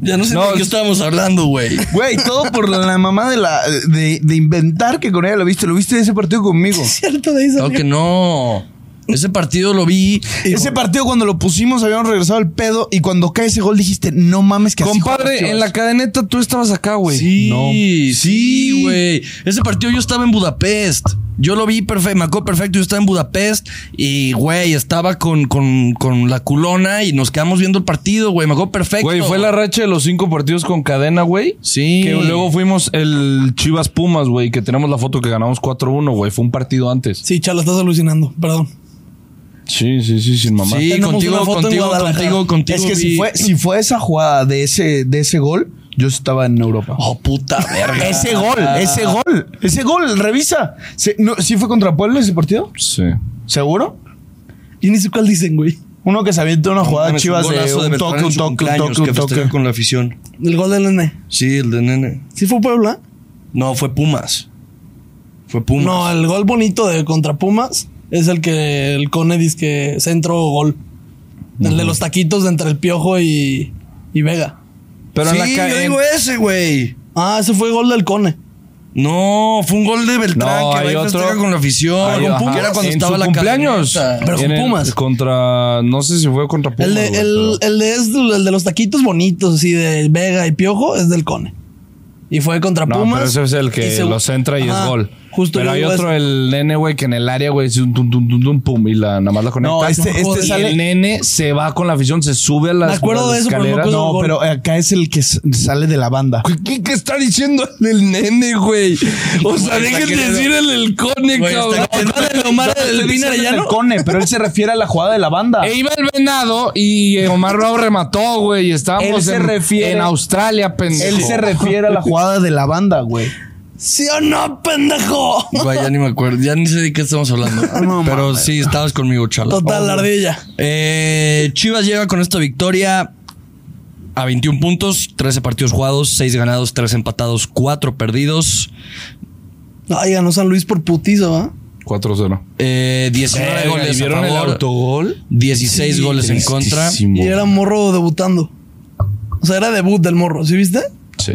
Speaker 2: Ya no sé
Speaker 3: No,
Speaker 2: de qué
Speaker 3: es-
Speaker 2: estábamos hablando, güey.
Speaker 5: Güey, todo por la mamá de la de, de inventar que con ella lo viste. Lo viste en ese partido conmigo.
Speaker 1: Cierto, de ahí salió.
Speaker 2: Claro que no. Ese partido lo vi
Speaker 5: Ese partido cuando lo pusimos habíamos regresado al pedo y cuando cae ese gol dijiste, no mames que así juegas,
Speaker 3: Compadre,
Speaker 5: tío".
Speaker 3: en la cadeneta tú estabas acá, güey.
Speaker 2: Sí,
Speaker 3: No.
Speaker 2: sí, güey. Ese partido yo estaba en Budapest. Yo lo vi perfecto, me acuerdo perfecto. Yo estaba en Budapest y, güey, estaba con, con, con la culona y nos quedamos viendo el partido, güey. Me acuerdo perfecto.
Speaker 3: Güey, fue la racha de los cinco partidos con cadena, güey.
Speaker 2: Sí.
Speaker 3: Que luego fuimos el Chivas Pumas, güey, que tenemos la foto que ganamos 4-1, güey. Fue un partido antes.
Speaker 1: Sí, Chalo, estás alucinando. Perdón.
Speaker 3: Sí, sí, sí, sin mamá.
Speaker 2: Sí,
Speaker 1: Tenemos
Speaker 2: contigo,
Speaker 1: una foto en
Speaker 2: contigo,
Speaker 1: Guadalajara.
Speaker 2: contigo, contigo.
Speaker 5: Es que
Speaker 2: vi-
Speaker 5: si fue, si fue esa jugada de ese, de ese gol, yo estaba en Europa.
Speaker 2: Oh, puta verga.
Speaker 5: Ese gol, ese gol, ese gol, revisa. Se- no, ¿Sí fue contra Puebla ese partido?
Speaker 3: Sí.
Speaker 5: ¿Seguro?
Speaker 1: Yo ni sé cuál dicen, güey.
Speaker 5: Uno que se avienta una jugada
Speaker 2: Mames,
Speaker 5: chivas
Speaker 2: un
Speaker 5: de
Speaker 2: golazo
Speaker 5: un
Speaker 2: Beltrán
Speaker 5: toque,
Speaker 2: en
Speaker 5: un
Speaker 2: su
Speaker 5: toque, un
Speaker 2: cumpleaños
Speaker 5: toque, un
Speaker 2: que festejó
Speaker 5: toque.
Speaker 2: con la afición.
Speaker 1: El gol del nene.
Speaker 2: Sí, el de nene.
Speaker 1: ¿Sí fue Puebla?
Speaker 2: No, fue Pumas. Fue Pumas.
Speaker 1: No, el gol bonito de contra Pumas es el que el Cone dice que centro o gol. El de los taquitos de entre el Piojo y, y Vega.
Speaker 3: Pero en
Speaker 2: Sí,
Speaker 3: la
Speaker 2: yo
Speaker 3: cadena.
Speaker 2: digo ese, güey.
Speaker 1: Ah, ese fue gol del Cone.
Speaker 2: No, fue un gol de Beltrán
Speaker 3: No,
Speaker 2: que va
Speaker 3: hay
Speaker 2: y festeja
Speaker 3: otro.
Speaker 2: con la afición.
Speaker 3: Ay,
Speaker 2: con
Speaker 3: ajá.
Speaker 2: Pumas. Era cuando
Speaker 3: en
Speaker 2: estaba
Speaker 3: su
Speaker 2: la
Speaker 3: cumpleaños.
Speaker 2: cadeneta.
Speaker 1: Pero con
Speaker 3: En el-
Speaker 1: Pumas.
Speaker 3: Contra. No sé si fue contra Pumas.
Speaker 1: El de,
Speaker 3: güey,
Speaker 1: el,
Speaker 3: pero-
Speaker 1: el de es- el de los taquitos bonitos, así de Vega y Piojo, es del Cone. Y fue contra
Speaker 3: No,
Speaker 1: Pumas.
Speaker 3: pero ese es el
Speaker 1: y
Speaker 3: que
Speaker 1: se-
Speaker 3: lo centra y
Speaker 1: Ajá,
Speaker 3: es gol.
Speaker 1: Justo
Speaker 3: pero
Speaker 1: yo
Speaker 3: hay
Speaker 1: digo
Speaker 3: otro,
Speaker 1: eso.
Speaker 3: el nene, güey, que en el área, güey, es un tum, tum, tum, tum, pum, y la, nada más la conecta.
Speaker 5: No, este, este
Speaker 1: joder.
Speaker 3: Y
Speaker 5: sale.
Speaker 3: el nene se va con la afición, se sube a las,
Speaker 1: Me acuerdo
Speaker 3: a las
Speaker 1: de eso, pero no
Speaker 3: escaleras.
Speaker 1: me acuerdo
Speaker 5: No, pero acá es el que s- sale de la banda.
Speaker 3: Güey, ¿Qué, qué está diciendo el nene, güey? O sea,
Speaker 2: Güey, está
Speaker 3: dejen de
Speaker 2: queriendo-
Speaker 3: decir el, el cone,
Speaker 2: Güey,
Speaker 3: cabrón.
Speaker 2: está queriendo-
Speaker 1: El Omar del
Speaker 5: Estoy
Speaker 1: Pina
Speaker 5: diciendo
Speaker 1: Arellano.
Speaker 5: del Cone, pero él se refiere a la jugada de la banda.
Speaker 3: E iba el venado y Omar Bravo remató, güey. y Estábamos
Speaker 5: Él se
Speaker 3: en,
Speaker 5: refiere-
Speaker 3: en Australia, pendejo.
Speaker 5: Él se refiere a la jugada de la banda, güey.
Speaker 1: ¿Sí o no, pendejo?
Speaker 3: Pues,
Speaker 2: Güey, ya ni me acuerdo. Ya ni sé de qué estamos hablando.
Speaker 5: No
Speaker 2: pero
Speaker 5: mames.
Speaker 2: sí, estabas conmigo, chala. Oh,
Speaker 1: Total, la ardilla.
Speaker 2: Eh, Chivas llega con esta victoria a 21 puntos, 13 partidos jugados, 6 ganados, 3 empatados, 4 perdidos,
Speaker 1: Ay, ganó San Luis por putizo, ¿ah?
Speaker 3: 4-0.
Speaker 2: eh, 19
Speaker 3: Verga, ¿y
Speaker 2: goles a
Speaker 3: vieron el
Speaker 2: favor,
Speaker 3: autogol?
Speaker 2: 16 goles en contra.
Speaker 3: Tristísimo.
Speaker 1: Y era morro debutando. O sea, era debut del morro, ¿sí viste?
Speaker 3: Sí.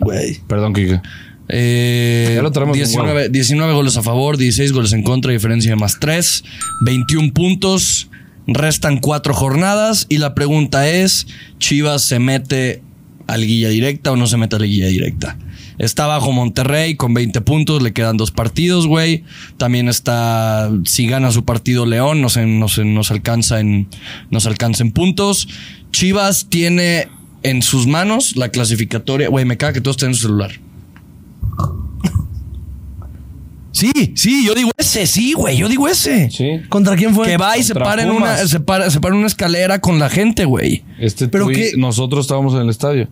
Speaker 1: Güey.
Speaker 3: Perdón, Kike.
Speaker 2: Eh,
Speaker 3: Ya lo traemos en
Speaker 2: 19, 19 goles a favor, 16 goles en contra, diferencia de más 3, 21 puntos, restan 4 jornadas y la pregunta es, ¿Chivas se mete a liguilla directa o no se mete a liguilla directa? Está bajo Monterrey con 20 puntos, le quedan dos partidos, güey. También está, si gana su partido León, nos, en- nos, en- nos alcanza en, nos alcanza en puntos. Chivas tiene en sus manos la clasificatoria. Güey, me caga que todos tengan su celular. Sí, sí, yo digo ese, sí, güey, yo digo ese.
Speaker 3: Sí.
Speaker 1: ¿Contra quién fue?
Speaker 2: Que va y se
Speaker 3: Contra
Speaker 2: para, en
Speaker 3: Pumas.
Speaker 2: una, se, para, se para en una escalera con la gente, güey.
Speaker 3: Este
Speaker 1: Pero
Speaker 3: tuit,
Speaker 1: qué-
Speaker 3: nosotros estábamos en el estadio.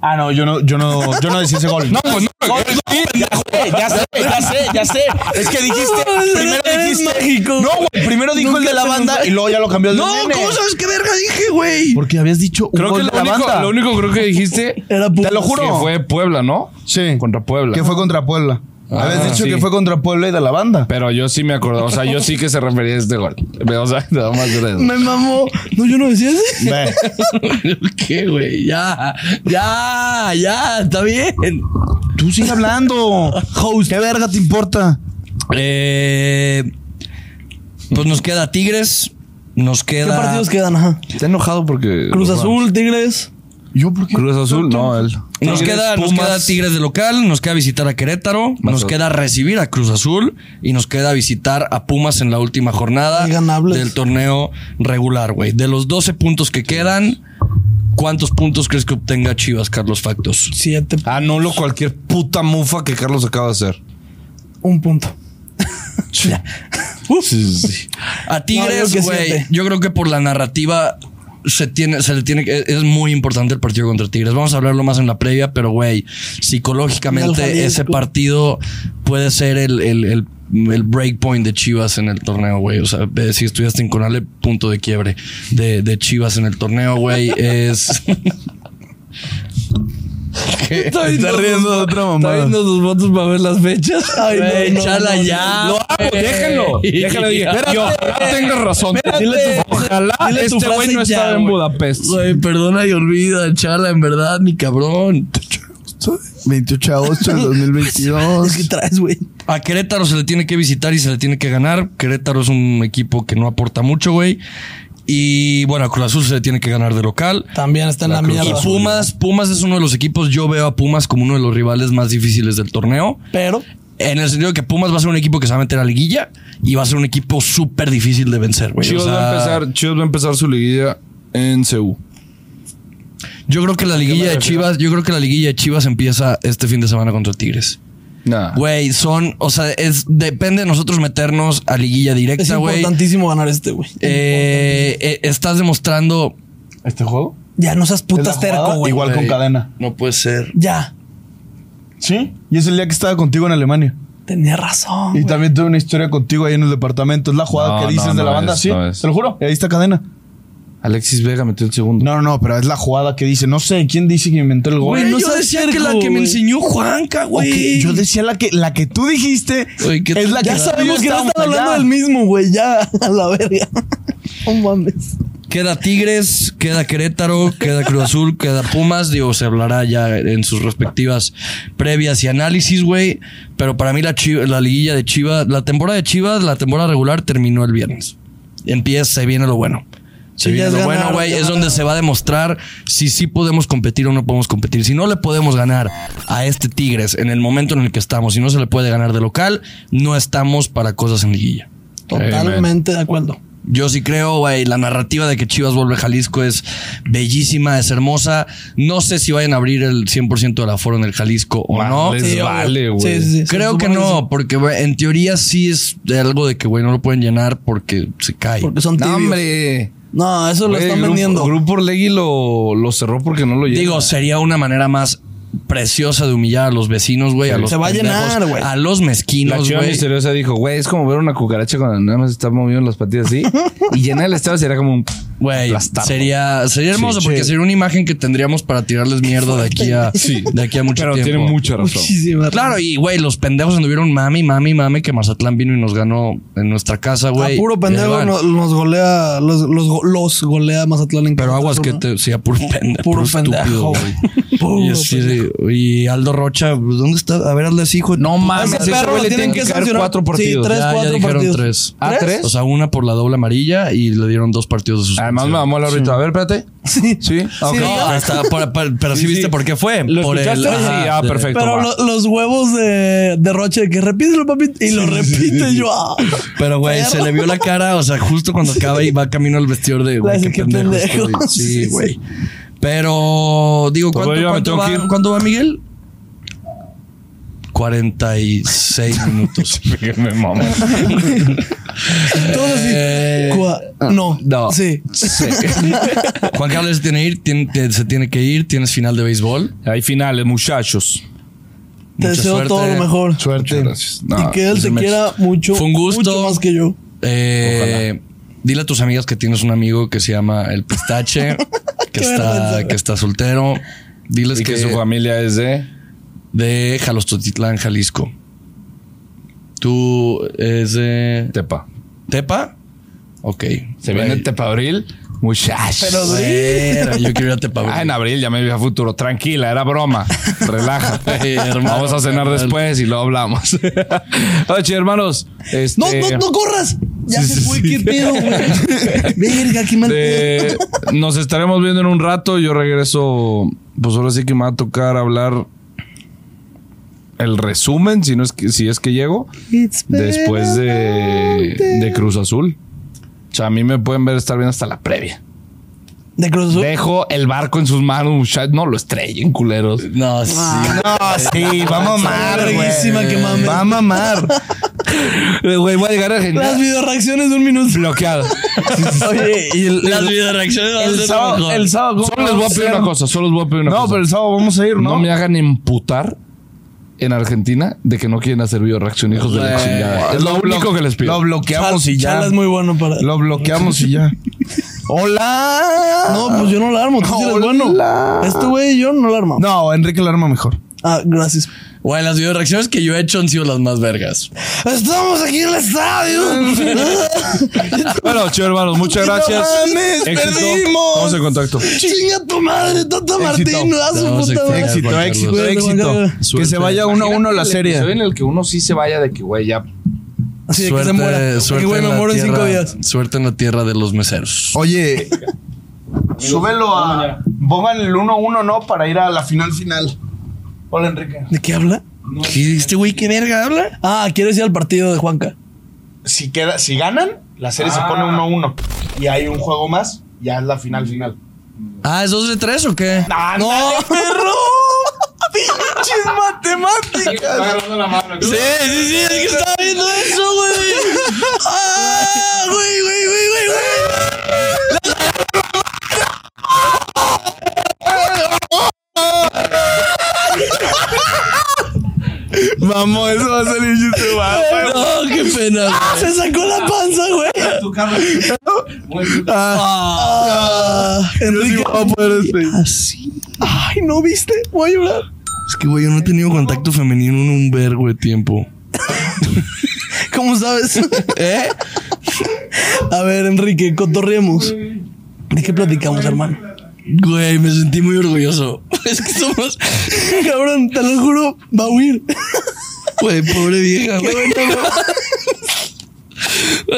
Speaker 5: Ah, no, yo no, yo no, yo no decía ese gol. No,
Speaker 3: pues no.
Speaker 5: ya sé, ya sé, ya sé. Es que dijiste, primero
Speaker 1: Eres
Speaker 5: dijiste.
Speaker 1: mágico.
Speaker 5: No, güey, primero dijo el de la banda y luego ya lo cambió el de nene.
Speaker 3: eh.
Speaker 2: sabes qué verga dije, güey?
Speaker 5: Porque habías dicho un
Speaker 3: Creo que
Speaker 5: gol
Speaker 3: lo
Speaker 5: de la
Speaker 3: único,
Speaker 5: banda.
Speaker 3: lo único creo que dijiste
Speaker 1: Era Pumas.
Speaker 5: Te lo juro.
Speaker 3: que fue Puebla, ¿no?
Speaker 5: Sí.
Speaker 3: Contra Puebla.
Speaker 5: Que fue contra Puebla.
Speaker 3: Ah,
Speaker 5: habías dicho
Speaker 3: sí.
Speaker 5: que fue contra Puebla y de la banda.
Speaker 3: Pero yo sí me acordaba. O sea, yo sí que se refería a este gol. O sea, nada más de
Speaker 1: Me mamó. No, yo no decía ese.
Speaker 5: Ve.
Speaker 2: ¿Qué, güey? Ya, ya, ya, está bien.
Speaker 5: Tú sigue hablando. Host. ¿Qué verga te importa?
Speaker 2: Eh, pues nos queda Tigres, Nos
Speaker 1: ¿Qué
Speaker 2: queda.
Speaker 1: partidos quedan? Ajá.
Speaker 3: Está enojado porque.
Speaker 1: Cruz
Speaker 3: los Rams-
Speaker 1: Azul, Tigres.
Speaker 5: ¿Yo por qué?
Speaker 3: Cruz Azul, no, él.
Speaker 2: Nos
Speaker 3: Tigres,
Speaker 2: queda, nos
Speaker 3: Pumas.
Speaker 2: queda Tigres de local, nos queda visitar a Querétaro, nos
Speaker 3: a-
Speaker 2: queda recibir a Cruz Azul y nos queda visitar a Pumas en la última jornada
Speaker 1: Y ganables.
Speaker 2: del torneo regular, güey. De los 12 puntos que quedan, ¿cuántos puntos crees que obtenga Chivas, Carlos Factos?
Speaker 1: Siete.
Speaker 3: Anulo Ah, cualquier puta mufa que Carlos acaba de hacer.
Speaker 1: Un punto.
Speaker 2: A
Speaker 1: No, digo que
Speaker 2: Tigres, güey,
Speaker 1: siete.
Speaker 2: yo creo que por la narrativa se tiene, se le tiene que, es muy importante el partido contra Tigres. Vamos a hablarlo más en la previa, pero güey,
Speaker 1: Al
Speaker 2: psicológicamente
Speaker 1: Jalisco.
Speaker 2: ese partido puede ser el, el, el, el break point de Chivas en el torneo, güey. O sea, ve, si estudiaste en Conale, punto de quiebre de, de Chivas en el torneo, güey, es.
Speaker 1: Está viendo
Speaker 3: riendo de otra mamada.
Speaker 2: sus votos para ver las fechas.
Speaker 1: Ay, no,
Speaker 2: Güey,
Speaker 1: no,
Speaker 2: chala
Speaker 1: no,
Speaker 2: ya.
Speaker 1: no. Lo
Speaker 2: amo,
Speaker 3: Ah, pues, Déjenlo, déjenlo. Yo tengo razón.
Speaker 1: Dile tu-
Speaker 3: Ojalá
Speaker 1: dile tu
Speaker 3: este güey
Speaker 1: frase
Speaker 3: no
Speaker 1: ya,
Speaker 3: estaba en
Speaker 1: güey.
Speaker 3: Budapest.
Speaker 2: Güey, perdona y olvida, chala, en verdad, mi cabrón.
Speaker 5: 28 de agosto del
Speaker 1: Es que
Speaker 5: 2022.
Speaker 1: traes, güey.
Speaker 2: A Querétaro se le tiene que visitar y se le tiene que ganar. Querétaro es un equipo que no aporta mucho, güey. Y bueno, a Cruz Azul se le tiene que ganar de local.
Speaker 1: También está en la,
Speaker 2: Y
Speaker 1: mierda.
Speaker 2: Pumas, Pumas es uno de los equipos, yo veo a Pumas como uno de los rivales más difíciles del torneo.
Speaker 1: Pero
Speaker 2: En el sentido de que Pumas va a ser un equipo que se va a meter a liguilla y va a ser un equipo súper difícil de vencer, güey. O
Speaker 3: Chivas va a
Speaker 2: sea,
Speaker 3: empezar, Chivas va a empezar su liguilla en CU.
Speaker 2: Yo creo que la
Speaker 3: me
Speaker 2: liguilla de
Speaker 3: refiero?
Speaker 2: Chivas, yo creo que la liguilla de Chivas empieza este fin de semana contra Tigres.
Speaker 3: Nah.
Speaker 2: Güey, son, o sea, es depende de nosotros meternos a liguilla
Speaker 1: es
Speaker 2: directa, güey.
Speaker 1: importantísimo ganar este, güey.
Speaker 2: Eh, eh, estás demostrando.
Speaker 5: ¿Este juego?
Speaker 1: Ya no seas putas terco, güey.
Speaker 5: Igual con
Speaker 2: Güey.
Speaker 5: cadena.
Speaker 2: No puede ser.
Speaker 1: Ya.
Speaker 5: Sí. Y es el día que estaba contigo en Alemania.
Speaker 1: Tenía razón.
Speaker 5: Y
Speaker 1: Ah, güey.
Speaker 5: también tuve una historia contigo ahí en el departamento. Es la jugada
Speaker 3: No,
Speaker 5: que dices
Speaker 3: no,
Speaker 5: de la
Speaker 3: no
Speaker 5: banda.
Speaker 3: es,
Speaker 5: sí,
Speaker 3: no es.
Speaker 5: te lo juro. Ahí está cadena.
Speaker 3: Alexis Vega metió el segundo.
Speaker 5: No, no, no, pero es la jugada que dice. No sé quién dice que inventó el gol.
Speaker 2: Güey,
Speaker 1: no
Speaker 2: yo
Speaker 1: seas
Speaker 2: decía que
Speaker 1: terco,
Speaker 2: la que me
Speaker 1: güey.
Speaker 2: enseñó Juanca, güey.
Speaker 5: Ok, yo decía la que, la que tú dijiste.
Speaker 2: Güey, ¿qué
Speaker 5: es
Speaker 2: tal?
Speaker 5: la que
Speaker 1: Ya
Speaker 5: tú y yo
Speaker 1: sabemos que no
Speaker 5: estábamos
Speaker 1: están hablando
Speaker 5: allá.
Speaker 1: del mismo, güey. Ya, a la verga. No mames.
Speaker 2: Queda Tigres, queda Querétaro, queda Cruz Azul, queda Pumas. Digo, se hablará ya en sus respectivas previas y análisis, güey. Pero para mí la, Chi- la liguilla de Chivas, la temporada de Chivas, la temporada regular terminó el viernes. Empieza, se viene lo bueno. Se
Speaker 1: Sí, ya
Speaker 2: viene
Speaker 1: es
Speaker 2: lo
Speaker 1: ganar,
Speaker 2: bueno, güey.
Speaker 1: ya
Speaker 2: Es
Speaker 1: ganar.
Speaker 2: donde se va a demostrar si sí podemos competir o no podemos competir. Si no le podemos ganar a este Tigres en el momento en el que estamos, si no se le puede ganar de local, no estamos para cosas en liguilla.
Speaker 1: Totalmente de acuerdo.
Speaker 2: Yo sí creo, güey, la narrativa de que Chivas vuelve a Jalisco es bellísima, es hermosa. No sé si vayan a abrir el 100% del aforo en el Jalisco o
Speaker 3: Más
Speaker 2: no.
Speaker 3: les
Speaker 1: obvio.
Speaker 3: vale, güey.
Speaker 1: Sí, sí, sí.
Speaker 2: Creo
Speaker 1: Se
Speaker 2: que
Speaker 1: supone
Speaker 2: no, porque güey, en teoría sí es de algo de que, güey, no lo pueden llenar porque se cae.
Speaker 1: Porque son
Speaker 3: No,
Speaker 1: tibios.
Speaker 3: hombre.
Speaker 1: No, eso lo
Speaker 3: Güey,
Speaker 1: están
Speaker 3: Grupo-
Speaker 1: vendiendo.
Speaker 3: Grupo Orlegui lo, lo cerró porque no lo llegó.
Speaker 2: Digo, sería una manera más preciosa de humillar a los vecinos, güey, a los
Speaker 1: Se va a
Speaker 2: pendejos,
Speaker 1: llenar, güey.
Speaker 2: A los
Speaker 3: La
Speaker 2: mezquinos,
Speaker 3: chiva
Speaker 2: güey.
Speaker 3: misteriosa dijo, güey, es como ver una cucaracha cuando nada más está moviendo las patillas así. y llenar el estado sería como un...
Speaker 2: Güey,
Speaker 3: aplastarlo.
Speaker 2: sería, sería hermoso porque sería una imagen que tendríamos para tirarles mierda de aquí a, de aquí a mucho
Speaker 3: Pero
Speaker 2: tiempo.
Speaker 3: tiene mucha razón.
Speaker 1: Muchísimas
Speaker 2: Claro, y güey, los pendejos anduvieron mami, mami, mami, que Mazatlán vino y nos ganó en nuestra casa, güey.
Speaker 1: a puro
Speaker 2: Y
Speaker 1: pendejo
Speaker 2: ahí van.
Speaker 1: nos, nos golea, los, los, go- los golea Mazatlán en
Speaker 2: Pero
Speaker 1: contra,
Speaker 2: aguas que
Speaker 1: ¿no?
Speaker 2: te. Sí, a puro pendejo.
Speaker 1: Puro
Speaker 2: Puro,
Speaker 1: pendejo,
Speaker 2: estúpido,
Speaker 1: güey.
Speaker 2: güey. Y,
Speaker 1: Puro
Speaker 2: así
Speaker 1: pendejo.
Speaker 2: de- y Aldo Rocha, ¿dónde está? A ver, Aldo, es hijo. No
Speaker 1: Ese
Speaker 3: mames, ese
Speaker 1: perro
Speaker 3: güey
Speaker 1: lo
Speaker 3: le
Speaker 1: tienen
Speaker 3: tienen
Speaker 1: que
Speaker 3: que caer
Speaker 1: sancionar.
Speaker 3: cuatro
Speaker 1: Sí,
Speaker 3: partidos.
Speaker 1: tres,
Speaker 2: ya,
Speaker 1: cuatro
Speaker 2: ya dijeron
Speaker 1: partidos.
Speaker 2: tres.
Speaker 3: ¿Ah, tres?
Speaker 2: O sea, una por la doble amarilla y le dieron dos partidos de sus.
Speaker 3: Además me mamó el árbitro. A ver, espérate.
Speaker 1: Sí.
Speaker 3: Sí. Ah, ok.
Speaker 1: Sí,
Speaker 2: No,
Speaker 1: ¿no?
Speaker 2: está- por- por- pero sí,
Speaker 3: Sí,
Speaker 2: viste
Speaker 3: sí.
Speaker 2: por qué fue.
Speaker 3: ¿Lo
Speaker 2: por
Speaker 3: escuchaste? Sí,
Speaker 2: ajá,
Speaker 3: ah,
Speaker 2: de-
Speaker 3: perfecto.
Speaker 1: Pero
Speaker 3: va.
Speaker 1: lo- los huevos de, de Roche, que repítelo, papi, y lo repite yo. ah.
Speaker 2: Pero, güey, se le vio la cara, o sea, justo cuando acaba y va camino al vestidor de, güey,
Speaker 1: Claro,
Speaker 2: qué
Speaker 1: sí, qué
Speaker 2: pendejo.
Speaker 1: pendejo.
Speaker 2: estoy.
Speaker 1: Sí,
Speaker 2: Sí,
Speaker 1: sí.
Speaker 2: güey. Pero, digo,
Speaker 3: Pues,
Speaker 2: ¿cuánto,
Speaker 3: güey, yo me
Speaker 2: cuánto
Speaker 3: tengo que
Speaker 2: va,
Speaker 3: ir.
Speaker 2: cuánto va, Miguel? 46 minutos.
Speaker 3: me mamó.
Speaker 1: Entonces, sí.
Speaker 2: Eh,
Speaker 1: Cua- no.
Speaker 3: no.
Speaker 1: Sí.
Speaker 2: Juan Carlos se tiene, que ir, tiene- te- se tiene que ir, tienes final de béisbol.
Speaker 3: Hay finales, muchachos.
Speaker 1: Te
Speaker 2: Mucha
Speaker 1: deseo
Speaker 2: suerte.
Speaker 1: todo lo mejor.
Speaker 5: Suerte.
Speaker 3: Gracias. pues
Speaker 1: y que él te quiera mucho.
Speaker 2: Fue un gusto.
Speaker 1: Mucho más que yo.
Speaker 2: Eh, dile a tus amigas que tienes un amigo que se llama El Pistache,
Speaker 1: Qué
Speaker 2: que, está,
Speaker 1: vergüenza.
Speaker 2: que está soltero. Diles
Speaker 3: Y
Speaker 2: que,
Speaker 3: que su familia es de...
Speaker 2: de Jalostotitlán, Jalisco. Tú es de
Speaker 3: Tepa.
Speaker 2: Tepa. Ok.
Speaker 3: Se viene
Speaker 2: Güey.
Speaker 3: Tepa Abril. Muchachos.
Speaker 2: Güey, Yo quiero ir a Tepa. güey.
Speaker 3: Ah, en abril ya me vi a futuro. Tranquila, era broma.
Speaker 2: Ay,
Speaker 3: Relájate.
Speaker 2: hermano.
Speaker 3: Vamos a cenar después y lo hablamos. Oye, hermanos. Este...
Speaker 1: No, no, no corras. Ya se fue, qué pedo, güey. Verga, qué mal pedo.
Speaker 3: Eh, nos estaremos viendo en un rato. Yo regreso. Pues ahora sí que me va a tocar hablar el resumen, si no es que, si es que llego,
Speaker 1: It's been
Speaker 3: después de,
Speaker 1: a
Speaker 3: de Cruz Azul. O sea, a mí me pueden ver estar viendo hasta la previa.
Speaker 1: ¿De Cruz Azul?
Speaker 3: Dejo el barco en sus manos, muchachos. No lo estrellen, culeros.
Speaker 2: No, sí.
Speaker 1: Ah.
Speaker 5: No, sí, va Ah, a mamar,
Speaker 1: Verguísima
Speaker 5: güey.
Speaker 1: que mames.
Speaker 5: Va a mamar.
Speaker 3: Eh, Güey, voy a llegar a
Speaker 1: Las
Speaker 3: Argentina
Speaker 1: videoreacciones de un minuto.
Speaker 3: bloqueado.
Speaker 1: Oye, y el- las videoreacciones van a ser lo mejor.
Speaker 5: sábado.
Speaker 3: Solo les voy a pedir una cosa, solo les voy a pedir una
Speaker 5: No,
Speaker 3: cosa.
Speaker 5: pero el sábado vamos a ir,
Speaker 3: no
Speaker 5: ¿no?
Speaker 3: me hagan emputar en Argentina de que no quieren hacer bioreacción, hijos de la
Speaker 5: Güey,
Speaker 3: chingada. Es lo
Speaker 5: blo-
Speaker 3: único que les pido.
Speaker 5: Lo bloqueamos
Speaker 1: Chal-
Speaker 5: y ya.
Speaker 1: Chala es muy bueno para.
Speaker 5: Lo bloqueamos y ya. ¡Hola!
Speaker 1: No, pues yo no la armo. Tú sí eres
Speaker 5: Hola.
Speaker 1: bueno. Este güey y yo no la armamos.
Speaker 5: No, Enrique lo arma mejor.
Speaker 1: Ah, gracias.
Speaker 2: Güey, las videoreacciones que yo he hecho han sido las más vergas.
Speaker 1: Estamos aquí en el estadio. Ah,
Speaker 3: Bueno, che, hermanos, muchas gracias.
Speaker 1: No mames,
Speaker 3: Éxito.
Speaker 1: perdimos.
Speaker 3: Estamos en contacto.
Speaker 1: Chinga tu madre, Tata Martín. haz su
Speaker 2: Estamos
Speaker 1: puta madre.
Speaker 2: extrañados, Juan Carlos.
Speaker 5: éxito,
Speaker 1: Güey,
Speaker 5: éxito.
Speaker 1: no, no,
Speaker 5: Que se vaya uno a uno la serie.
Speaker 3: En el que uno sí se vaya de que, güey, ya.
Speaker 1: Así de que se
Speaker 2: Suerte-
Speaker 1: muera.
Speaker 2: suerte
Speaker 1: Y güey,
Speaker 2: en
Speaker 1: me
Speaker 2: la
Speaker 1: muero en cinco
Speaker 2: tierra-
Speaker 1: días.
Speaker 2: Suerte en la tierra de los meseros.
Speaker 5: Oye, súbelo a. Pongan el 1-1, ¿no? Para ir a la final final. Hola, Enrique.
Speaker 1: ¿De qué habla?
Speaker 2: ¿Qué, ¿Este güey qué verga habla?
Speaker 1: Ah, quieres ir al partido de Juanca.
Speaker 5: Si, queda, si ganan, la serie se pone 1-1. Y hay un juego más, ya es la final final.
Speaker 2: Ah, ¿es dos de tres o qué?
Speaker 5: ¡No! perro! ¡Pinches matemáticas!
Speaker 2: Sí, sí, sí, es que estaba viendo eso, güey. Ah, güey, güey, güey, güey, güey.
Speaker 5: Vamos, eso va a salir en YouTube. va.
Speaker 2: No, qué pena. güey.
Speaker 1: Ah, Se sacó la panza, güey. Ah, Enrique. Así. Ay, ¿no viste? Voy a llorar.
Speaker 2: Es que, güey, yo no he tenido contacto femenino en un vergo de tiempo.
Speaker 1: ¿Cómo sabes? ¿Eh? A ver, Enrique, cotorremos. ¿De qué platicamos, hermano?
Speaker 2: Güey, me sentí muy orgulloso. Es que somos.
Speaker 1: Cabrón, te lo juro, va a huir.
Speaker 2: Güey, pobre vieja, güey.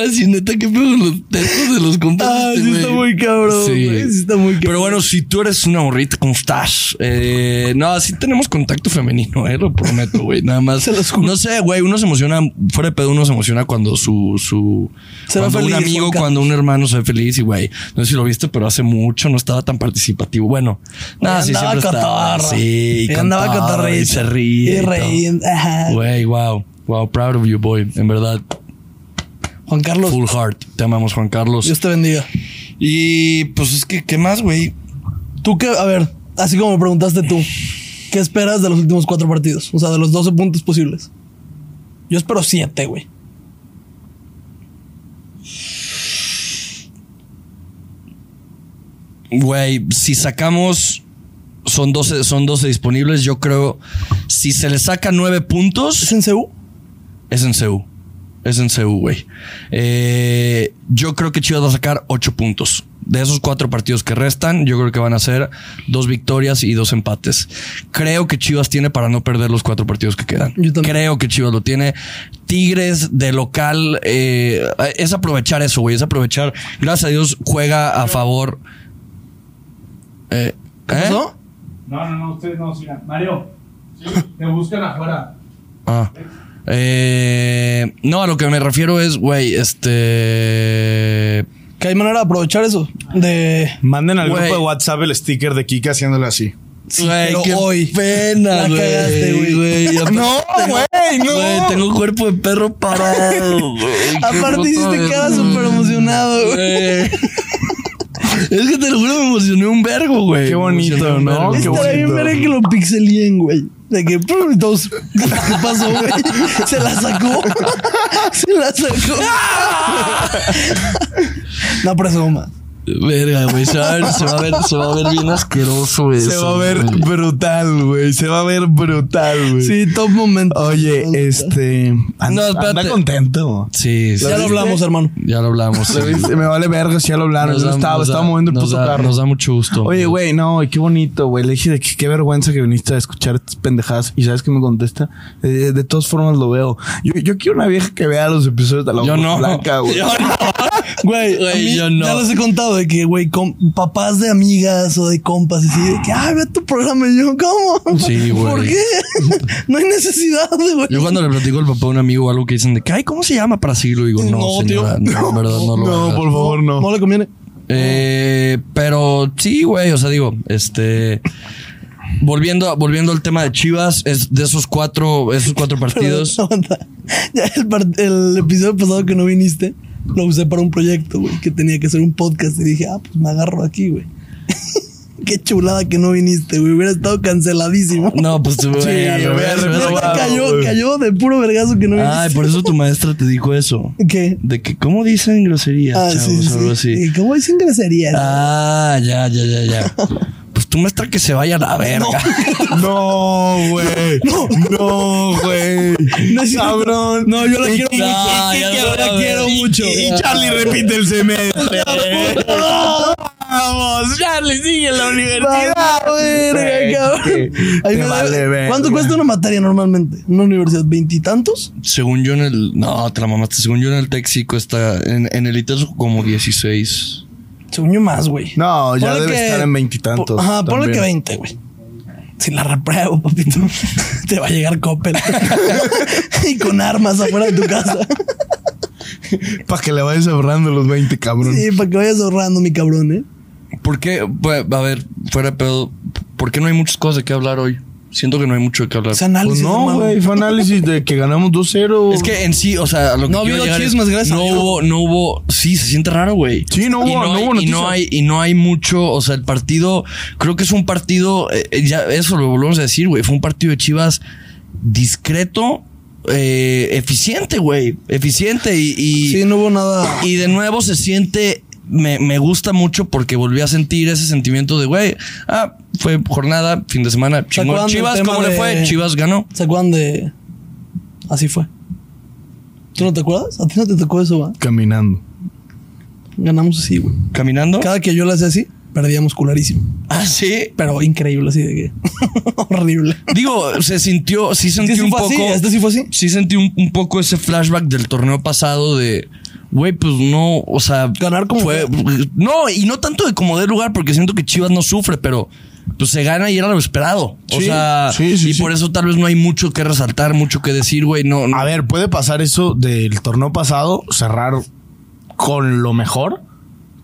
Speaker 2: Así neta, qué pedo con los textos de los compas.
Speaker 1: Ah,
Speaker 2: este,
Speaker 1: sí está
Speaker 2: güey.
Speaker 1: muy cabrón.
Speaker 2: Sí.
Speaker 1: güey, Sí está muy cabrón.
Speaker 2: Pero bueno, si tú eres una morrita, ¿cómo estás? Eh, no, sí tenemos contacto femenino, eh, lo prometo, güey. Nada más.
Speaker 1: Se los juro.
Speaker 2: No sé, güey, uno se emociona, fuera de pedo, uno se emociona cuando su. su
Speaker 1: Se va
Speaker 2: cuando
Speaker 1: feliz,
Speaker 2: un amigo,
Speaker 1: Juan Carlos.
Speaker 2: cuando un hermano se ve feliz y, güey, no sé si lo viste, pero hace mucho no estaba tan participativo. Bueno, nada, sí,
Speaker 1: andaba
Speaker 2: siempre estaba.
Speaker 1: cotorra.
Speaker 2: Sí,
Speaker 1: Y andaba
Speaker 2: cantaba
Speaker 1: cotorrito.
Speaker 2: Y se
Speaker 1: Y
Speaker 2: ríe. y todo.
Speaker 1: reí. Ajá.
Speaker 2: Güey, wow. Wow, proud of you, boy. En verdad,
Speaker 1: Juan Carlos,
Speaker 2: full heart. Te amamos, Juan Carlos.
Speaker 1: Dios te bendiga.
Speaker 2: Y pues es que, ¿qué más, güey?
Speaker 1: Tú qué, a ver, así como me preguntaste tú, ¿qué esperas de los últimos cuatro partidos? O sea, de los 12 puntos posibles. Yo espero siete, güey.
Speaker 2: Güey, si sacamos. Son 12, son 12 disponibles. Yo creo. Si se le saca 9
Speaker 1: ¿Es
Speaker 2: puntos,
Speaker 1: en CU?
Speaker 2: es en CU. Es en CU, güey. Eh, yo creo que Chivas va a sacar 8 puntos. De esos cuatro partidos que restan, yo creo que van a ser dos victorias y dos empates. Creo que Chivas tiene para no perder los cuatro partidos que quedan.
Speaker 1: Yo también.
Speaker 2: Creo que Chivas lo tiene. Tigres de local eh, es aprovechar eso, güey. Es aprovechar. Gracias a Dios juega a favor. Eh,
Speaker 1: ¿Qué
Speaker 2: ¿eh?
Speaker 1: pasó?
Speaker 4: No, no, no, ustedes no, sigan. Mario, te buscan afuera.
Speaker 2: Ah. Eh, no, a lo que me refiero es, güey, este.
Speaker 1: Que hay manera de aprovechar eso. De.
Speaker 5: Manden al
Speaker 2: Güey.
Speaker 5: grupo de WhatsApp el sticker de Kike haciéndole así.
Speaker 2: Güey,
Speaker 1: pero
Speaker 2: qué
Speaker 1: hoy.
Speaker 2: pena,
Speaker 1: La
Speaker 2: güey.
Speaker 1: cagaste, güey.
Speaker 2: No,
Speaker 5: güey,
Speaker 2: Güey, tengo cuerpo de perro parado. güey. Qué
Speaker 1: Aparte
Speaker 2: puta
Speaker 5: eh.
Speaker 1: hiciste cara
Speaker 2: verga.
Speaker 1: súper emocionado, güey.
Speaker 2: Güey. Es que te lo juro, me emocioné un vergo, güey.
Speaker 5: Qué bonito,
Speaker 2: Me emocioné un
Speaker 5: ¿no?
Speaker 2: vergo.
Speaker 5: Qué
Speaker 1: Estaría bien
Speaker 5: bonito.
Speaker 1: ver que lo pixelíen, güey. De que pum, dos. ¿Qué pasó, güey? Se la sacó.
Speaker 5: ¡Ah!
Speaker 1: Se la sacó. no, pero eso más.
Speaker 2: Verga, güey. Se va a ver, se va a ver, se va a ver bien asqueroso eso.
Speaker 5: Se va a ver
Speaker 2: güey.
Speaker 5: brutal, güey. Se va a ver brutal, güey.
Speaker 1: Sí, top momento.
Speaker 5: Oye, este.
Speaker 2: No,
Speaker 5: Anda, anda
Speaker 2: espérate.
Speaker 5: contento.
Speaker 2: Sí, sí.
Speaker 1: Ya lo hablamos, hermano.
Speaker 2: Ya lo hablamos. sí.
Speaker 5: Me vale verga si ya lo hablaron.
Speaker 2: Nos
Speaker 5: Yo
Speaker 2: da-
Speaker 5: Ah, estaba,
Speaker 2: nos da-
Speaker 5: estaba moviendo el
Speaker 2: nos
Speaker 5: puto
Speaker 2: da-
Speaker 5: carro.
Speaker 2: Nos da mucho gusto.
Speaker 5: Oye, güey, no, güey, qué bonito, güey. Le dije de que qué vergüenza que viniste a escuchar estas pendejadas. Y sabes que me contesta. Eh, De, todas formas lo veo. Yo, yo quiero una vieja que vea los episodios de la
Speaker 2: Yo
Speaker 5: Voz
Speaker 2: no.
Speaker 5: blanca, güey.
Speaker 2: Yo
Speaker 1: Güey,
Speaker 2: Güey,
Speaker 1: a mí
Speaker 2: yo no.
Speaker 1: ya les he contado de que, güey, com- papás de amigas o de compas, y así, de que, ay, ve tu programa. Y yo, ¿cómo?
Speaker 2: Sí, güey.
Speaker 1: ¿Por qué? no hay necesidad, güey.
Speaker 2: Yo cuando le platico al papá a un amigo algo que dicen de que, ay, ¿cómo se llama? Para seguirlo, digo, no,
Speaker 1: No,
Speaker 2: señora,
Speaker 1: tío.
Speaker 2: no, en verdad, no lo
Speaker 5: No,
Speaker 2: hagas".
Speaker 5: por favor, no.
Speaker 1: No le conviene.
Speaker 2: Eh, pero sí, güey, o sea, digo, este... Volviendo, volviendo al tema de Chivas, es de esos cuatro, esos cuatro partidos.
Speaker 1: Pero, aguanta. Ya el, par- el episodio pasado que no viniste, lo usé para un proyecto, güey, que tenía que hacer un podcast. Y dije, ah, pues me agarro aquí, güey. Qué chulada que no viniste, güey. Hubiera estado canceladísimo.
Speaker 2: No, pues tú, güey,
Speaker 5: Sí,
Speaker 2: al revés,
Speaker 5: güey,
Speaker 2: pero,
Speaker 1: Neta,
Speaker 5: guau,
Speaker 1: cayó,
Speaker 5: güey.
Speaker 1: cayó de puro vergazo que no viniste.
Speaker 2: Ay, por eso tu maestra te dijo eso.
Speaker 1: ¿Qué?
Speaker 2: De que, ¿cómo dicen groserías,
Speaker 1: Ah,
Speaker 2: chavos?
Speaker 1: sí, sí.
Speaker 2: Algo así.
Speaker 1: ¿Y ¿Cómo dicen groserías?
Speaker 2: Ah, ya, ya, ya, ya. Pues tú muestra que se vaya a la verga.
Speaker 5: No, güey. No, güey.
Speaker 1: No es cierto.
Speaker 5: Cabrón.
Speaker 1: No, yo la quiero
Speaker 2: No,
Speaker 1: mucho.
Speaker 2: ya
Speaker 1: Yo
Speaker 2: no,
Speaker 1: la
Speaker 2: güey.
Speaker 1: quiero mucho.
Speaker 5: Y Charlie repite el semestre. Vamos, Charlie sigue en la universidad.
Speaker 1: Vale, verga,
Speaker 5: Güey,
Speaker 1: cabrón.
Speaker 5: te-
Speaker 1: Ahí
Speaker 5: te
Speaker 1: me da-
Speaker 5: vale verga.
Speaker 1: ¿Cuánto cuesta una materia normalmente? ¿Una universidad? ¿Veintitantos?
Speaker 2: Según yo en el. No, te la mamaste. Según yo en el Texico está. En, en el ITESO como 16.
Speaker 1: Según yo más, güey.
Speaker 5: No, ya
Speaker 1: Ponle
Speaker 5: debe
Speaker 1: que-
Speaker 5: estar en veintitantos.
Speaker 1: po- Ajá, ponle que
Speaker 5: también.
Speaker 1: 20, güey. Si la repruebo, papito, te va a llegar Coppel. y con armas afuera de tu casa.
Speaker 5: Para que le vayas ahorrando los 20, cabrón.
Speaker 1: sí, para que vayas ahorrando, mi cabrón, ¿eh?
Speaker 2: ¿Por qué? Pues, a ver, fuera de pedo. ¿Por qué no hay muchas cosas de qué hablar hoy? Siento que no hay mucho de qué hablar.
Speaker 1: O sea, análisis.
Speaker 5: Pues no,
Speaker 1: hermano.
Speaker 5: güey, fue análisis de que ganamos 2-0.
Speaker 2: es que en sí, o sea, a lo que
Speaker 1: No ha
Speaker 2: quiero
Speaker 1: habido
Speaker 2: llegar es-
Speaker 1: chismes, gracias a
Speaker 2: No
Speaker 1: Dios.
Speaker 2: hubo, no hubo. Sí, se siente raro, güey.
Speaker 5: Sí, no
Speaker 2: Y
Speaker 5: hubo- no
Speaker 2: hay-
Speaker 5: hubo
Speaker 2: y
Speaker 5: noticias.
Speaker 2: no hay Y no hay mucho. O sea, el partido. Creo que es un partido. eh, eh, ya eso lo volvemos a decir, güey. Fue un partido de Chivas discreto, eh, eficiente, güey. Eficiente y. y
Speaker 1: Sí, no hubo nada.
Speaker 2: Y de nuevo se siente. Me, me gusta mucho porque volví a sentir ese sentimiento de, güey, ah, fue jornada, fin de semana, chingón.
Speaker 1: acuerdan del
Speaker 2: Chivas,
Speaker 1: tema
Speaker 2: ¿cómo le
Speaker 1: de-
Speaker 2: fue? Chivas ganó.
Speaker 1: ¿Se acuerdan de.? Así fue. ¿Tú no te acuerdas? A ti no te tocó eso, va.
Speaker 5: Caminando.
Speaker 1: Ganamos así, güey.
Speaker 2: Caminando.
Speaker 1: Cada que yo lo hacía así, perdíamos cularísimo.
Speaker 2: Ah, sí.
Speaker 1: Pero increíble, así de que. Horrible.
Speaker 2: Digo, se sintió, sí sentí
Speaker 1: Sí, sí
Speaker 2: un
Speaker 1: fue
Speaker 2: poco.
Speaker 1: así, este sí fue así.
Speaker 2: Sí sentí un, un poco ese flashback del torneo pasado de, güey, pues no, o sea.
Speaker 1: Ganar como
Speaker 2: fue. No, y no tanto de como de lugar, porque siento que Chivas no sufre, pero. Pues se gana y era lo esperado. O
Speaker 5: Sí,
Speaker 2: sea,
Speaker 5: sí, sí,
Speaker 2: y
Speaker 5: sí.
Speaker 2: por eso tal vez no hay mucho que resaltar, mucho que decir, güey. No, no.
Speaker 5: A ver, puede pasar eso del torneo pasado, cerrar con lo mejor,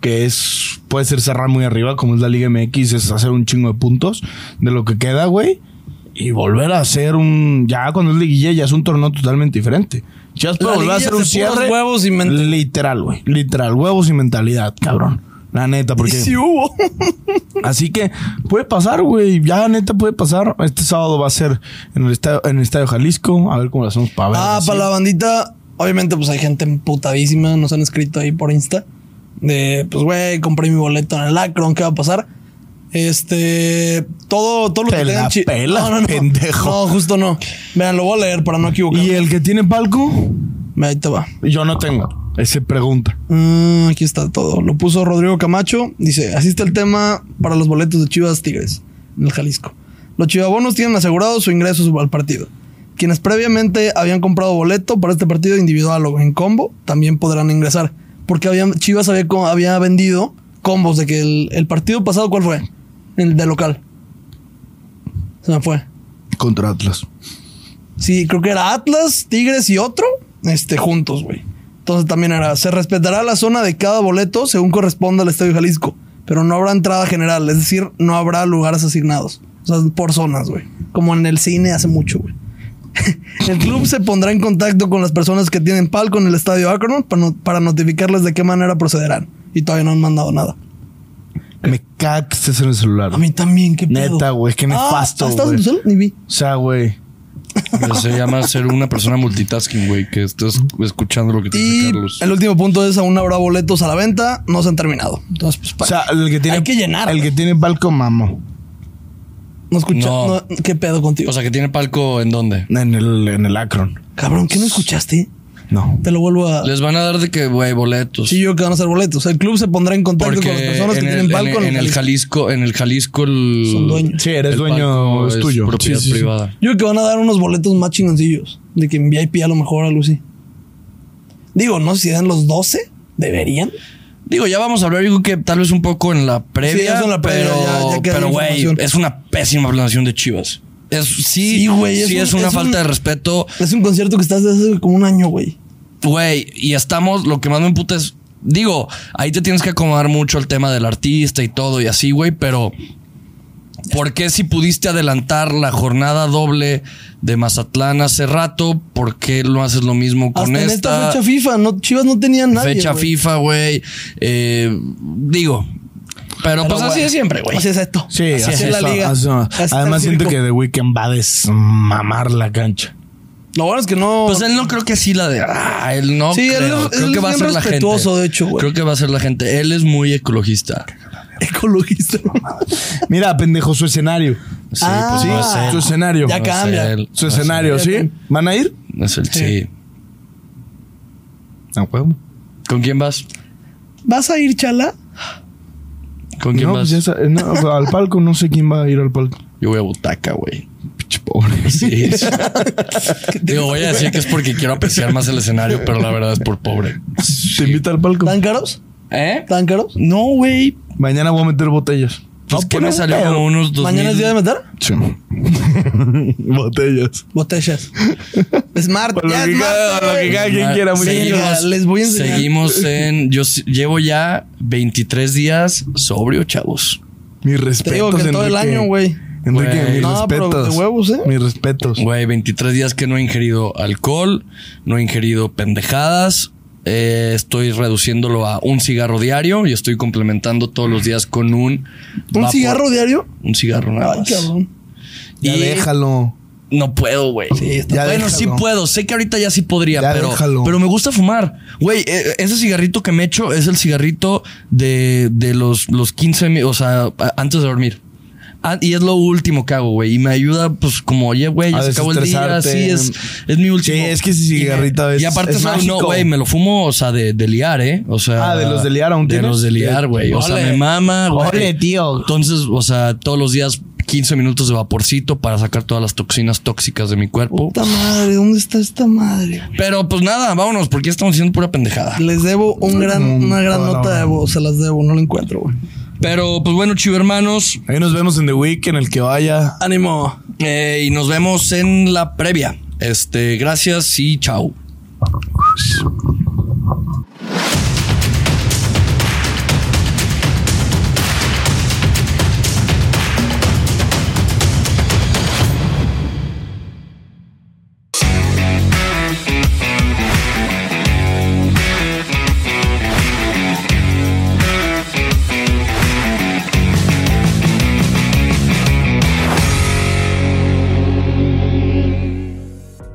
Speaker 5: que es, puede ser cerrar muy arriba, como es la Liga MX, es hacer un chingo de puntos de lo que queda, güey. Y volver a hacer un. Ya cuando es liguilla, ya es un torneo totalmente diferente. Ya puede
Speaker 1: La
Speaker 5: volver
Speaker 1: liguilla
Speaker 5: a hacer
Speaker 1: es
Speaker 5: un
Speaker 1: de puros
Speaker 5: cierre.
Speaker 1: huevos y ment-
Speaker 5: literal, güey. Literal, huevos y mentalidad, cabrón. La neta, porque.
Speaker 1: Sí hubo.
Speaker 5: Así que puede pasar, güey. Ya neta puede pasar. Este sábado va a ser en el estadio, en el estadio Jalisco. A ver cómo lo hacemos para ver.
Speaker 1: Ah,
Speaker 5: Sí.
Speaker 1: para la bandita, obviamente, pues hay gente emputadísima. Nos han escrito ahí por Insta. De, pues, güey, compré mi boleto en el Akron, ¿qué va a pasar? Este, todo, todo lo
Speaker 5: Te
Speaker 1: que
Speaker 5: la
Speaker 1: tengan chi-
Speaker 5: pelas, pendejo.
Speaker 1: No, justo no. Vean, lo voy a leer para no equivocarme.
Speaker 5: ¿Y el que tiene palco?
Speaker 1: Ve, Ahí te va.
Speaker 5: Yo no tengo. Ese pregunta.
Speaker 1: Mm, aquí está todo. Lo puso Rodrigo Camacho. Dice, así está el tema para los boletos de Chivas Tigres en el Jalisco. Los chivabonos tienen asegurado su ingreso al partido. Quienes previamente habían comprado boleto para este partido individual o en combo también podrán ingresar. Porque habían, Chivas había, co- había vendido combos de que el, el partido pasado, ¿cuál fue? El de local. Se me fue.
Speaker 5: Contra Atlas.
Speaker 1: Sí, creo que era Atlas, Tigres y otro, este, juntos, güey. Entonces también era, se respetará la zona de cada boleto según corresponda al Estadio Jalisco, pero no habrá entrada general, es decir, no habrá lugares asignados, o sea, por zonas, güey. Como en el cine hace mucho, güey. El club se pondrá en contacto con las personas que tienen palco en el Estadio Akron para, no- para notificarles de qué manera procederán. Y todavía no han mandado nada.
Speaker 5: Me caga que estés en el celular.
Speaker 1: A mí también, qué pedo.
Speaker 5: Neta, güey, qué nefasto,
Speaker 1: Ah, ¿Estás en
Speaker 5: güey.
Speaker 1: tu celular? Ni vi.
Speaker 5: O sea, güey.
Speaker 2: Se llama ser una persona multitasking, güey, que estás escuchando lo que te dice
Speaker 1: Y
Speaker 2: Carlos.
Speaker 1: el último punto es, aún habrá boletos a la venta, no se han terminado. Entonces, pues,
Speaker 6: O sea, el que tiene.
Speaker 1: Hay que llenar,
Speaker 6: El que
Speaker 1: güey.
Speaker 6: tiene palco, mamo.
Speaker 1: no escucha,
Speaker 2: no.
Speaker 1: no, ¿qué pedo contigo?
Speaker 2: O sea, que tiene palco en dónde.
Speaker 6: En el, en el Akron.
Speaker 1: Cabrón, ¿qué no escuchaste?
Speaker 6: No.
Speaker 1: Te lo vuelvo a...
Speaker 2: Les van a dar de que, güey, boletos.
Speaker 1: Sí, yo que van a hacer boletos. El club se pondrá en contacto
Speaker 2: porque
Speaker 1: con las personas que
Speaker 2: en,
Speaker 1: tienen
Speaker 2: el,
Speaker 1: palco.
Speaker 2: en,
Speaker 1: en
Speaker 2: el Jalisco, en el Jalisco, el.
Speaker 1: Son dueños.
Speaker 6: Sí, eres
Speaker 2: el
Speaker 6: dueño,
Speaker 2: palco
Speaker 6: es tuyo.
Speaker 2: Propiedad
Speaker 6: Sí, sí, sí.
Speaker 2: privada.
Speaker 1: Yo creo que van a dar unos boletos más chingoncillos. De que en VIP a lo mejor a Lucy. Digo, no sé si dan los 12. Deberían.
Speaker 2: Digo, ya vamos a hablar, digo que tal vez un poco en la previa.
Speaker 1: eso en la previa,
Speaker 2: pero,
Speaker 1: ya- ya queda
Speaker 2: pero,
Speaker 1: la
Speaker 2: güey,
Speaker 1: información.
Speaker 2: es una pésima planeación de Chivas. Es, sí,
Speaker 1: Sí, güey,
Speaker 2: sí,
Speaker 1: es
Speaker 2: es,
Speaker 1: un-
Speaker 2: una
Speaker 1: es
Speaker 2: falta
Speaker 1: un-
Speaker 2: de respeto.
Speaker 1: Es un concierto que estás desde hace como un año, güey.
Speaker 2: Güey, y estamos, lo que más me emputa es, digo, ahí te tienes que acomodar mucho el tema del artista y todo y así, güey, pero ¿por qué si pudiste adelantar la jornada doble de Mazatlán hace rato, por qué no haces lo mismo con
Speaker 1: Hasta en
Speaker 2: esta,
Speaker 1: esta fecha FIFA, no, Chivas no tenía nadie.
Speaker 2: fecha
Speaker 1: güey.
Speaker 2: FIFA, güey? Eh, digo, pero, pues así
Speaker 1: güey,
Speaker 2: es siempre, güey.
Speaker 1: Así es esto.
Speaker 6: Sí,
Speaker 1: así, es, la
Speaker 6: eso,
Speaker 1: liga.
Speaker 6: así eso.
Speaker 1: Así está
Speaker 6: Además,
Speaker 1: el
Speaker 6: siento que
Speaker 1: circo.
Speaker 6: The Weeknd va a desmamar la cancha.
Speaker 1: Lo bueno es que no.
Speaker 2: Pues él no creo que sí la de. Ah, él no.
Speaker 1: Sí, él
Speaker 2: creo.
Speaker 1: es-
Speaker 2: Creo
Speaker 1: él
Speaker 2: que
Speaker 1: es
Speaker 2: va a
Speaker 1: bien
Speaker 2: ser la gente.
Speaker 1: respetuoso, de hecho, güey.
Speaker 2: Creo que va a ser la gente. Él es muy ecologista.
Speaker 1: ecologista.
Speaker 6: Mira, pendejo, su escenario.
Speaker 2: Sí,
Speaker 1: Ah,
Speaker 2: pues no es él.
Speaker 6: Su escenario.
Speaker 1: Ya
Speaker 2: No es
Speaker 1: cambia.
Speaker 2: él.
Speaker 6: Su
Speaker 2: No es él.
Speaker 6: escenario, ¿sí? ¿Van a ir?
Speaker 2: No es él, sí.
Speaker 6: A huevo.
Speaker 2: ¿Con quién vas?
Speaker 1: ¿Vas a ir, chala?
Speaker 2: ¿Con quién
Speaker 6: No,
Speaker 2: vas?
Speaker 6: pues ya sa- no, al palco, no sé quién va a ir al palco.
Speaker 2: Yo voy a Butaca, güey.
Speaker 6: Pinche pobre.
Speaker 2: Sí. Digo, voy a decir que es porque quiero apreciar más el escenario, pero la verdad es por pobre.
Speaker 6: Te invita al palco.
Speaker 1: ¿Tan caros?
Speaker 2: ¿Eh?
Speaker 1: ¿Tan caros?
Speaker 2: No, güey.
Speaker 6: Mañana voy a meter botellas.
Speaker 2: Pues
Speaker 6: No,
Speaker 2: que
Speaker 6: por
Speaker 2: me
Speaker 6: un
Speaker 2: salió
Speaker 6: pedo.
Speaker 2: como unos dos
Speaker 1: ¿Mañana es día de meter?
Speaker 6: Sí. botellas.
Speaker 1: Botellas. Smart.
Speaker 2: Pues
Speaker 6: Para lo
Speaker 1: ya
Speaker 6: que
Speaker 1: smart.
Speaker 6: cada- para lo que cada quien quiera, muy
Speaker 1: bien. Venga, les voy a enseñar.
Speaker 2: Seguimos en. Yo s- llevo ya 23 días sobrio, chavos.
Speaker 6: Mis respetos.
Speaker 1: digo que todo el año, güey.
Speaker 6: Enrique,
Speaker 2: Güey.
Speaker 6: mis
Speaker 1: No, pero
Speaker 6: respetos.
Speaker 1: de huevos, ¿eh?
Speaker 6: Mis respetos.
Speaker 2: Güey, 23 días que no he ingerido alcohol, no he ingerido pendejadas. eh, estoy reduciéndolo a un cigarro diario y estoy complementando todos los días con
Speaker 1: ¿Un
Speaker 2: un. vapor-
Speaker 1: cigarro diario?
Speaker 2: Un cigarro nada
Speaker 1: Ay,
Speaker 2: más.
Speaker 1: cabrón.
Speaker 6: Ya
Speaker 2: Y
Speaker 6: déjalo.
Speaker 2: No puedo, güey.
Speaker 6: Ya
Speaker 2: bueno,
Speaker 6: déjalo.
Speaker 2: sí puedo. Sé que ahorita ya sí podría,
Speaker 6: Ya
Speaker 2: pero,
Speaker 6: déjalo.
Speaker 2: pero me gusta fumar. Güey, eh, ese cigarrito que me echo es el cigarrito de, de los, los 15, mi- o sea, a- antes de dormir. Ah, y es lo último que hago, güey. Y me ayuda, pues, como, oye, güey, ya
Speaker 6: A
Speaker 2: se acabó el día. Sí,
Speaker 6: desestresarte.
Speaker 2: es, es mi último.
Speaker 6: Sí, es que ese cigarrito
Speaker 2: Y me-
Speaker 6: es-
Speaker 2: Y aparte,
Speaker 6: es
Speaker 2: o sea, no,
Speaker 6: mágico.
Speaker 2: güey, me lo fumo, o sea, de, de liar, ¿eh? O sea.
Speaker 6: Ah, de los de liar aún
Speaker 2: De
Speaker 6: tienes.
Speaker 2: los de liar, güey. O sea,
Speaker 1: Ole.
Speaker 2: me mama, güey.
Speaker 6: Ole, tío.
Speaker 2: Entonces, o sea, todos los días 15 minutos de vaporcito para sacar todas las toxinas tóxicas de mi cuerpo.
Speaker 1: Puta madre, ¿dónde está esta madre? güey?
Speaker 2: Pero pues nada, vámonos, porque ya estamos haciendo pura pendejada.
Speaker 1: Les debo un gran, una gran
Speaker 6: cabrón.
Speaker 1: nota de voz, se las debo, no la encuentro, güey.
Speaker 2: Pero pues bueno, chivo hermanos,
Speaker 6: Ahí nos vemos en The Week, en el que vaya.
Speaker 1: Ánimo.
Speaker 2: eh, y nos vemos en la previa. Este, gracias y chao.